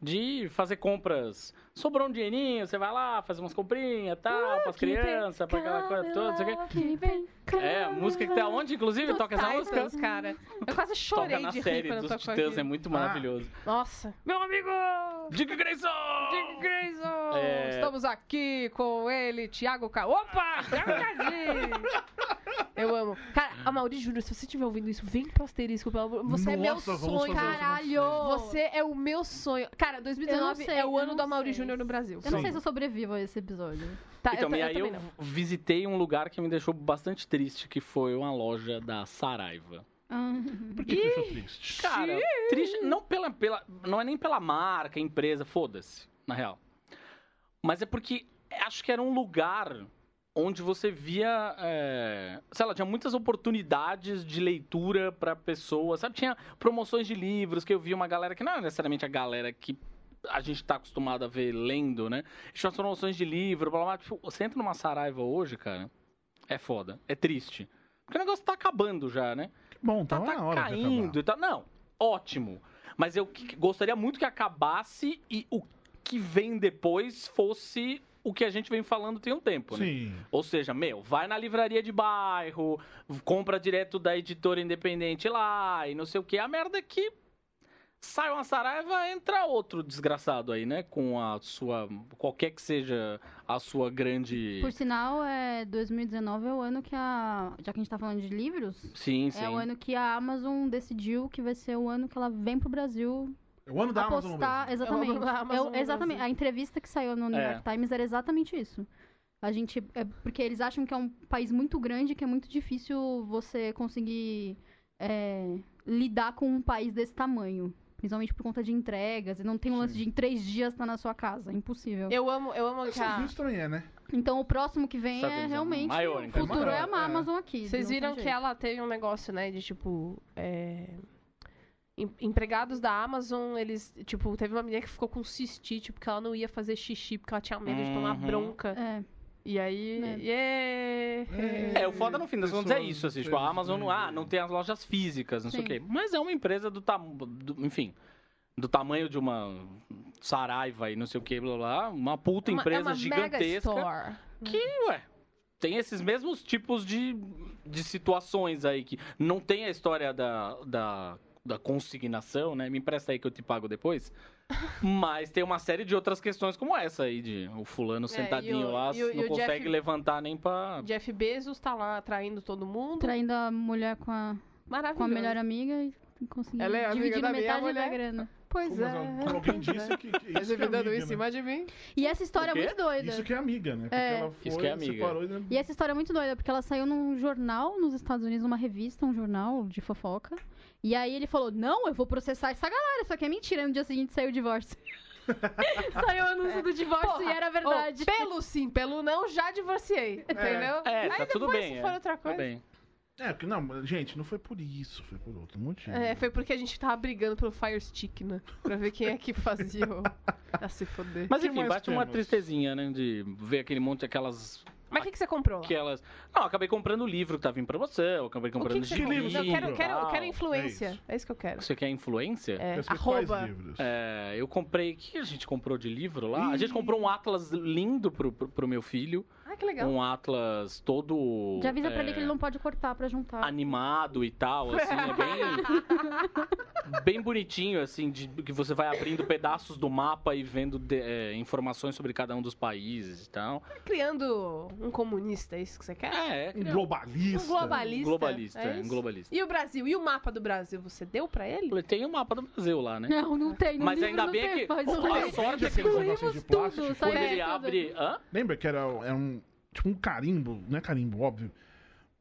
[SPEAKER 4] de fazer compras. Sobrou um dinheirinho, você vai lá, faz umas comprinhas e
[SPEAKER 3] Ah,
[SPEAKER 4] tal, pras crianças, pra aquela coisa toda, não sei o quê.
[SPEAKER 5] Que vem
[SPEAKER 4] É, a música que tá onde, inclusive, toca essa
[SPEAKER 3] Totais,
[SPEAKER 4] música.
[SPEAKER 3] meus cara. Eu quase chorei
[SPEAKER 4] Toca na
[SPEAKER 3] de rir
[SPEAKER 4] série
[SPEAKER 3] quando
[SPEAKER 4] dos
[SPEAKER 3] tocou
[SPEAKER 4] Titãs, é
[SPEAKER 3] aqui.
[SPEAKER 4] muito
[SPEAKER 2] Ah.
[SPEAKER 4] maravilhoso.
[SPEAKER 3] Nossa. Meu amigo!
[SPEAKER 4] Dick Grayson! Tá,
[SPEAKER 3] Dick Grayson!
[SPEAKER 4] É.
[SPEAKER 3] Estamos aqui com ele, Thiago Ca... Opa! Thiago Cazin! Eu amo. Cara,
[SPEAKER 2] Hum.
[SPEAKER 3] a Maurício Júnior, se você estiver ouvindo isso, vem pro asterisco. pelo amor- Você é meu
[SPEAKER 2] Nossa, vamos
[SPEAKER 3] sonho,
[SPEAKER 2] fazer isso.
[SPEAKER 3] cara.
[SPEAKER 5] Caralho!
[SPEAKER 3] Você é o meu sonho. Cara, 2019
[SPEAKER 5] sei,
[SPEAKER 3] é o
[SPEAKER 5] eu
[SPEAKER 3] ano
[SPEAKER 5] não
[SPEAKER 3] do Amaury
[SPEAKER 5] sei.
[SPEAKER 3] Júnior no Brasil.
[SPEAKER 5] Eu não
[SPEAKER 2] Sim.
[SPEAKER 5] sei se eu sobrevivo a esse episódio.
[SPEAKER 3] Tá,
[SPEAKER 4] Então,
[SPEAKER 3] ta-
[SPEAKER 4] e aí eu,
[SPEAKER 3] também não.
[SPEAKER 4] visitei um lugar que me deixou bastante triste, que foi uma loja da Saraiva.
[SPEAKER 5] Ah,
[SPEAKER 2] Por que, que deixou triste?
[SPEAKER 4] Cara, triste não pela, pela não é nem pela marca, empresa, foda-se, na real. Mas é porque acho que era um lugar onde você via, é, sei lá, tinha muitas oportunidades de leitura pra pessoas, sabe? Tinha promoções de livros que eu vi uma galera que não é necessariamente a galera que a gente tá acostumado a ver lendo, né? Tinha umas promoções de livro, blá blá. blá. Tipo, você entra numa Saraiva hoje, cara, é foda, é triste. Porque o negócio tá acabando já, né?
[SPEAKER 2] Bom,
[SPEAKER 4] tá,
[SPEAKER 2] tá, na hora de
[SPEAKER 4] caindo e tal. Não, ótimo. Mas eu que- gostaria muito que acabasse e o que vem depois fosse o que a gente vem falando tem um tempo,
[SPEAKER 2] acabar.
[SPEAKER 4] né?
[SPEAKER 2] Sim.
[SPEAKER 4] Ou seja, meu, vai na livraria de bairro, compra direto da editora independente lá e não sei o que. A merda é que sai uma saraiva, entra outro desgraçado aí, né? Com a sua. qualquer que seja a sua grande.
[SPEAKER 5] Por sinal, é 2019 é o ano que a. Já que a gente tá falando de livros,
[SPEAKER 4] Sim, sim.
[SPEAKER 5] é o ano que a Amazon decidiu que vai ser o ano que ela vem pro Brasil
[SPEAKER 2] É o ano da Amazon. no
[SPEAKER 5] apostar.
[SPEAKER 2] Brasil.
[SPEAKER 5] exatamente.
[SPEAKER 3] É o ano da Amazon
[SPEAKER 5] Eu-
[SPEAKER 3] no
[SPEAKER 5] exatamente.
[SPEAKER 3] Brasil.
[SPEAKER 5] A entrevista que saiu no New
[SPEAKER 4] É.
[SPEAKER 5] York Times era exatamente isso. A gente. é porque eles acham que é um país muito grande que é muito difícil você conseguir é, lidar com um país desse tamanho. Principalmente por conta de entregas. E não tem um lance
[SPEAKER 2] Sim.
[SPEAKER 5] de em três dias tá na sua casa. Impossível.
[SPEAKER 3] Eu amo, eu amo que
[SPEAKER 2] Estados
[SPEAKER 3] a...
[SPEAKER 2] Unidos também é, né?
[SPEAKER 5] Então o próximo que vem
[SPEAKER 4] Estados
[SPEAKER 5] é
[SPEAKER 4] Unidos é
[SPEAKER 5] realmente.
[SPEAKER 4] maior,
[SPEAKER 5] o
[SPEAKER 4] então.
[SPEAKER 5] futuro é a
[SPEAKER 2] Maior, é.
[SPEAKER 5] Amazon aqui.
[SPEAKER 3] Vocês
[SPEAKER 5] não tem
[SPEAKER 3] viram que
[SPEAKER 5] jeito.
[SPEAKER 3] ela teve um negócio, né, de tipo... é, em- Empregados da Amazon, eles, tipo, teve uma menina que ficou com cistite porque ela não ia fazer xixi, porque ela tinha medo de tomar
[SPEAKER 4] Uhum.
[SPEAKER 3] bronca.
[SPEAKER 5] É.
[SPEAKER 3] E aí.
[SPEAKER 5] Né.
[SPEAKER 3] Yeah.
[SPEAKER 4] É, o foda no fim das contas é
[SPEAKER 2] Pessoas-
[SPEAKER 4] isso, assim, tipo, a Amazon
[SPEAKER 2] é.
[SPEAKER 4] não, ah, não tem as lojas físicas, não sei o
[SPEAKER 5] Sim.
[SPEAKER 4] quê. Mas é uma empresa do tamanho, enfim, do tamanho de uma Saraiva e não sei o quê, blá blá, blá, uma puta
[SPEAKER 3] Uma-
[SPEAKER 4] empresa
[SPEAKER 3] é uma Mega
[SPEAKER 4] gigantesca.
[SPEAKER 3] store.
[SPEAKER 4] que, ué, tem esses mesmos tipos de, de situações aí que não tem a história da, da, da consignação, né? Me empresta aí que eu te pago depois. Mas tem uma série de outras questões como essa aí, de o fulano sentadinho
[SPEAKER 3] É, e o-
[SPEAKER 4] lá,
[SPEAKER 3] e o-
[SPEAKER 4] não
[SPEAKER 3] e o
[SPEAKER 4] consegue
[SPEAKER 3] Jeff-
[SPEAKER 4] levantar nem pra.
[SPEAKER 3] Jeff Bezos tá lá traindo todo mundo.
[SPEAKER 5] Traindo a mulher com a, com
[SPEAKER 3] Maravilhoso.
[SPEAKER 5] a melhor amiga e conseguindo
[SPEAKER 3] Ela é amiga
[SPEAKER 5] dividir
[SPEAKER 3] da minha
[SPEAKER 5] metade da
[SPEAKER 3] mulher.
[SPEAKER 5] grana.
[SPEAKER 3] Pois
[SPEAKER 2] Como,
[SPEAKER 3] é.
[SPEAKER 2] como alguém disse que, que
[SPEAKER 3] Tá
[SPEAKER 2] isso que é
[SPEAKER 3] duvidando
[SPEAKER 2] amiga,
[SPEAKER 4] né?
[SPEAKER 3] em cima de mim?
[SPEAKER 5] E essa história
[SPEAKER 4] O
[SPEAKER 5] é
[SPEAKER 4] quê?
[SPEAKER 5] muito
[SPEAKER 2] né?
[SPEAKER 5] doida.
[SPEAKER 2] Isso que é amiga, né? Porque
[SPEAKER 5] É.
[SPEAKER 2] ela foi,
[SPEAKER 4] Isso que é amiga.
[SPEAKER 2] separou e...
[SPEAKER 5] E essa história é muito doida, porque ela saiu num jornal nos Estados Unidos, numa revista, um jornal de fofoca. E aí ele falou: Não, eu vou processar essa galera, isso aqui é mentira. E no dia seguinte saiu o divórcio. saiu o anúncio do divórcio
[SPEAKER 3] É. Porra.
[SPEAKER 5] e era verdade.
[SPEAKER 3] Oh, pelo sim, pelo não, já divorciei. Entendeu?
[SPEAKER 4] É,
[SPEAKER 3] Aí
[SPEAKER 4] tá
[SPEAKER 3] depois,
[SPEAKER 4] tudo bem,
[SPEAKER 3] se
[SPEAKER 4] é.
[SPEAKER 3] for outra
[SPEAKER 4] Tá
[SPEAKER 3] coisa.
[SPEAKER 4] bem.
[SPEAKER 2] É, porque não, gente, não foi por isso, foi por outro motivo.
[SPEAKER 3] É, foi porque a gente tava brigando pelo Fire Stick, né? Pra ver quem é que é fazia o. A se foder.
[SPEAKER 4] Mas
[SPEAKER 2] Que
[SPEAKER 4] enfim,
[SPEAKER 2] mais
[SPEAKER 4] bate uma
[SPEAKER 2] temos?
[SPEAKER 4] tristezinha, né? De ver aquele monte, aquelas.
[SPEAKER 3] Mas o que, que você comprou? lá?
[SPEAKER 4] aquelas... Não, acabei comprando o livro que tá tava em promoção, acabei
[SPEAKER 3] O
[SPEAKER 4] comprando
[SPEAKER 3] que, que você
[SPEAKER 2] gibi,
[SPEAKER 3] comprou?
[SPEAKER 4] gibi
[SPEAKER 3] Eu quero,
[SPEAKER 4] e
[SPEAKER 3] quero, eu
[SPEAKER 4] tal.
[SPEAKER 3] quero influência.
[SPEAKER 2] É
[SPEAKER 3] É
[SPEAKER 2] isso.
[SPEAKER 3] isso, que eu quero.
[SPEAKER 4] Você quer influência?
[SPEAKER 3] É,
[SPEAKER 2] Quer saber quais
[SPEAKER 3] arroba.
[SPEAKER 2] livros?
[SPEAKER 4] É, eu comprei. O que a gente comprou de livro lá? A gente
[SPEAKER 2] Ih.
[SPEAKER 4] comprou um Atlas lindo pro, pro, pro meu filho.
[SPEAKER 3] Ah, que legal.
[SPEAKER 4] Um Atlas todo.
[SPEAKER 5] Já
[SPEAKER 4] é,
[SPEAKER 5] avisa
[SPEAKER 4] Ah, né?
[SPEAKER 5] pra ele que ele não pode cortar pra juntar.
[SPEAKER 4] Animado e tal, assim, é bem. bem bonitinho, assim, de, que você vai abrindo pedaços do mapa e vendo de- é, informações sobre cada um dos países e tal.
[SPEAKER 3] Tá criando um comunista, é isso que você quer?
[SPEAKER 4] É, é.
[SPEAKER 2] Um
[SPEAKER 4] globalista.
[SPEAKER 2] globalista.
[SPEAKER 3] Um globalista.
[SPEAKER 4] Globalista,
[SPEAKER 3] é
[SPEAKER 4] é, um
[SPEAKER 3] isso?
[SPEAKER 4] globalista.
[SPEAKER 3] E o Brasil? E o mapa do Brasil? Você deu pra ele?
[SPEAKER 4] Tem o mapa do Brasil lá, né?
[SPEAKER 5] Não, não tem. No
[SPEAKER 4] Mas
[SPEAKER 5] livro
[SPEAKER 4] ainda
[SPEAKER 5] não
[SPEAKER 4] bem
[SPEAKER 5] tem, um
[SPEAKER 4] que-
[SPEAKER 5] Mas
[SPEAKER 4] Olha
[SPEAKER 5] não
[SPEAKER 4] só,
[SPEAKER 5] tem.
[SPEAKER 4] a sorte é que
[SPEAKER 2] aqueles negocinhos de
[SPEAKER 5] Excluímos tudo,
[SPEAKER 2] plástico.
[SPEAKER 5] saiu
[SPEAKER 4] Quando ele
[SPEAKER 5] tá é tudo.
[SPEAKER 4] abre. Hã?
[SPEAKER 2] Lembra que era, era um. Tipo um carimbo, não é carimbo, óbvio.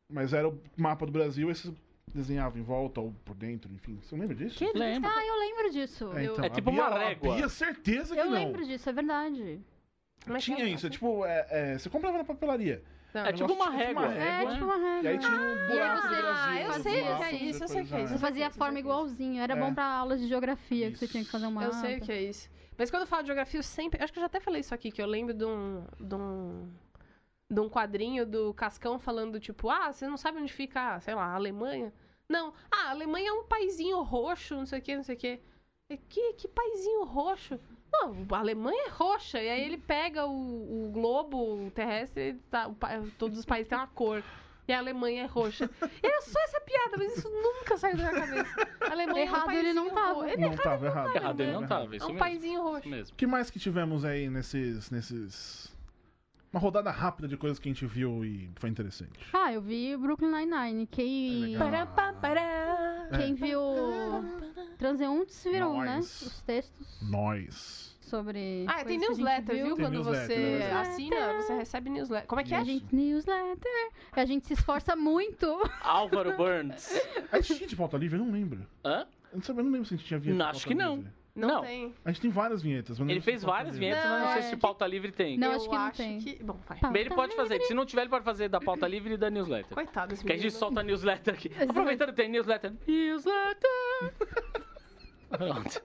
[SPEAKER 2] Mas era o mapa do Brasil, esse desenhava em volta ou por dentro, enfim. Você não lembra disso?
[SPEAKER 5] Que
[SPEAKER 4] Lembro.
[SPEAKER 5] Ah, eu lembro disso.
[SPEAKER 2] É,
[SPEAKER 5] eu
[SPEAKER 2] então,
[SPEAKER 4] É tipo
[SPEAKER 2] havia-
[SPEAKER 4] uma régua.
[SPEAKER 2] Havia certeza que
[SPEAKER 5] eu
[SPEAKER 2] não.
[SPEAKER 5] lembro disso, é verdade.
[SPEAKER 3] Mas
[SPEAKER 2] tinha
[SPEAKER 3] é-
[SPEAKER 2] isso, é tipo, é, é, você comprava na papelaria.
[SPEAKER 3] Não,
[SPEAKER 4] É tipo
[SPEAKER 2] negócio
[SPEAKER 4] uma
[SPEAKER 2] tipo uma
[SPEAKER 4] régua.
[SPEAKER 2] É,
[SPEAKER 5] É,
[SPEAKER 2] régua,
[SPEAKER 5] tipo uma
[SPEAKER 2] E
[SPEAKER 5] regra.
[SPEAKER 2] aí tinha um buraco do
[SPEAKER 5] você-
[SPEAKER 2] Brasil.
[SPEAKER 5] Ah, eu
[SPEAKER 2] dos
[SPEAKER 5] sei que é
[SPEAKER 2] mapas,
[SPEAKER 3] isso, eu sei
[SPEAKER 2] coisa,
[SPEAKER 3] que é
[SPEAKER 2] né?
[SPEAKER 5] Eu fazia a
[SPEAKER 3] Isso,
[SPEAKER 5] forma
[SPEAKER 3] isso.
[SPEAKER 5] igualzinho. Era
[SPEAKER 2] É.
[SPEAKER 5] bom pra aulas de geografia, que você
[SPEAKER 2] Isso.
[SPEAKER 5] tinha que fazer uma.
[SPEAKER 3] Eu sei o que é isso. Mas quando eu falo de geografia, eu sempre. Acho que eu já até falei isso aqui, que eu lembro de um. De um, de um quadrinho do Cascão falando, tipo, ah, você não sabe onde fica, ah, sei lá, a Alemanha? Não. Ah, a Alemanha é um paizinho roxo, não sei o quê, não sei o quê. E Que, que paizinho roxo? Não, a Alemanha é roxa. E aí ele pega o, o globo terrestre, e tá, o pa- todos os países têm uma cor. E a Alemanha é roxa. Era só essa piada, mas isso nunca saiu da minha cabeça. A Alemanha é um
[SPEAKER 5] Errado ele não
[SPEAKER 3] paizinho
[SPEAKER 5] tava.
[SPEAKER 3] roxo.
[SPEAKER 2] Não tava errado. né?
[SPEAKER 4] Errado, ele não tava.
[SPEAKER 3] É
[SPEAKER 4] Isso
[SPEAKER 3] um
[SPEAKER 4] mesmo.
[SPEAKER 3] paizinho roxo.
[SPEAKER 4] Isso mesmo.
[SPEAKER 2] O que mais que tivemos aí nesses. nesses. Uma rodada rápida de coisas que a gente viu e foi interessante.
[SPEAKER 5] Ah, eu vi Brooklyn Nine-Nine.
[SPEAKER 2] É
[SPEAKER 5] Quem,
[SPEAKER 2] legal.
[SPEAKER 3] Pará, pá, pará.
[SPEAKER 5] quem
[SPEAKER 2] É.
[SPEAKER 5] viu Transeuntes viram, né?
[SPEAKER 2] Nós.
[SPEAKER 5] Os textos
[SPEAKER 2] Nós.
[SPEAKER 5] sobre.
[SPEAKER 3] Ah, tem
[SPEAKER 5] coisas que a gente
[SPEAKER 3] newsletter, viu?
[SPEAKER 2] Tem
[SPEAKER 3] Quando
[SPEAKER 2] newsletter,
[SPEAKER 3] você
[SPEAKER 2] é verdade.
[SPEAKER 3] assina, você recebe newsletter. Como é que é?
[SPEAKER 5] A gente newsletter. A gente se esforça muito.
[SPEAKER 4] Álvaro Burns.
[SPEAKER 2] A gente tinha de pauta livre? Eu não lembro.
[SPEAKER 4] Hã?
[SPEAKER 2] Eu não, sabia, eu não lembro se a gente tinha vinheta. de
[SPEAKER 4] Acho
[SPEAKER 2] pauta
[SPEAKER 4] que não.
[SPEAKER 2] livre.
[SPEAKER 3] Não,
[SPEAKER 4] Não.
[SPEAKER 3] tem.
[SPEAKER 2] A gente tem várias vinhetas. mas não
[SPEAKER 4] Ele
[SPEAKER 2] lembro
[SPEAKER 4] fez
[SPEAKER 2] se pauta
[SPEAKER 4] várias
[SPEAKER 2] livre.
[SPEAKER 4] vinhetas, mas não
[SPEAKER 3] Não,
[SPEAKER 4] sei
[SPEAKER 5] é.
[SPEAKER 4] se pauta livre tem.
[SPEAKER 5] Não,
[SPEAKER 3] eu
[SPEAKER 5] acho que não tem.
[SPEAKER 3] que- Bom, vai.
[SPEAKER 5] Tá.
[SPEAKER 4] Ele pode fazer. Se não tiver, ele pode fazer da pauta livre e da newsletter.
[SPEAKER 3] Coitado esse
[SPEAKER 4] Que a gente
[SPEAKER 3] menino.
[SPEAKER 4] solta a newsletter aqui.
[SPEAKER 5] Exato.
[SPEAKER 4] Aproveitando que tem newsletter. Newsletter! Pronto.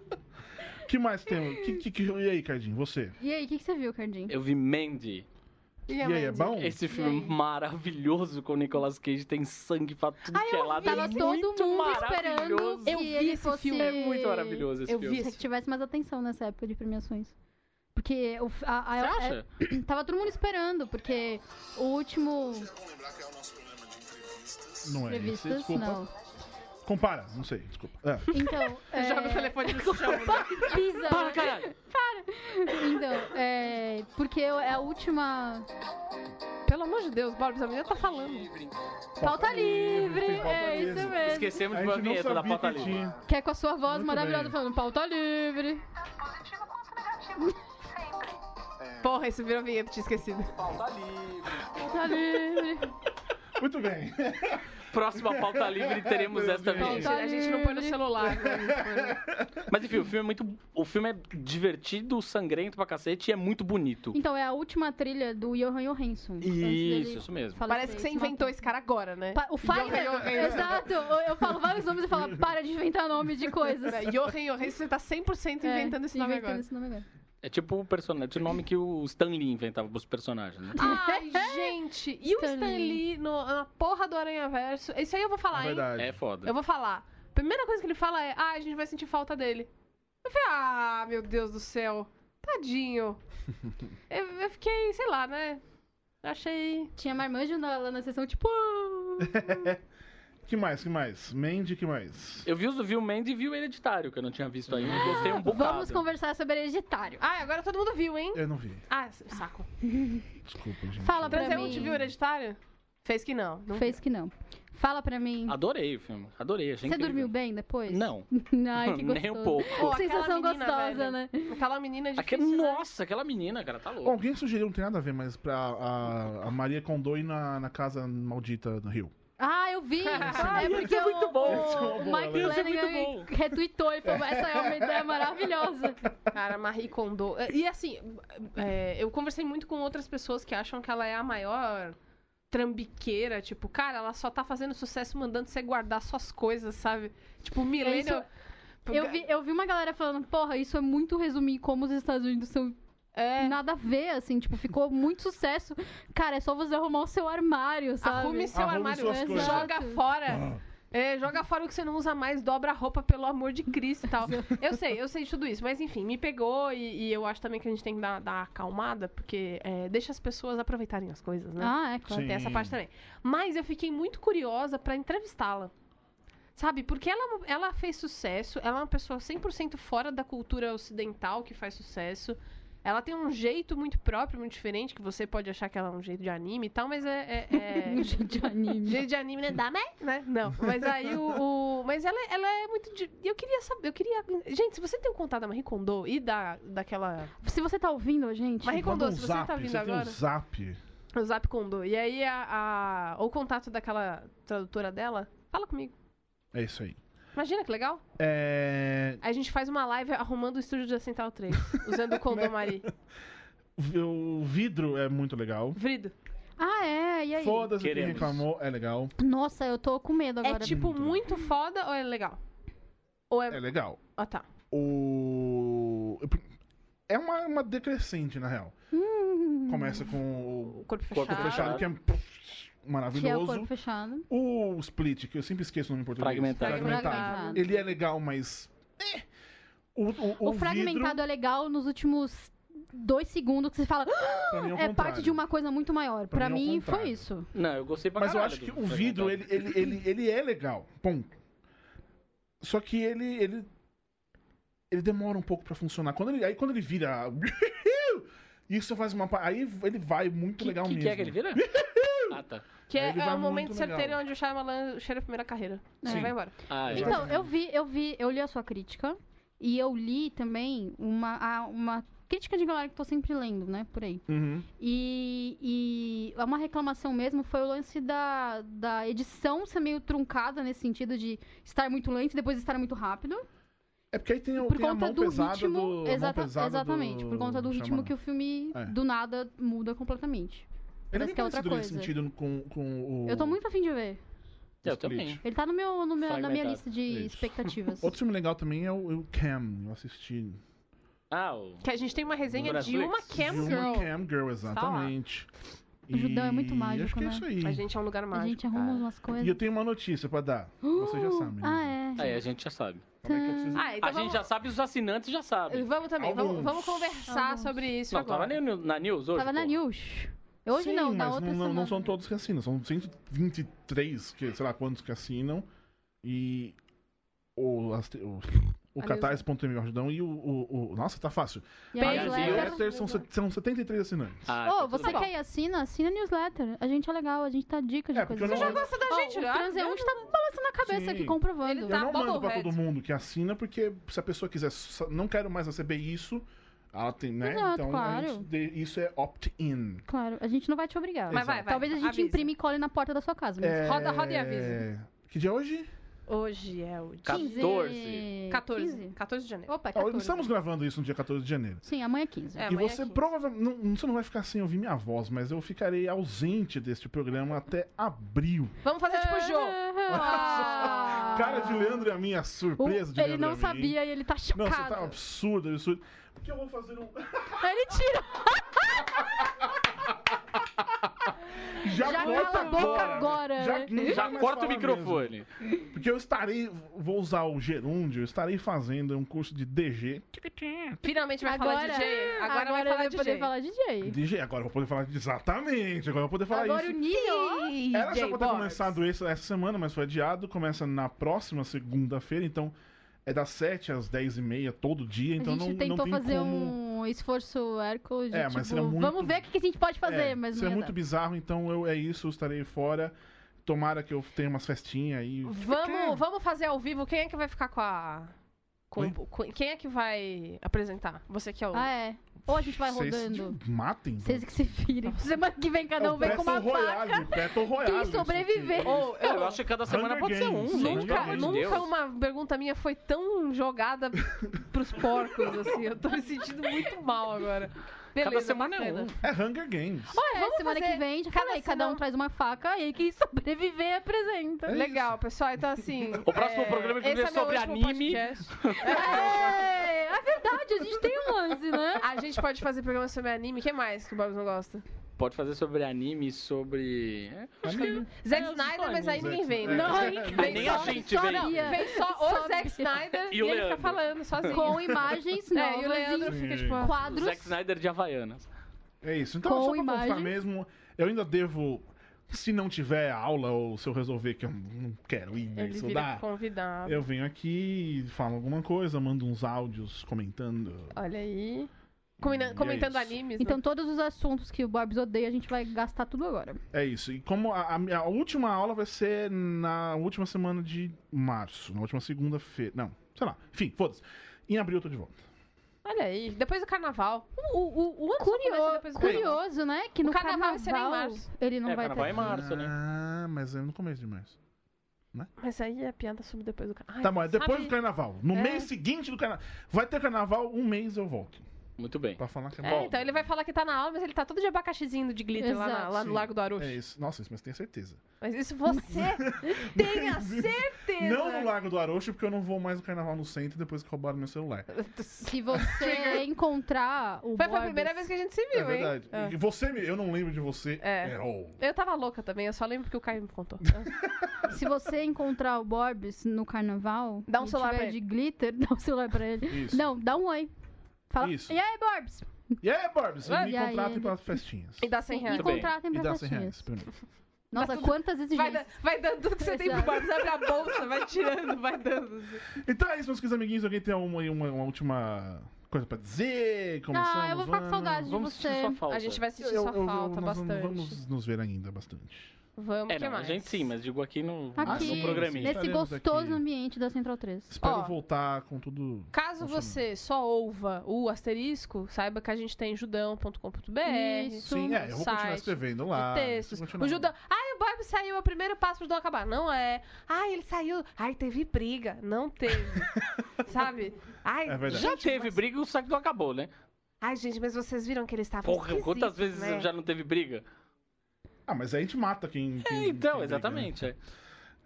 [SPEAKER 2] O que mais tem? Que, que, que- e aí, Cardinho? Você?
[SPEAKER 5] E aí, o que, que você viu, Cardinho?
[SPEAKER 4] Eu vi Mandy.
[SPEAKER 3] E
[SPEAKER 2] E
[SPEAKER 3] a
[SPEAKER 2] aí, é
[SPEAKER 3] Mandy?
[SPEAKER 2] bom?
[SPEAKER 4] Esse filme
[SPEAKER 5] aí?
[SPEAKER 4] maravilhoso com o Nicolas Cage. Tem sangue pra tudo que é lado.
[SPEAKER 5] Tava
[SPEAKER 4] é
[SPEAKER 5] todo
[SPEAKER 4] muito
[SPEAKER 5] mundo esperando.
[SPEAKER 4] maravilhoso.
[SPEAKER 5] que
[SPEAKER 3] Eu vi
[SPEAKER 5] ele
[SPEAKER 3] esse
[SPEAKER 5] fosse...
[SPEAKER 3] filme.
[SPEAKER 4] É muito maravilhoso esse
[SPEAKER 3] Eu vi
[SPEAKER 4] filme.
[SPEAKER 5] Se que tivesse mais atenção nessa época de premiações. Porque o, f- a, a,
[SPEAKER 4] Você
[SPEAKER 5] a-
[SPEAKER 4] acha?
[SPEAKER 5] tava todo mundo esperando, porque o último
[SPEAKER 2] Não é esse,
[SPEAKER 5] entrevistas,
[SPEAKER 2] desculpa.
[SPEAKER 5] não.
[SPEAKER 2] Compara, não sei, desculpa. É.
[SPEAKER 5] Então, é,
[SPEAKER 3] Joga o telefone no chão. né?
[SPEAKER 5] pisa.
[SPEAKER 4] Para, caralho!
[SPEAKER 5] Então, é, porque é a última
[SPEAKER 3] Pelo amor de Deus, Bob, essa menina tá falando.
[SPEAKER 5] pauta livre.
[SPEAKER 2] Pauta
[SPEAKER 5] É
[SPEAKER 2] livre.
[SPEAKER 5] isso mesmo.
[SPEAKER 4] Esquecemos
[SPEAKER 2] A
[SPEAKER 4] de uma
[SPEAKER 2] gente não
[SPEAKER 4] vinheta da
[SPEAKER 2] sabia
[SPEAKER 4] pauta
[SPEAKER 2] que
[SPEAKER 4] livre.
[SPEAKER 2] tinha.
[SPEAKER 5] Que é com a sua voz
[SPEAKER 2] Muito
[SPEAKER 5] maravilhosa
[SPEAKER 2] bem.
[SPEAKER 5] falando pauta livre.
[SPEAKER 3] Porra, esse virou vinheta, tinha esquecido.
[SPEAKER 5] Pauta livre.
[SPEAKER 2] Muito bem.
[SPEAKER 4] Próxima pauta livre teremos esta
[SPEAKER 2] Pauta
[SPEAKER 4] vinheta.
[SPEAKER 3] A gente não põe no
[SPEAKER 5] livre.
[SPEAKER 3] celular. né?
[SPEAKER 4] Mas enfim, o filme é muito. O filme é divertido, sangrento pra cacete e é muito bonito.
[SPEAKER 5] Então, é a última trilha do Johan Johansson. antes dele
[SPEAKER 4] Isso, isso mesmo.
[SPEAKER 5] falecer
[SPEAKER 3] Parece que você
[SPEAKER 5] e se matar.
[SPEAKER 3] inventou esse cara agora, né?
[SPEAKER 5] Pa- O Fire. Exato. Eu eu falo vários nomes e falo, para de inventar nome de coisas.
[SPEAKER 3] Johan Johan, você tá 100% inventando
[SPEAKER 5] É,
[SPEAKER 3] esse nome
[SPEAKER 5] inventando
[SPEAKER 3] agora.
[SPEAKER 5] esse nome agora.
[SPEAKER 4] É tipo o personagem, tipo o nome que o Stan Lee inventava pros personagens. Né?
[SPEAKER 3] Ai,
[SPEAKER 5] É.
[SPEAKER 3] gente. E o
[SPEAKER 5] Stan
[SPEAKER 3] Stan Lee no- na porra do Aranha Verso? Isso aí eu vou falar, hein?
[SPEAKER 2] Verdade.
[SPEAKER 4] É foda.
[SPEAKER 3] Eu vou falar. Primeira coisa que ele fala é: ah, a gente vai sentir falta dele. Eu falei: ah, meu Deus do céu. Tadinho. eu, eu fiquei, sei lá, né? Achei.
[SPEAKER 5] Tinha marmanjo na, lá na sessão, tipo. ah.
[SPEAKER 2] Que mais, que mais? Mandy, que mais?
[SPEAKER 4] Eu vi os do Viu Mandy e vi o Hereditário, que eu não tinha visto ainda. e Gostei um bocado.
[SPEAKER 5] Vamos conversar sobre hereditário.
[SPEAKER 3] Ah, agora todo mundo viu, hein?
[SPEAKER 2] Eu não vi.
[SPEAKER 3] Ah, saco.
[SPEAKER 2] Desculpa, gente.
[SPEAKER 5] Fala pra
[SPEAKER 3] Transeunte
[SPEAKER 5] mim.
[SPEAKER 3] é viu hereditário? Fez que não. não
[SPEAKER 5] Fez que não. Fala pra mim.
[SPEAKER 4] Adorei o filme. Adorei, Ah, achei
[SPEAKER 5] Você
[SPEAKER 4] incrível.
[SPEAKER 5] dormiu bem depois?
[SPEAKER 4] Não,
[SPEAKER 5] Ai, que gostoso.
[SPEAKER 4] nem um pouco.
[SPEAKER 3] Pô, aquela
[SPEAKER 5] Sensação
[SPEAKER 3] menina,
[SPEAKER 5] gostosa,
[SPEAKER 3] velho.
[SPEAKER 5] né?
[SPEAKER 3] viu. Aquela menina né? de.
[SPEAKER 4] Aquela-
[SPEAKER 5] é
[SPEAKER 4] nossa, aquela menina, cara, tá
[SPEAKER 2] Bom,
[SPEAKER 4] louco.
[SPEAKER 2] alguém sugeriu, não tem nada a ver, mas pra a, a Maria Condô ir na, na casa maldita no Rio.
[SPEAKER 5] Ah, eu vi!
[SPEAKER 4] Ah,
[SPEAKER 5] é
[SPEAKER 4] isso
[SPEAKER 5] porque
[SPEAKER 4] é muito
[SPEAKER 5] o,
[SPEAKER 4] bom.
[SPEAKER 2] Isso é uma
[SPEAKER 5] o
[SPEAKER 2] boa,
[SPEAKER 5] Mike
[SPEAKER 2] né?
[SPEAKER 4] Isso é muito
[SPEAKER 5] Flanagan retweetou e falou: essa é uma ideia maravilhosa.
[SPEAKER 3] Cara, Marie Kondo. É, E assim, é, eu conversei muito com outras pessoas que acham que ela é a maior trambiqueira. Tipo, cara, ela só tá fazendo sucesso mandando você guardar suas coisas, sabe? Tipo,
[SPEAKER 5] É isso.
[SPEAKER 3] milênio.
[SPEAKER 5] Eu vi, eu vi uma galera falando, porra, isso é muito resumir como os Estados Unidos são
[SPEAKER 3] É.
[SPEAKER 5] nada a ver, assim, tipo, ficou muito sucesso. Cara, é só você arrumar o seu armário, sabe?
[SPEAKER 3] Arrume seu
[SPEAKER 2] Arrume
[SPEAKER 3] armário,
[SPEAKER 2] suas coisas.
[SPEAKER 3] joga fora.
[SPEAKER 2] Ah,
[SPEAKER 3] É, joga fora o que você não usa mais, dobra a roupa, pelo amor de Cristo e tal. Eu sei, eu sei de tudo isso, mas enfim, me pegou e, e eu acho também que a gente tem que dar, dar uma acalmada, porque é, deixa as pessoas aproveitarem as coisas, né?
[SPEAKER 5] Ah, é claro.
[SPEAKER 2] Sim.
[SPEAKER 3] Tem essa parte também. Mas eu fiquei muito curiosa pra entrevistá-la. Sabe? Porque ela, é ela fez sucesso, ela é uma pessoa 100% fora da cultura ocidental que faz sucesso. Ela tem um jeito muito próprio, muito diferente, que você pode achar que ela é um jeito de anime e tal, mas é. é, é-
[SPEAKER 5] No jeito de anime.
[SPEAKER 3] jeito de anime, né? Dá, né? né? Não. Mas aí o. o- mas ela, ela é muito. De, eu queria saber. Eu queria. Gente, se você tem um contato da Marie Kondo e da, daquela.
[SPEAKER 5] Se você tá ouvindo a gente,
[SPEAKER 3] Mas- Recomendou,
[SPEAKER 2] manda um
[SPEAKER 3] se você
[SPEAKER 2] zap,
[SPEAKER 3] tá vindo
[SPEAKER 2] você tem um
[SPEAKER 3] agora.
[SPEAKER 2] zap.
[SPEAKER 3] O Zap Kondo. E aí a, a- o contato daquela tradutora dela. Fala comigo.
[SPEAKER 2] É isso aí.
[SPEAKER 3] Imagina que legal.
[SPEAKER 2] É,
[SPEAKER 3] Aí a gente faz uma live arrumando o estúdio da Central 3, usando o Condomari.
[SPEAKER 2] o vidro é muito legal.
[SPEAKER 3] Vrido.
[SPEAKER 5] Ah, é, e aí?
[SPEAKER 2] Foda-se quem
[SPEAKER 4] Queremos.
[SPEAKER 2] reclamou, é legal.
[SPEAKER 5] Nossa, eu tô com medo
[SPEAKER 3] É
[SPEAKER 5] agora.
[SPEAKER 3] tipo
[SPEAKER 2] muito
[SPEAKER 3] muito foda ou é legal? Ou
[SPEAKER 2] É
[SPEAKER 3] é.
[SPEAKER 2] legal.
[SPEAKER 3] Ah, tá.
[SPEAKER 2] O. É uma, uma decrescente, na real.
[SPEAKER 3] um
[SPEAKER 5] é
[SPEAKER 2] Começa com
[SPEAKER 3] O corpo fechado.
[SPEAKER 4] Corpo
[SPEAKER 2] o fechado, que é pff,
[SPEAKER 5] Que é o corpo
[SPEAKER 2] maravilhoso.
[SPEAKER 5] fechado.
[SPEAKER 2] O split, que eu sempre esqueço o nome em português.
[SPEAKER 3] Tá
[SPEAKER 4] Fragmentado.
[SPEAKER 5] Fragmentado.
[SPEAKER 2] Ele é legal, mas. eh, O, o, o
[SPEAKER 5] O, fragmentado é legal nos últimos dois segundos que você fala.
[SPEAKER 2] vidro, pra mim, é, o
[SPEAKER 5] é
[SPEAKER 2] contrário.
[SPEAKER 5] parte de uma coisa muito maior.
[SPEAKER 2] Pra
[SPEAKER 5] Pra
[SPEAKER 2] mim é o
[SPEAKER 5] mim,
[SPEAKER 2] contrário.
[SPEAKER 5] foi isso.
[SPEAKER 4] Não, eu gostei pra
[SPEAKER 2] Mas eu
[SPEAKER 4] caralho
[SPEAKER 2] acho
[SPEAKER 4] do
[SPEAKER 2] que o vidro, ele, ele, ele, ele é legal. Ponto. Só que ele. ele ele demora um pouco pra funcionar. Quando ele, aí quando ele vira. Isso faz uma. pa- Aí ele vai muito
[SPEAKER 4] Que,
[SPEAKER 2] legal
[SPEAKER 4] que,
[SPEAKER 2] mesmo.
[SPEAKER 4] que é que ele vira? ah, tá.
[SPEAKER 3] Que é,
[SPEAKER 2] Ele
[SPEAKER 3] é
[SPEAKER 2] vai
[SPEAKER 3] o momento
[SPEAKER 2] muito
[SPEAKER 3] certeiro
[SPEAKER 2] legal.
[SPEAKER 3] onde o Shyamalan cheira a primeira carreira.
[SPEAKER 2] Sim.
[SPEAKER 3] Ele vai embora.
[SPEAKER 4] Ah, é.
[SPEAKER 2] Exato.
[SPEAKER 5] Então, eu vi, eu vi, eu li a sua crítica e eu li também uma, a- uma crítica de galera que tô sempre lendo, né, por aí.
[SPEAKER 2] Uhum.
[SPEAKER 5] E, e uma reclamação mesmo foi o lance da, da edição ser meio truncada nesse sentido de estar muito lento e depois estar muito rápido.
[SPEAKER 2] É porque aí tem, o-
[SPEAKER 5] por
[SPEAKER 2] tem a
[SPEAKER 5] conta
[SPEAKER 2] mão
[SPEAKER 5] do
[SPEAKER 2] pesada
[SPEAKER 5] ritmo.
[SPEAKER 2] do. a mão
[SPEAKER 5] exata-
[SPEAKER 2] pesada
[SPEAKER 5] exatamente,
[SPEAKER 2] do
[SPEAKER 5] por conta do ritmo
[SPEAKER 2] Shyamalan.
[SPEAKER 5] que o filme
[SPEAKER 2] É.
[SPEAKER 5] do nada muda completamente.
[SPEAKER 2] Ele é
[SPEAKER 5] Parece
[SPEAKER 2] bem
[SPEAKER 5] que é outra
[SPEAKER 2] parecido nesse
[SPEAKER 5] coisa.
[SPEAKER 2] sentido com, com o.
[SPEAKER 5] Eu tô muito afim de ver.
[SPEAKER 4] Eu
[SPEAKER 2] Split.
[SPEAKER 4] também.
[SPEAKER 5] Ele tá no meu, no meu- na minha
[SPEAKER 4] Fragmentado.
[SPEAKER 5] lista de
[SPEAKER 2] Isso.
[SPEAKER 5] expectativas.
[SPEAKER 2] Outro filme legal também é o, o Cam. Eu assisti.
[SPEAKER 4] Ah, o...
[SPEAKER 3] Que a gente tem uma resenha
[SPEAKER 4] No
[SPEAKER 3] de uma
[SPEAKER 4] Netflix.
[SPEAKER 3] Cam
[SPEAKER 2] De uma
[SPEAKER 3] Girl.
[SPEAKER 2] Cam Girl, exatamente.
[SPEAKER 5] O judão é
[SPEAKER 2] E
[SPEAKER 5] muito mágico,
[SPEAKER 2] Acho que
[SPEAKER 5] né?
[SPEAKER 2] é isso aí.
[SPEAKER 3] A gente é um lugar
[SPEAKER 5] A
[SPEAKER 3] mágico.
[SPEAKER 5] gente arruma
[SPEAKER 4] cara.
[SPEAKER 5] umas coisas.
[SPEAKER 2] E eu tenho uma notícia pra dar. Você já sabe. né?
[SPEAKER 5] Ah, é.
[SPEAKER 4] Aí a gente já sabe.
[SPEAKER 2] Como é que eu preciso...
[SPEAKER 3] Ah, então
[SPEAKER 4] a
[SPEAKER 3] vamos...
[SPEAKER 4] gente já sabe, os assinantes já sabem.
[SPEAKER 3] Vamos também, vamos,
[SPEAKER 2] Alguns.
[SPEAKER 3] vamos conversar
[SPEAKER 5] Alguns.
[SPEAKER 3] sobre isso
[SPEAKER 4] Não, tá tava
[SPEAKER 3] agora.
[SPEAKER 4] na, na news hoje.
[SPEAKER 5] Tava na
[SPEAKER 4] pô.
[SPEAKER 5] news. Hoje
[SPEAKER 2] Sim,
[SPEAKER 5] não,
[SPEAKER 2] mas
[SPEAKER 5] na outra
[SPEAKER 2] não, não,
[SPEAKER 5] semana.
[SPEAKER 2] não são todos que assinam. São 123, que, sei lá quantos que assinam. E o, as- o, o
[SPEAKER 3] A
[SPEAKER 2] catarse.me ajudão e o, o, o- Nossa, tá fácil.
[SPEAKER 5] E a
[SPEAKER 4] Aliás,
[SPEAKER 2] E o
[SPEAKER 4] Galera.
[SPEAKER 5] newsletter.
[SPEAKER 2] Ether são, set- são 73 assinantes.
[SPEAKER 4] Ah,
[SPEAKER 5] Ô,
[SPEAKER 4] então tudo
[SPEAKER 3] Tá
[SPEAKER 5] você
[SPEAKER 4] bem.
[SPEAKER 5] quer ir assina? Assina a newsletter. A gente é legal, a gente tá dica de
[SPEAKER 2] É, porque
[SPEAKER 5] coisas.
[SPEAKER 2] eu não- Você já
[SPEAKER 3] gosta da
[SPEAKER 5] Ó,
[SPEAKER 3] gente,
[SPEAKER 5] o
[SPEAKER 3] né?
[SPEAKER 5] transeunte tá balançando a cabeça
[SPEAKER 2] Sim.
[SPEAKER 5] aqui, comprovando.
[SPEAKER 3] Ele
[SPEAKER 2] Eu
[SPEAKER 3] tá
[SPEAKER 2] não mando pra
[SPEAKER 3] bobblehead.
[SPEAKER 2] todo mundo que assina, porque se a pessoa quiser, só- não quero mais receber isso, ela tem, né?
[SPEAKER 5] Exato,
[SPEAKER 2] então a
[SPEAKER 5] claro.
[SPEAKER 2] gente dê- isso é opt-in.
[SPEAKER 5] Claro, a gente não vai te obrigar.
[SPEAKER 3] Mas vai,
[SPEAKER 2] Exato.
[SPEAKER 3] vai.
[SPEAKER 5] Talvez a gente
[SPEAKER 3] avisa.
[SPEAKER 5] imprime e cole na porta da sua casa. Mas...
[SPEAKER 2] É,
[SPEAKER 3] Roda- roda e avisa.
[SPEAKER 2] Que dia é hoje?
[SPEAKER 3] Hoje é o dia
[SPEAKER 4] 14.
[SPEAKER 3] 14.
[SPEAKER 5] 15?
[SPEAKER 3] 14 de janeiro.
[SPEAKER 5] Opa, é
[SPEAKER 2] Ah,
[SPEAKER 5] 14.
[SPEAKER 2] estamos gravando isso no dia 14 de janeiro.
[SPEAKER 5] Sim, amanhã é 15.
[SPEAKER 3] É,
[SPEAKER 2] e
[SPEAKER 3] amanhã
[SPEAKER 2] você
[SPEAKER 3] é 15.
[SPEAKER 2] provavelmente. Não, você não vai ficar sem ouvir minha voz, mas eu ficarei ausente deste programa até abril.
[SPEAKER 3] Vamos fazer tipo o jogo.
[SPEAKER 5] Ah.
[SPEAKER 2] Cara de Leandro e a minha
[SPEAKER 5] O-
[SPEAKER 2] surpresa de
[SPEAKER 5] Ele
[SPEAKER 2] Leandro
[SPEAKER 5] não
[SPEAKER 2] e a mim.
[SPEAKER 5] sabia e ele tá
[SPEAKER 2] Não, você
[SPEAKER 5] chocado.
[SPEAKER 2] tá absurdo, absurdo. Porque eu vou fazer um.
[SPEAKER 5] Ele tira.
[SPEAKER 2] Já,
[SPEAKER 5] Já
[SPEAKER 2] corta
[SPEAKER 5] cala a boca
[SPEAKER 2] agora.
[SPEAKER 5] agora.
[SPEAKER 2] Já,
[SPEAKER 5] né?
[SPEAKER 2] não vai
[SPEAKER 4] Já
[SPEAKER 2] mais
[SPEAKER 4] corta o
[SPEAKER 2] falar
[SPEAKER 4] microfone.
[SPEAKER 2] mesmo. Porque eu estarei. Vou usar o gerúndio, eu estarei fazendo um curso de DG.
[SPEAKER 3] Finalmente vai falar
[SPEAKER 5] Agora,
[SPEAKER 3] de DJ. Agora, vai
[SPEAKER 5] ele
[SPEAKER 3] falar de
[SPEAKER 5] poder
[SPEAKER 3] DJ.
[SPEAKER 5] falar DJ.
[SPEAKER 2] DG, agora eu vou poder falar. Exatamente, agora eu vou poder falar
[SPEAKER 5] Agora
[SPEAKER 2] isso.
[SPEAKER 5] o nível. ó.
[SPEAKER 2] Era já
[SPEAKER 3] DJ
[SPEAKER 2] pra ter
[SPEAKER 3] Box.
[SPEAKER 2] começado esse- essa semana, mas foi adiado. Começa na próxima segunda-feira, então é das 7 às 10h30 todo dia, então
[SPEAKER 5] a gente
[SPEAKER 2] não,
[SPEAKER 5] tentou
[SPEAKER 2] não tem
[SPEAKER 5] fazer
[SPEAKER 2] como...
[SPEAKER 5] um esforço Hércules de
[SPEAKER 2] É, mas
[SPEAKER 5] tipo,
[SPEAKER 2] seria muito-
[SPEAKER 5] vamos ver o que que a gente pode fazer,
[SPEAKER 2] É,
[SPEAKER 5] mas
[SPEAKER 2] isso é
[SPEAKER 5] não ia
[SPEAKER 2] muito
[SPEAKER 5] dar.
[SPEAKER 2] bizarro, então eu, é isso, eu estarei fora. Tomara que eu tenha umas festinhas aí.
[SPEAKER 3] Vamos, vamos fazer ao vivo. Quem é que vai ficar com a. com-
[SPEAKER 2] Oi?
[SPEAKER 3] com- quem é que vai apresentar? Você que é o.
[SPEAKER 5] Ah, é. Ou a gente vai rodando.
[SPEAKER 2] Vocês matem.
[SPEAKER 5] Vocês que se virem. Semana que vem
[SPEAKER 2] É
[SPEAKER 5] cada
[SPEAKER 2] o
[SPEAKER 5] um vem com
[SPEAKER 2] Battle
[SPEAKER 5] uma faca.
[SPEAKER 2] Royale, Battle Royale.
[SPEAKER 5] Quem
[SPEAKER 2] isso aqui.
[SPEAKER 5] sobreviver.
[SPEAKER 3] Ou-
[SPEAKER 4] É, eu acho que cada semana
[SPEAKER 2] Hunger
[SPEAKER 4] pode ser um,
[SPEAKER 2] Games,
[SPEAKER 4] gente.
[SPEAKER 2] Hunger
[SPEAKER 4] pelo
[SPEAKER 3] Nunca,
[SPEAKER 4] amor de
[SPEAKER 2] Games.
[SPEAKER 3] nunca
[SPEAKER 4] Deus.
[SPEAKER 3] uma pergunta minha foi tão jogada pros porcos, assim. Eu tô me sentindo muito mal agora. Beleza,
[SPEAKER 4] Cada semana
[SPEAKER 3] bacana.
[SPEAKER 4] é um.
[SPEAKER 2] É Hunger Games.
[SPEAKER 5] É,
[SPEAKER 3] vamos
[SPEAKER 5] semana
[SPEAKER 3] fazer
[SPEAKER 5] que vem, já
[SPEAKER 3] cada
[SPEAKER 5] falei, cada um
[SPEAKER 3] semana-
[SPEAKER 5] traz uma faca e aí quem sobreviver apresenta.
[SPEAKER 2] É
[SPEAKER 3] Legal, pessoal. Então, assim.
[SPEAKER 4] O próximo programa
[SPEAKER 3] esse
[SPEAKER 4] vai
[SPEAKER 3] é
[SPEAKER 4] ser
[SPEAKER 3] meu
[SPEAKER 4] sobre
[SPEAKER 3] último
[SPEAKER 4] anime.
[SPEAKER 3] podcast.
[SPEAKER 5] É, é verdade, a gente tem um lance, né?
[SPEAKER 3] A gente pode fazer programa sobre anime. O que mais que o Bob não gosta?
[SPEAKER 4] Pode fazer sobre anime, sobre. é, acho que-
[SPEAKER 2] Anime.
[SPEAKER 3] Zack
[SPEAKER 4] os
[SPEAKER 3] Snyder, mas
[SPEAKER 4] sonhos,
[SPEAKER 3] aí
[SPEAKER 2] Zack
[SPEAKER 3] ninguém vem. né?
[SPEAKER 2] Snyder.
[SPEAKER 5] Não, aí que vem
[SPEAKER 4] Nem
[SPEAKER 5] só
[SPEAKER 4] a gente vem.
[SPEAKER 5] história.
[SPEAKER 3] Vem só o
[SPEAKER 5] Sobe.
[SPEAKER 3] Zack Snyder
[SPEAKER 4] E
[SPEAKER 3] e,
[SPEAKER 4] o
[SPEAKER 3] ele fica
[SPEAKER 4] Leandro.
[SPEAKER 3] falando sozinho.
[SPEAKER 5] Com imagens novas
[SPEAKER 3] é, e o Leandro
[SPEAKER 5] em
[SPEAKER 3] fica
[SPEAKER 2] Sim.
[SPEAKER 3] tipo. ah,
[SPEAKER 5] quadros.
[SPEAKER 4] Zack Snyder de Havaianas.
[SPEAKER 2] É isso. Então,
[SPEAKER 5] Com
[SPEAKER 2] só pra confirmar
[SPEAKER 5] imagens.
[SPEAKER 2] mesmo, eu ainda devo. Se não tiver aula ou se eu resolver que eu não quero ir nem
[SPEAKER 3] Ele vira
[SPEAKER 2] estudar,
[SPEAKER 3] convidado.
[SPEAKER 2] eu venho aqui, falo alguma coisa, mando uns áudios comentando.
[SPEAKER 3] Olha aí.
[SPEAKER 2] E
[SPEAKER 3] Comina-
[SPEAKER 2] é
[SPEAKER 3] Comentando
[SPEAKER 2] isso.
[SPEAKER 3] animes. né?
[SPEAKER 5] Então todos os assuntos que o Bobs odeia, a gente vai gastar tudo agora.
[SPEAKER 2] É isso. E como a, a minha última aula vai ser na última semana de março, na última segunda-feira. Não, sei lá. Enfim, foda-se. Em abril eu tô de volta.
[SPEAKER 3] né? Olha aí. Depois do carnaval. O, o, o, o ano só começa
[SPEAKER 5] Curio-
[SPEAKER 3] depois do carnaval.
[SPEAKER 5] curioso, né? Que
[SPEAKER 3] O
[SPEAKER 5] no
[SPEAKER 3] carnaval vai
[SPEAKER 5] carnaval,
[SPEAKER 3] ser lá em março.
[SPEAKER 5] ele não
[SPEAKER 4] é,
[SPEAKER 5] vai
[SPEAKER 4] carnaval
[SPEAKER 5] ter.
[SPEAKER 4] é em março, né?
[SPEAKER 2] Ah, mas é no começo de março.
[SPEAKER 3] Mas aí a piada sobe depois do carnaval.
[SPEAKER 2] Tá bom, é depois
[SPEAKER 3] sabe-
[SPEAKER 2] do carnaval. No
[SPEAKER 3] É.
[SPEAKER 2] mês seguinte do carnaval. Vai ter carnaval, um mês eu volto.
[SPEAKER 4] Muito bem.
[SPEAKER 2] Pra falar que é,
[SPEAKER 3] É, então ele vai falar que tá na aula, mas ele tá todo de abacaxizinho de glitter lá, na-
[SPEAKER 5] Exato.
[SPEAKER 3] lá no
[SPEAKER 2] Sim.
[SPEAKER 3] Largo do Arush.
[SPEAKER 2] É isso. Nossa, isso, mas tenho certeza.
[SPEAKER 3] Mas isso você tenha certeza.
[SPEAKER 2] Não no Lago do Arocho, porque eu não vou mais no carnaval no centro depois que roubaram meu celular.
[SPEAKER 5] Se você encontrar
[SPEAKER 3] Foi,
[SPEAKER 5] o
[SPEAKER 3] foi a
[SPEAKER 5] Borbs-
[SPEAKER 3] primeira vez que a gente se viu,
[SPEAKER 2] é verdade.
[SPEAKER 5] Ah.
[SPEAKER 3] hein?
[SPEAKER 2] E você, me- eu não lembro de você.
[SPEAKER 3] É.
[SPEAKER 2] at all.
[SPEAKER 3] É. Eu tava louca também, eu só lembro que o Caio me contou.
[SPEAKER 5] Se você encontrar o Borbs no carnaval,
[SPEAKER 3] Dá um
[SPEAKER 5] e
[SPEAKER 3] celular
[SPEAKER 5] tiver
[SPEAKER 3] pra ele.
[SPEAKER 5] de glitter, dá um celular pra ele.
[SPEAKER 2] Isso.
[SPEAKER 5] Não, dá um oi. Fala.
[SPEAKER 2] Isso.
[SPEAKER 5] E aí, Borbs?
[SPEAKER 2] E aí, Barbs,
[SPEAKER 3] Ah,
[SPEAKER 2] me
[SPEAKER 5] e aí,
[SPEAKER 2] contratem
[SPEAKER 5] ele-
[SPEAKER 2] para festinhas.
[SPEAKER 3] E dá 100
[SPEAKER 5] E
[SPEAKER 3] reais.
[SPEAKER 4] Muito bem.
[SPEAKER 5] contratem
[SPEAKER 2] E
[SPEAKER 5] pra
[SPEAKER 2] dá 100 reais
[SPEAKER 5] festinhas.
[SPEAKER 2] pra mim.
[SPEAKER 5] Nossa,
[SPEAKER 3] Dá tudo-
[SPEAKER 5] quantas
[SPEAKER 3] Vai,
[SPEAKER 5] exigências.
[SPEAKER 3] da- vai dando tudo que você tem pro
[SPEAKER 5] Exato.
[SPEAKER 3] Barbos, abre a bolsa, vai tirando, vai dando. assim.
[SPEAKER 2] Então é isso, meus queridos amiguinhos. Alguém tem uma, uma- uma última coisa pra dizer? Começamos,
[SPEAKER 5] Ah, eu vou ficar com
[SPEAKER 2] vamos.
[SPEAKER 5] saudade de
[SPEAKER 4] Vamos sentir
[SPEAKER 5] você.
[SPEAKER 4] sua falta.
[SPEAKER 3] A gente vai
[SPEAKER 2] Eu-
[SPEAKER 3] sentir sua
[SPEAKER 2] eu- eu-
[SPEAKER 3] falta
[SPEAKER 2] nós vamos-
[SPEAKER 3] bastante.
[SPEAKER 2] Vamos nos ver ainda bastante.
[SPEAKER 3] Vamos,
[SPEAKER 4] É,
[SPEAKER 3] que
[SPEAKER 4] não, a
[SPEAKER 3] mais? Tá
[SPEAKER 4] gente sim, mas digo aqui no,
[SPEAKER 5] Aqui,
[SPEAKER 4] no programinha.
[SPEAKER 5] Nesse
[SPEAKER 2] Estaremos
[SPEAKER 5] gostoso
[SPEAKER 2] aqui.
[SPEAKER 5] ambiente da Central 3.
[SPEAKER 2] Espero
[SPEAKER 3] Ó.
[SPEAKER 2] voltar com tudo.
[SPEAKER 3] Caso
[SPEAKER 2] Funcionou.
[SPEAKER 3] você só ouva o asterisco, saiba que a gente tem judão.com.br.
[SPEAKER 5] Isso.
[SPEAKER 2] Sim, é, eu vou continuar
[SPEAKER 3] site,
[SPEAKER 2] escrevendo
[SPEAKER 3] de
[SPEAKER 4] Ah,
[SPEAKER 2] lá.
[SPEAKER 3] textos.
[SPEAKER 2] vou continuar-
[SPEAKER 3] O Judão. Ai, o Bob saiu, é o primeiro passo pro Judão acabar. Não é. Ai, ele saiu. Ai, teve briga. Não teve. Sabe? Ai,
[SPEAKER 2] É verdade.
[SPEAKER 4] Já teve briga e o saco não acabou, né?
[SPEAKER 3] ai, gente, mas vocês viram que ele estava.
[SPEAKER 4] Porra,
[SPEAKER 3] Tá esquisito,
[SPEAKER 4] quantas vezes
[SPEAKER 3] né?
[SPEAKER 4] já não teve briga?
[SPEAKER 2] Ah, mas aí a gente mata quem. quem-
[SPEAKER 4] É,
[SPEAKER 2] quem briga,
[SPEAKER 4] então,
[SPEAKER 2] né?
[SPEAKER 4] exatamente. é.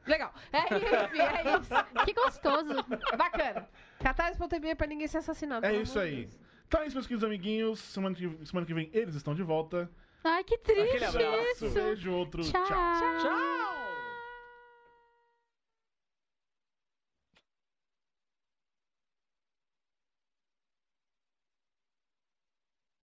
[SPEAKER 3] Legal. É, enfim, é isso.
[SPEAKER 5] Que gostoso.
[SPEAKER 3] Bacana. Catarse.me pra ninguém ser assassinado.
[SPEAKER 2] né? É
[SPEAKER 3] pelo
[SPEAKER 2] isso
[SPEAKER 3] amor de
[SPEAKER 2] aí.
[SPEAKER 3] Deus.
[SPEAKER 2] Então é isso, meus queridos amiguinhos. Semana que, semana que vem eles estão de volta.
[SPEAKER 5] Ai, que
[SPEAKER 4] Aquele
[SPEAKER 5] triste
[SPEAKER 4] abraço.
[SPEAKER 5] isso.
[SPEAKER 2] Beijo, outro.
[SPEAKER 5] Tchau.
[SPEAKER 4] Tchau!